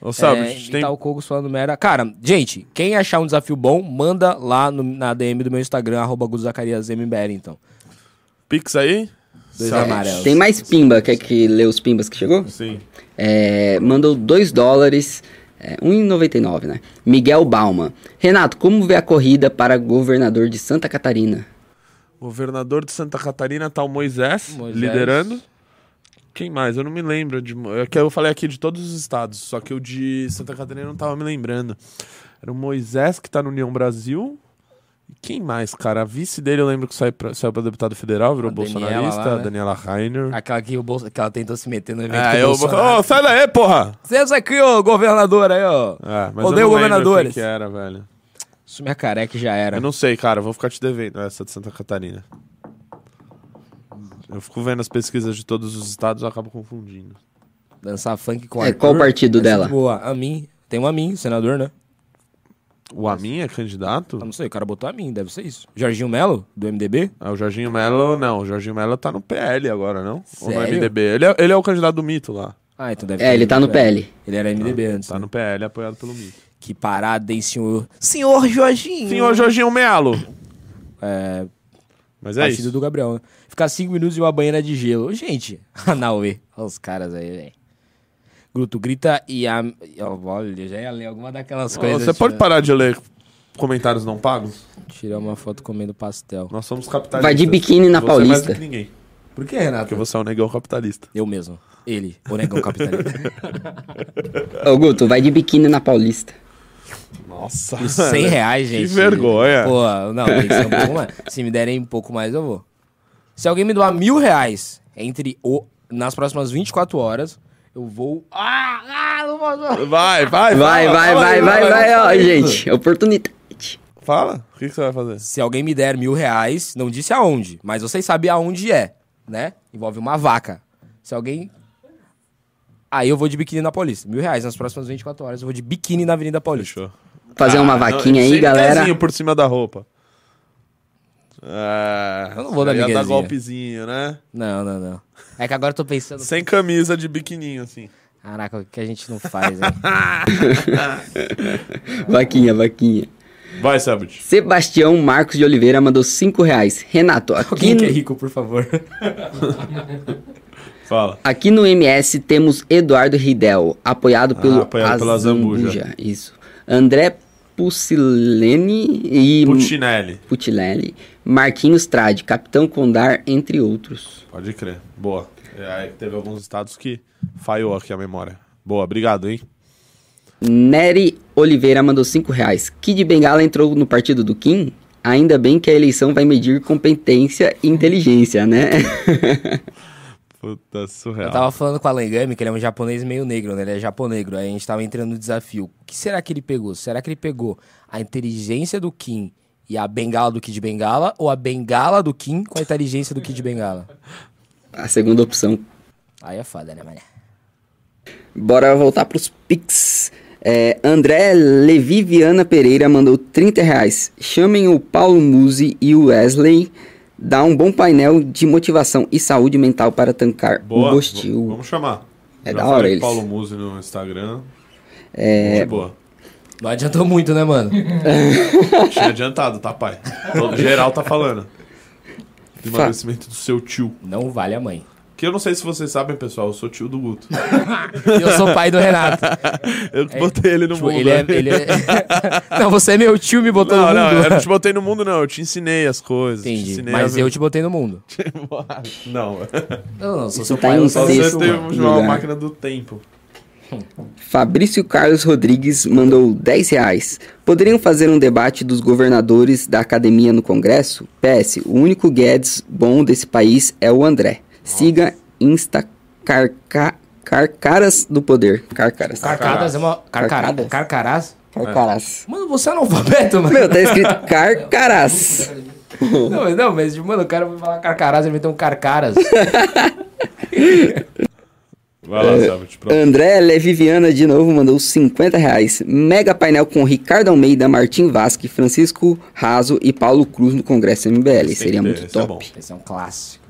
Speaker 1: Ô, Selby,
Speaker 5: é,
Speaker 1: a gente tem...
Speaker 5: imitar o Kogo suando merda. Cara, gente, quem achar um desafio bom, manda lá no- na DM do meu Instagram, arroba GudoZacariasMBR, então.
Speaker 1: Pix aí?
Speaker 5: Dois
Speaker 1: Selby.
Speaker 5: amarelos.
Speaker 4: Tem mais pimba, quer que lê os pimbas que chegou?
Speaker 1: Sim.
Speaker 4: É, mandou 2 dólares, é, 1,99, né? Miguel Bauman. Renato, como vê a corrida para governador de Santa Catarina?
Speaker 1: Governador de Santa Catarina tá o Moisés,
Speaker 5: Moisés.
Speaker 1: liderando. Quem mais? Eu não me lembro de. mo- É que eu falei aqui de todos os estados, só que o de Santa Catarina eu não tava me lembrando. Era o Moisés que tá no União Brasil. E quem mais, cara? A vice dele eu lembro que saiu pra, saiu pra deputado federal, virou
Speaker 5: A Daniela
Speaker 1: bolsonarista,
Speaker 5: lá,
Speaker 1: a
Speaker 5: né?
Speaker 1: Daniela Reiner.
Speaker 5: Aquela que, o Bolsa, que ela tentou se meter no evento
Speaker 1: É,
Speaker 5: do
Speaker 1: eu.
Speaker 5: Bolsonaro.
Speaker 1: Ô, sai daí, porra!
Speaker 5: Senta aqui, ô governador aí, ó.
Speaker 1: É, mas eu
Speaker 5: Odeio
Speaker 1: não lembro
Speaker 5: governadores.
Speaker 1: quem que era, velho.
Speaker 5: Isso minha careca e já era.
Speaker 1: Eu não sei, cara. eu Vou ficar te devendo essa de Santa Catarina. Eu fico vendo as pesquisas de todos os estados e acabo confundindo.
Speaker 5: Dançar funk com
Speaker 4: É, qual o partido
Speaker 5: Essa é
Speaker 4: dela?
Speaker 5: Boa, a mim. Tem um a mim, senador, né?
Speaker 1: O Amin é
Speaker 5: Eu
Speaker 1: candidato?
Speaker 5: não sei, o cara botou a mim, deve ser isso. Jorginho Melo, do MDB?
Speaker 1: Ah, o Jorginho Melo, não. O Jorginho Melo tá no PL agora, não? Ou no
Speaker 5: Sério?
Speaker 1: MDB? Ele é, ele é o candidato do mito lá.
Speaker 5: Ah, então deve
Speaker 4: É, ele tá no
Speaker 5: PL.
Speaker 4: PL.
Speaker 5: Ele era MDB antes.
Speaker 1: Tá
Speaker 5: né?
Speaker 1: no PL, apoiado pelo mito.
Speaker 5: Que parada, hein, senhor? Senhor Jorginho!
Speaker 1: Senhor Jorginho Melo!
Speaker 5: É,
Speaker 1: Mas é
Speaker 5: partido
Speaker 1: isso.
Speaker 5: do Gabriel, né? Ficar cinco minutos em uma banheira de gelo. Gente, [laughs] Anauê. Olha os caras aí, velho. Gruto, grita e a... Olha, já ia ler alguma daquelas
Speaker 1: Ô,
Speaker 5: coisas.
Speaker 1: Você pode
Speaker 5: né?
Speaker 1: parar de ler comentários não pagos?
Speaker 5: Tirar uma foto comendo pastel.
Speaker 1: Nós somos capitalistas.
Speaker 4: Vai de biquíni na
Speaker 1: Você é mais do
Speaker 4: Paulista.
Speaker 1: que ninguém.
Speaker 5: Por que, Renato?
Speaker 1: Porque você é um negão capitalista.
Speaker 5: Eu mesmo. Ele, o negão
Speaker 1: [laughs]
Speaker 5: capitalista.
Speaker 4: Ô, Guto, vai de biquíni na Paulista.
Speaker 1: [laughs] Nossa.
Speaker 5: Por 100 reais,
Speaker 1: É, Que
Speaker 5: gente.
Speaker 1: vergonha.
Speaker 5: Pô, não, tem que ser um pouco mais. Se me derem um pouco mais, eu vou. Se alguém me doar mil reais entre o... nas próximas 24 horas, eu vou. Ah, ah, não posso.
Speaker 1: Vai, vai, fala,
Speaker 4: Vai, vai,
Speaker 1: fala
Speaker 4: vai,
Speaker 1: aí,
Speaker 4: vai,
Speaker 1: fala aí.
Speaker 4: vai, ó, gente. Oportunidade.
Speaker 1: Fala. O que que você vai fazer?
Speaker 5: Se alguém me der mil reais, não disse aonde, mas vocês sabem aonde é, né? Envolve uma vaca. Se alguém. Aí eu vou de biquíni na Paulista. Mil reais nas próximas 24 horas, eu vou de biquíni na Avenida Paulista.
Speaker 1: Fechou.
Speaker 4: Fazer uma
Speaker 1: Ah,
Speaker 4: vaquinha
Speaker 1: não, assim,
Speaker 4: aí,
Speaker 1: sem
Speaker 4: galera.
Speaker 1: pezinho por cima da roupa. É,
Speaker 5: Eu não vou dar
Speaker 1: ia
Speaker 5: miguezinha.
Speaker 1: dar golpezinho, né?
Speaker 5: Não, não, não. É que agora eu tô pensando.
Speaker 1: Sem camisa de biquininho, assim.
Speaker 5: Caraca, o que a gente não faz, [laughs] hein?
Speaker 4: Vaquinha, vaquinha.
Speaker 1: Vai, Sabut.
Speaker 4: Sebastião Marcos de Oliveira mandou 5 reais. Renato, aqui,
Speaker 5: Alguém que é
Speaker 4: no-
Speaker 5: rico, por favor.
Speaker 1: Fala.
Speaker 4: aqui no MS temos Eduardo Ridel, apoiado pelo
Speaker 1: Ah, apoiado pela
Speaker 4: Azambuja.
Speaker 1: Zambuja.
Speaker 4: Isso. André Pucilene e
Speaker 1: Putinelli.
Speaker 4: Putilelli, Marquinhos Trade, Capitão Condar, entre outros.
Speaker 1: Pode crer. Boa. É, aí teve alguns estados que falhou aqui a memória. Boa, obrigado, hein?
Speaker 4: Nery Oliveira mandou 5 reais. Kid Bengala entrou no partido do Kim? Ainda bem que a eleição vai medir competência e inteligência, né? [laughs]
Speaker 1: Puta surreal.
Speaker 5: Eu
Speaker 4: Tá
Speaker 5: tava falando com a Langami, que ele é um japonês meio negro, né? Ele é japonegro. Aí a gente tava entrando no desafio. O que será que ele pegou? Será que ele pegou a inteligência do Kim e a bengala do Kid Bengala? Ou a bengala do Kim com a inteligência do Kid Bengala?
Speaker 4: a segunda opção.
Speaker 5: Aí é foda, né, mané?
Speaker 4: Bora voltar pros Pix. É, André Levi Viana Pereira mandou 30 reais. Chamem o Paulo Musi e o Wesley. Dá um bom painel de motivação e saúde mental para tancar
Speaker 1: Boa.
Speaker 4: o
Speaker 1: v-
Speaker 4: gostil.
Speaker 1: Vamos chamar.
Speaker 4: um É
Speaker 1: Já
Speaker 4: da
Speaker 1: falei
Speaker 4: hora
Speaker 1: com
Speaker 4: eles.
Speaker 1: Paulo Musi no Instagram. É. De boa.
Speaker 5: Não adiantou muito, né, mano?
Speaker 1: Tinha adiantado, tá, pai? Todo geral tá falando. Do
Speaker 4: Fa-
Speaker 1: Emagrecimento do seu tio.
Speaker 5: Não vale a mãe.
Speaker 1: Que eu não sei se vocês sabem, pessoal. Eu sou tio do Guto.
Speaker 5: Eu sou pai do Renato.
Speaker 1: Eu que botei ele [laughs] no
Speaker 5: Tipo,
Speaker 1: mundo.
Speaker 5: ele é,
Speaker 1: né?
Speaker 5: ele
Speaker 1: [laughs]
Speaker 5: é- [laughs] Não, você é meu tio, me botou
Speaker 1: Não,
Speaker 5: no
Speaker 1: não,
Speaker 5: mundo. né?
Speaker 1: eu tipo não te botei no mundo, não. Eu te ensinei as coisas. te
Speaker 5: [laughs] Entendi.
Speaker 1: ensinei
Speaker 5: Mas
Speaker 1: a-
Speaker 5: eu te botei no mundo.
Speaker 1: Não,
Speaker 5: Não, não, sou
Speaker 4: Isso
Speaker 5: seu
Speaker 4: tá
Speaker 5: pai,
Speaker 4: em
Speaker 5: eu
Speaker 1: [laughs] só
Speaker 5: sou
Speaker 4: texto,
Speaker 1: você
Speaker 5: seu
Speaker 1: teve
Speaker 5: tio.
Speaker 4: mano.
Speaker 1: uma
Speaker 4: Lugar.
Speaker 1: máquina do tempo.
Speaker 4: Fabrício Carlos Rodrigues mandou 10 reais. Poderiam fazer um debate dos governadores da academia no Congresso? PS, o único Guedes bom desse país é o André. Siga Insta Carca- Carcaras do Poder. Carcaras.
Speaker 5: Carcadas é uma. Carcarada?
Speaker 4: Carcadas?
Speaker 5: Carcarás?
Speaker 4: Carcaras.
Speaker 5: Mano, você é analfabeto, mano.
Speaker 4: Meu,
Speaker 1: [laughs]
Speaker 4: tá escrito Carcaras.
Speaker 5: Não, mas- tipo,
Speaker 4: [laughs]
Speaker 5: não, mas, mano, o cara vai falar carcarás, ele meteu um carcaras.
Speaker 1: Vai lá, Zabit. pronto.
Speaker 4: André Leviviana de novo mandou 50 reais. Mega painel com Ricardo Almeida, Martim Vasque, Francisco Raso e Paulo Cruz no Congresso MBL.
Speaker 1: Esse tem que
Speaker 4: Seria
Speaker 1: ter,
Speaker 4: muito
Speaker 1: esse é
Speaker 4: top.
Speaker 5: Esse é um clássico.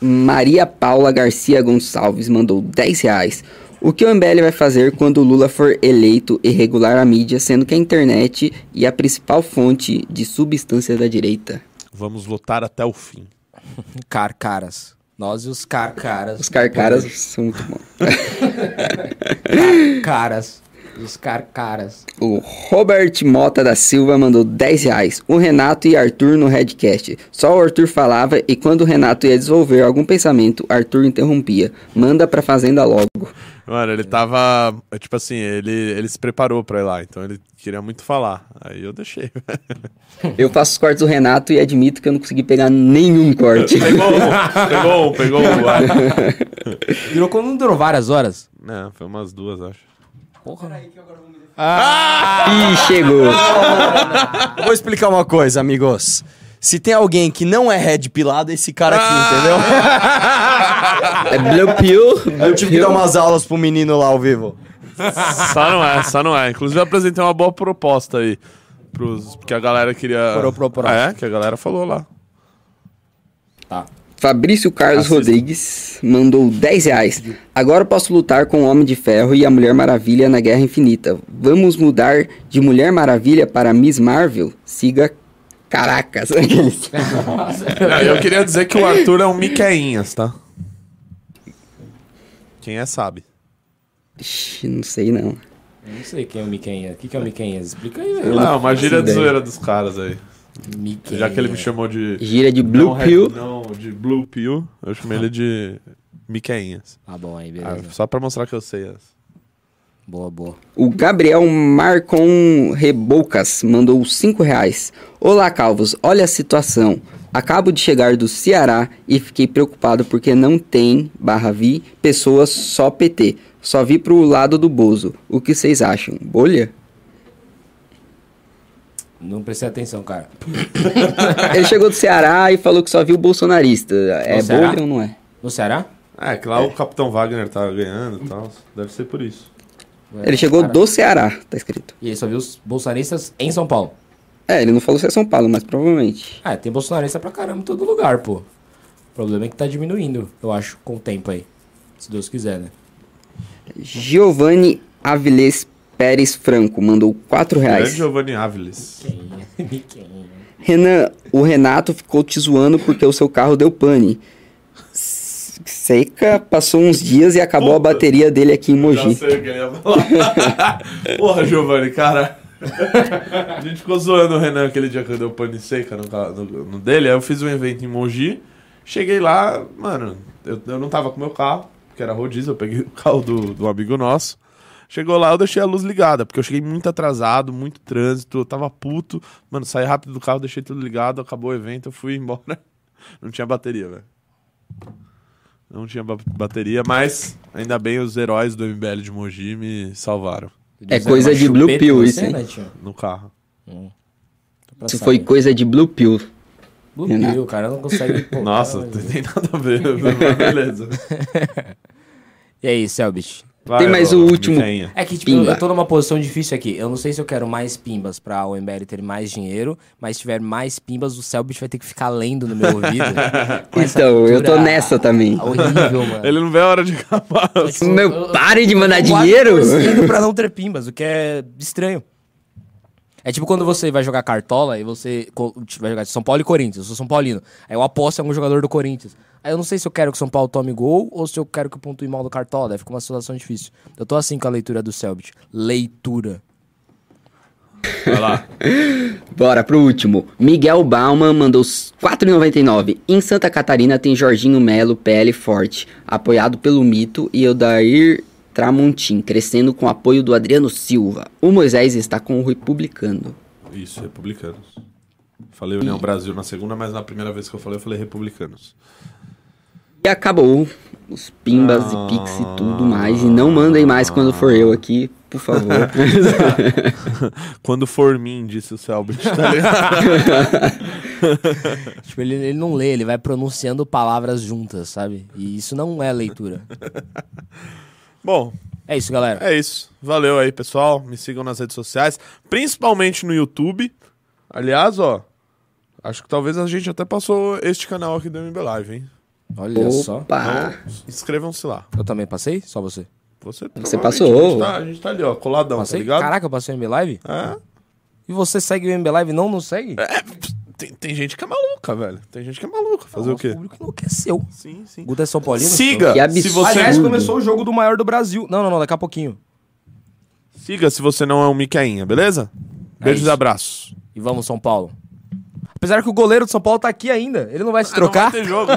Speaker 4: Maria Paula Garcia Gonçalves mandou 10 reais. O que o MBL vai fazer quando o Lula for eleito e regular a mídia, sendo que a internet é a principal fonte de substância da direita?
Speaker 1: Vamos lutar até o fim.
Speaker 5: Um Carcaras. Nós e os carcaras.
Speaker 4: Os carcaras são muito bons.
Speaker 5: Caras. Os carcaras.
Speaker 4: O Robert Mota da Silva mandou 10 reais. O Renato e Arthur no Redcast. Só o Arthur falava e quando o Renato ia desenvolver algum pensamento, Arthur interrompia. Manda pra fazenda logo.
Speaker 1: Mano, ele tava. é, Tipo assim, ele, ele se preparou pra ir lá, então ele queria muito falar. Aí eu deixei. [laughs]
Speaker 4: Eu faço os cortes do Renato e admito que eu não consegui pegar
Speaker 1: [laughs]
Speaker 4: nenhum corte.
Speaker 1: Pegou um, pegou um, pegou um. vai.
Speaker 5: Durou quando não durou várias horas?
Speaker 1: Não, foi umas duas, acho.
Speaker 4: Ih, chegou.
Speaker 7: Eu Vou explicar uma coisa, amigos. Se tem alguém que não é red pilado, é esse cara aqui,
Speaker 1: Ah! [laughs]
Speaker 7: entendeu?
Speaker 4: É Blue Pill.
Speaker 7: Eu tive que dar umas aulas pro menino lá ao vivo.
Speaker 1: Só não é, só não é. Inclusive, eu apresentei uma boa proposta aí. Pros, que a galera queria.
Speaker 5: Pro- pro- pro.
Speaker 1: É, que a galera falou lá.
Speaker 4: Fabrício Carlos
Speaker 1: Assista.
Speaker 4: Rodrigues mandou 10 reais. Agora eu posso lutar com o Homem de Ferro e a Mulher Maravilha na Guerra Infinita. Vamos mudar de Mulher Maravilha para Miss Marvel? Siga Caracas. [laughs] Aqueles.
Speaker 1: Não, eu queria dizer que o Arthur é um Miqueinhas, tá? Quem é, sabe.
Speaker 4: Ixi, não sei não.
Speaker 8: Não sei quem é o Miquenha. O que, que é o Miquenha? Explica aí, velho.
Speaker 1: Não, uma gíria de
Speaker 4: ideia.
Speaker 1: zoeira dos caras aí.
Speaker 8: Miquenha.
Speaker 1: Já que ele me chamou
Speaker 5: é.
Speaker 1: de.
Speaker 4: Gira de
Speaker 1: não,
Speaker 4: Blue
Speaker 1: Red-
Speaker 4: Pill.
Speaker 1: Não, de Blue Pill. Eu chamei ele de Miqueinhas.
Speaker 8: Ah, bom,
Speaker 5: É.
Speaker 8: aí,
Speaker 1: Ah,
Speaker 8: beleza.
Speaker 1: só pra mostrar que eu sei. essa.
Speaker 8: Boa, boa.
Speaker 4: O Gabriel Marcon Reboucas mandou 5 reais. Olá, Calvos. Olha a situação. Acabo de chegar do Ceará e fiquei preocupado porque não tem, barra vi, pessoas só PT. Só vi pro lado do Bozo. O que vocês acham?
Speaker 8: [laughs]
Speaker 4: Bolha?
Speaker 8: Não prestei atenção, cara.
Speaker 4: Ele chegou do Ceará e falou que só viu bolsonarista. É
Speaker 8: No Ceará?
Speaker 4: bolha ou não é?
Speaker 8: No Ceará?
Speaker 1: É, que lá o Capitão Wagner tá ganhando e tal. Deve ser por isso.
Speaker 4: Ele chegou
Speaker 8: Cara,
Speaker 4: do Ceará, tá escrito.
Speaker 8: E ele só viu os bolsonaristas em São Paulo.
Speaker 4: É, ele não falou se é São Paulo, mas provavelmente.
Speaker 8: Ah, tem bolsonarista pra caramba em todo lugar, pô. O problema é que tá diminuindo, eu acho, com o tempo aí. Se Deus quiser, né?
Speaker 4: Giovanni Avilés Pérez Franco mandou 4
Speaker 5: É,
Speaker 1: Grande
Speaker 4: reais.
Speaker 1: Giovanni Áviles.
Speaker 4: Renan, o Renato ficou te zoando porque o seu carro deu pane. S- Seca, passou uns dias e acabou a
Speaker 1: Puta.
Speaker 4: bateria dele aqui em
Speaker 1: Já
Speaker 4: Mogi.
Speaker 1: sei o que ele ia falar. Porra, Giovanni, cara. A gente ficou zoando o Renan aquele dia que eu dei o pane seca no, ca- no- no dele. Aí eu fiz um evento em Mogi. Cheguei lá, mano, eu, eu não tava com meu carro, porque era rodízio, eu peguei [laughs] o carro do, do amigo nosso. Chegou lá, eu deixei a luz ligada, porque eu cheguei muito atrasado, muito trânsito, eu tava puto. Mano, saí rápido do carro, deixei tudo ligado, acabou o evento, eu fui embora. [laughs] Não tinha bateria, velho. Não tinha ba- bateria, mas ainda bem os heróis do MBL de Mogi me salvaram
Speaker 4: É coisa de Blue Pill isso,
Speaker 8: né,
Speaker 4: hein?
Speaker 1: no carro.
Speaker 4: Isso foi coisa de Blue Pill.
Speaker 8: Blue
Speaker 4: Renato.
Speaker 8: Pill, o cara não consegue. pô,
Speaker 1: Nossa,
Speaker 8: cara,
Speaker 1: [laughs] não tem nada a ver, [laughs] mas beleza.
Speaker 8: E aí, Selbit?
Speaker 1: Vai,
Speaker 4: Tem mais
Speaker 1: Lola,
Speaker 4: o último.
Speaker 1: Miquinha.
Speaker 8: É que, tipo,
Speaker 4: Pimba.
Speaker 8: eu tô numa posição difícil aqui. Eu não sei se eu quero mais pimbas pra o MBL ter mais dinheiro, mas se tiver mais pimbas, o Selbit vai ter que ficar lendo no meu
Speaker 4: [laughs]
Speaker 8: ouvido. Com essa
Speaker 4: Então, eu tô
Speaker 8: cultura
Speaker 4: nessa também.
Speaker 8: Horrível, mano.
Speaker 1: Ele não vê a hora de acabar.
Speaker 4: Ah, Meu, pare de mandar
Speaker 8: Eu quase
Speaker 4: dinheiro!
Speaker 8: torcendo pra não ter pimbas, o que é estranho. É tipo quando você vai jogar cartola e você co- tipo, vai jogar de São Paulo e Corinthians. Eu sou São Paulino. Aí eu aposto em algum jogador do Corinthians. Aí eu não sei se eu quero que o São Paulo tome gol ou se eu quero que pontue mal do cartola. Aí fica uma situação difícil. Eu tô assim com a leitura do Selbit. Leitura.
Speaker 1: Vai lá.
Speaker 4: Bora pro último. Miguel Bauman mandou s- 4,99. Em Santa Catarina tem Jorginho Melo, PL forte, apoiado pelo Mito e Eldair Tramontim, crescendo com o apoio do Adriano Silva. O Moisés está com o republicano.
Speaker 1: Isso, republicanos. Falei União Brasil na segunda, mas na primeira vez que eu falei, eu falei republicanos.
Speaker 4: E acabou. Os pimbas e pix e tudo mais. E não mandem mais quando for eu aqui, por favor.
Speaker 1: [laughs] Quando for mim, disse o Selbit, tá ligado?
Speaker 5: Tipo, ele, ele não lê, ele vai pronunciando palavras juntas, sabe? E isso não
Speaker 1: [laughs]
Speaker 5: é leitura.
Speaker 1: Bom,
Speaker 5: É isso, galera.
Speaker 1: é isso. Valeu aí, pessoal. Me sigam nas redes sociais, principalmente no YouTube. Aliás, ó, acho que talvez a gente até passou este canal aqui do MB Live, hein?
Speaker 5: [laughs] Olha só.
Speaker 4: Opa!
Speaker 1: Inscrevam-se lá.
Speaker 5: Eu também passei? Só você?
Speaker 1: Você,
Speaker 4: Você
Speaker 1: provavelmente,
Speaker 4: passou.
Speaker 1: A gente, tá, a gente tá ali, ó, coladão,
Speaker 5: Passei?
Speaker 1: tá ligado?
Speaker 5: Caraca, eu passei o MB Live?
Speaker 1: É.
Speaker 5: E você segue o MB Live e não nos segue?
Speaker 1: Tem, tem gente que é maluca, velho. Tem gente que é maluca. Fazer o
Speaker 5: Nosso
Speaker 1: quê?
Speaker 5: público enlouqueceu.
Speaker 1: Sim, sim.
Speaker 5: Guto é São Paulino?
Speaker 1: Siga!
Speaker 4: Que
Speaker 1: Se
Speaker 4: absurdo.
Speaker 1: você,
Speaker 9: Aliás,
Speaker 4: Segundo.
Speaker 9: começou o jogo do maior do Brasil. Não, não, não, daqui a pouquinho.
Speaker 1: siga se você não é um Micainha, beleza? Beijos e
Speaker 5: isso.
Speaker 1: abraços.
Speaker 5: E vamos,
Speaker 1: Ah,
Speaker 5: São Paulo. Apesar que o goleiro de São Paulo tá aqui ainda. Ele não vai se
Speaker 1: Não
Speaker 5: trocar.
Speaker 1: vai ter jogo.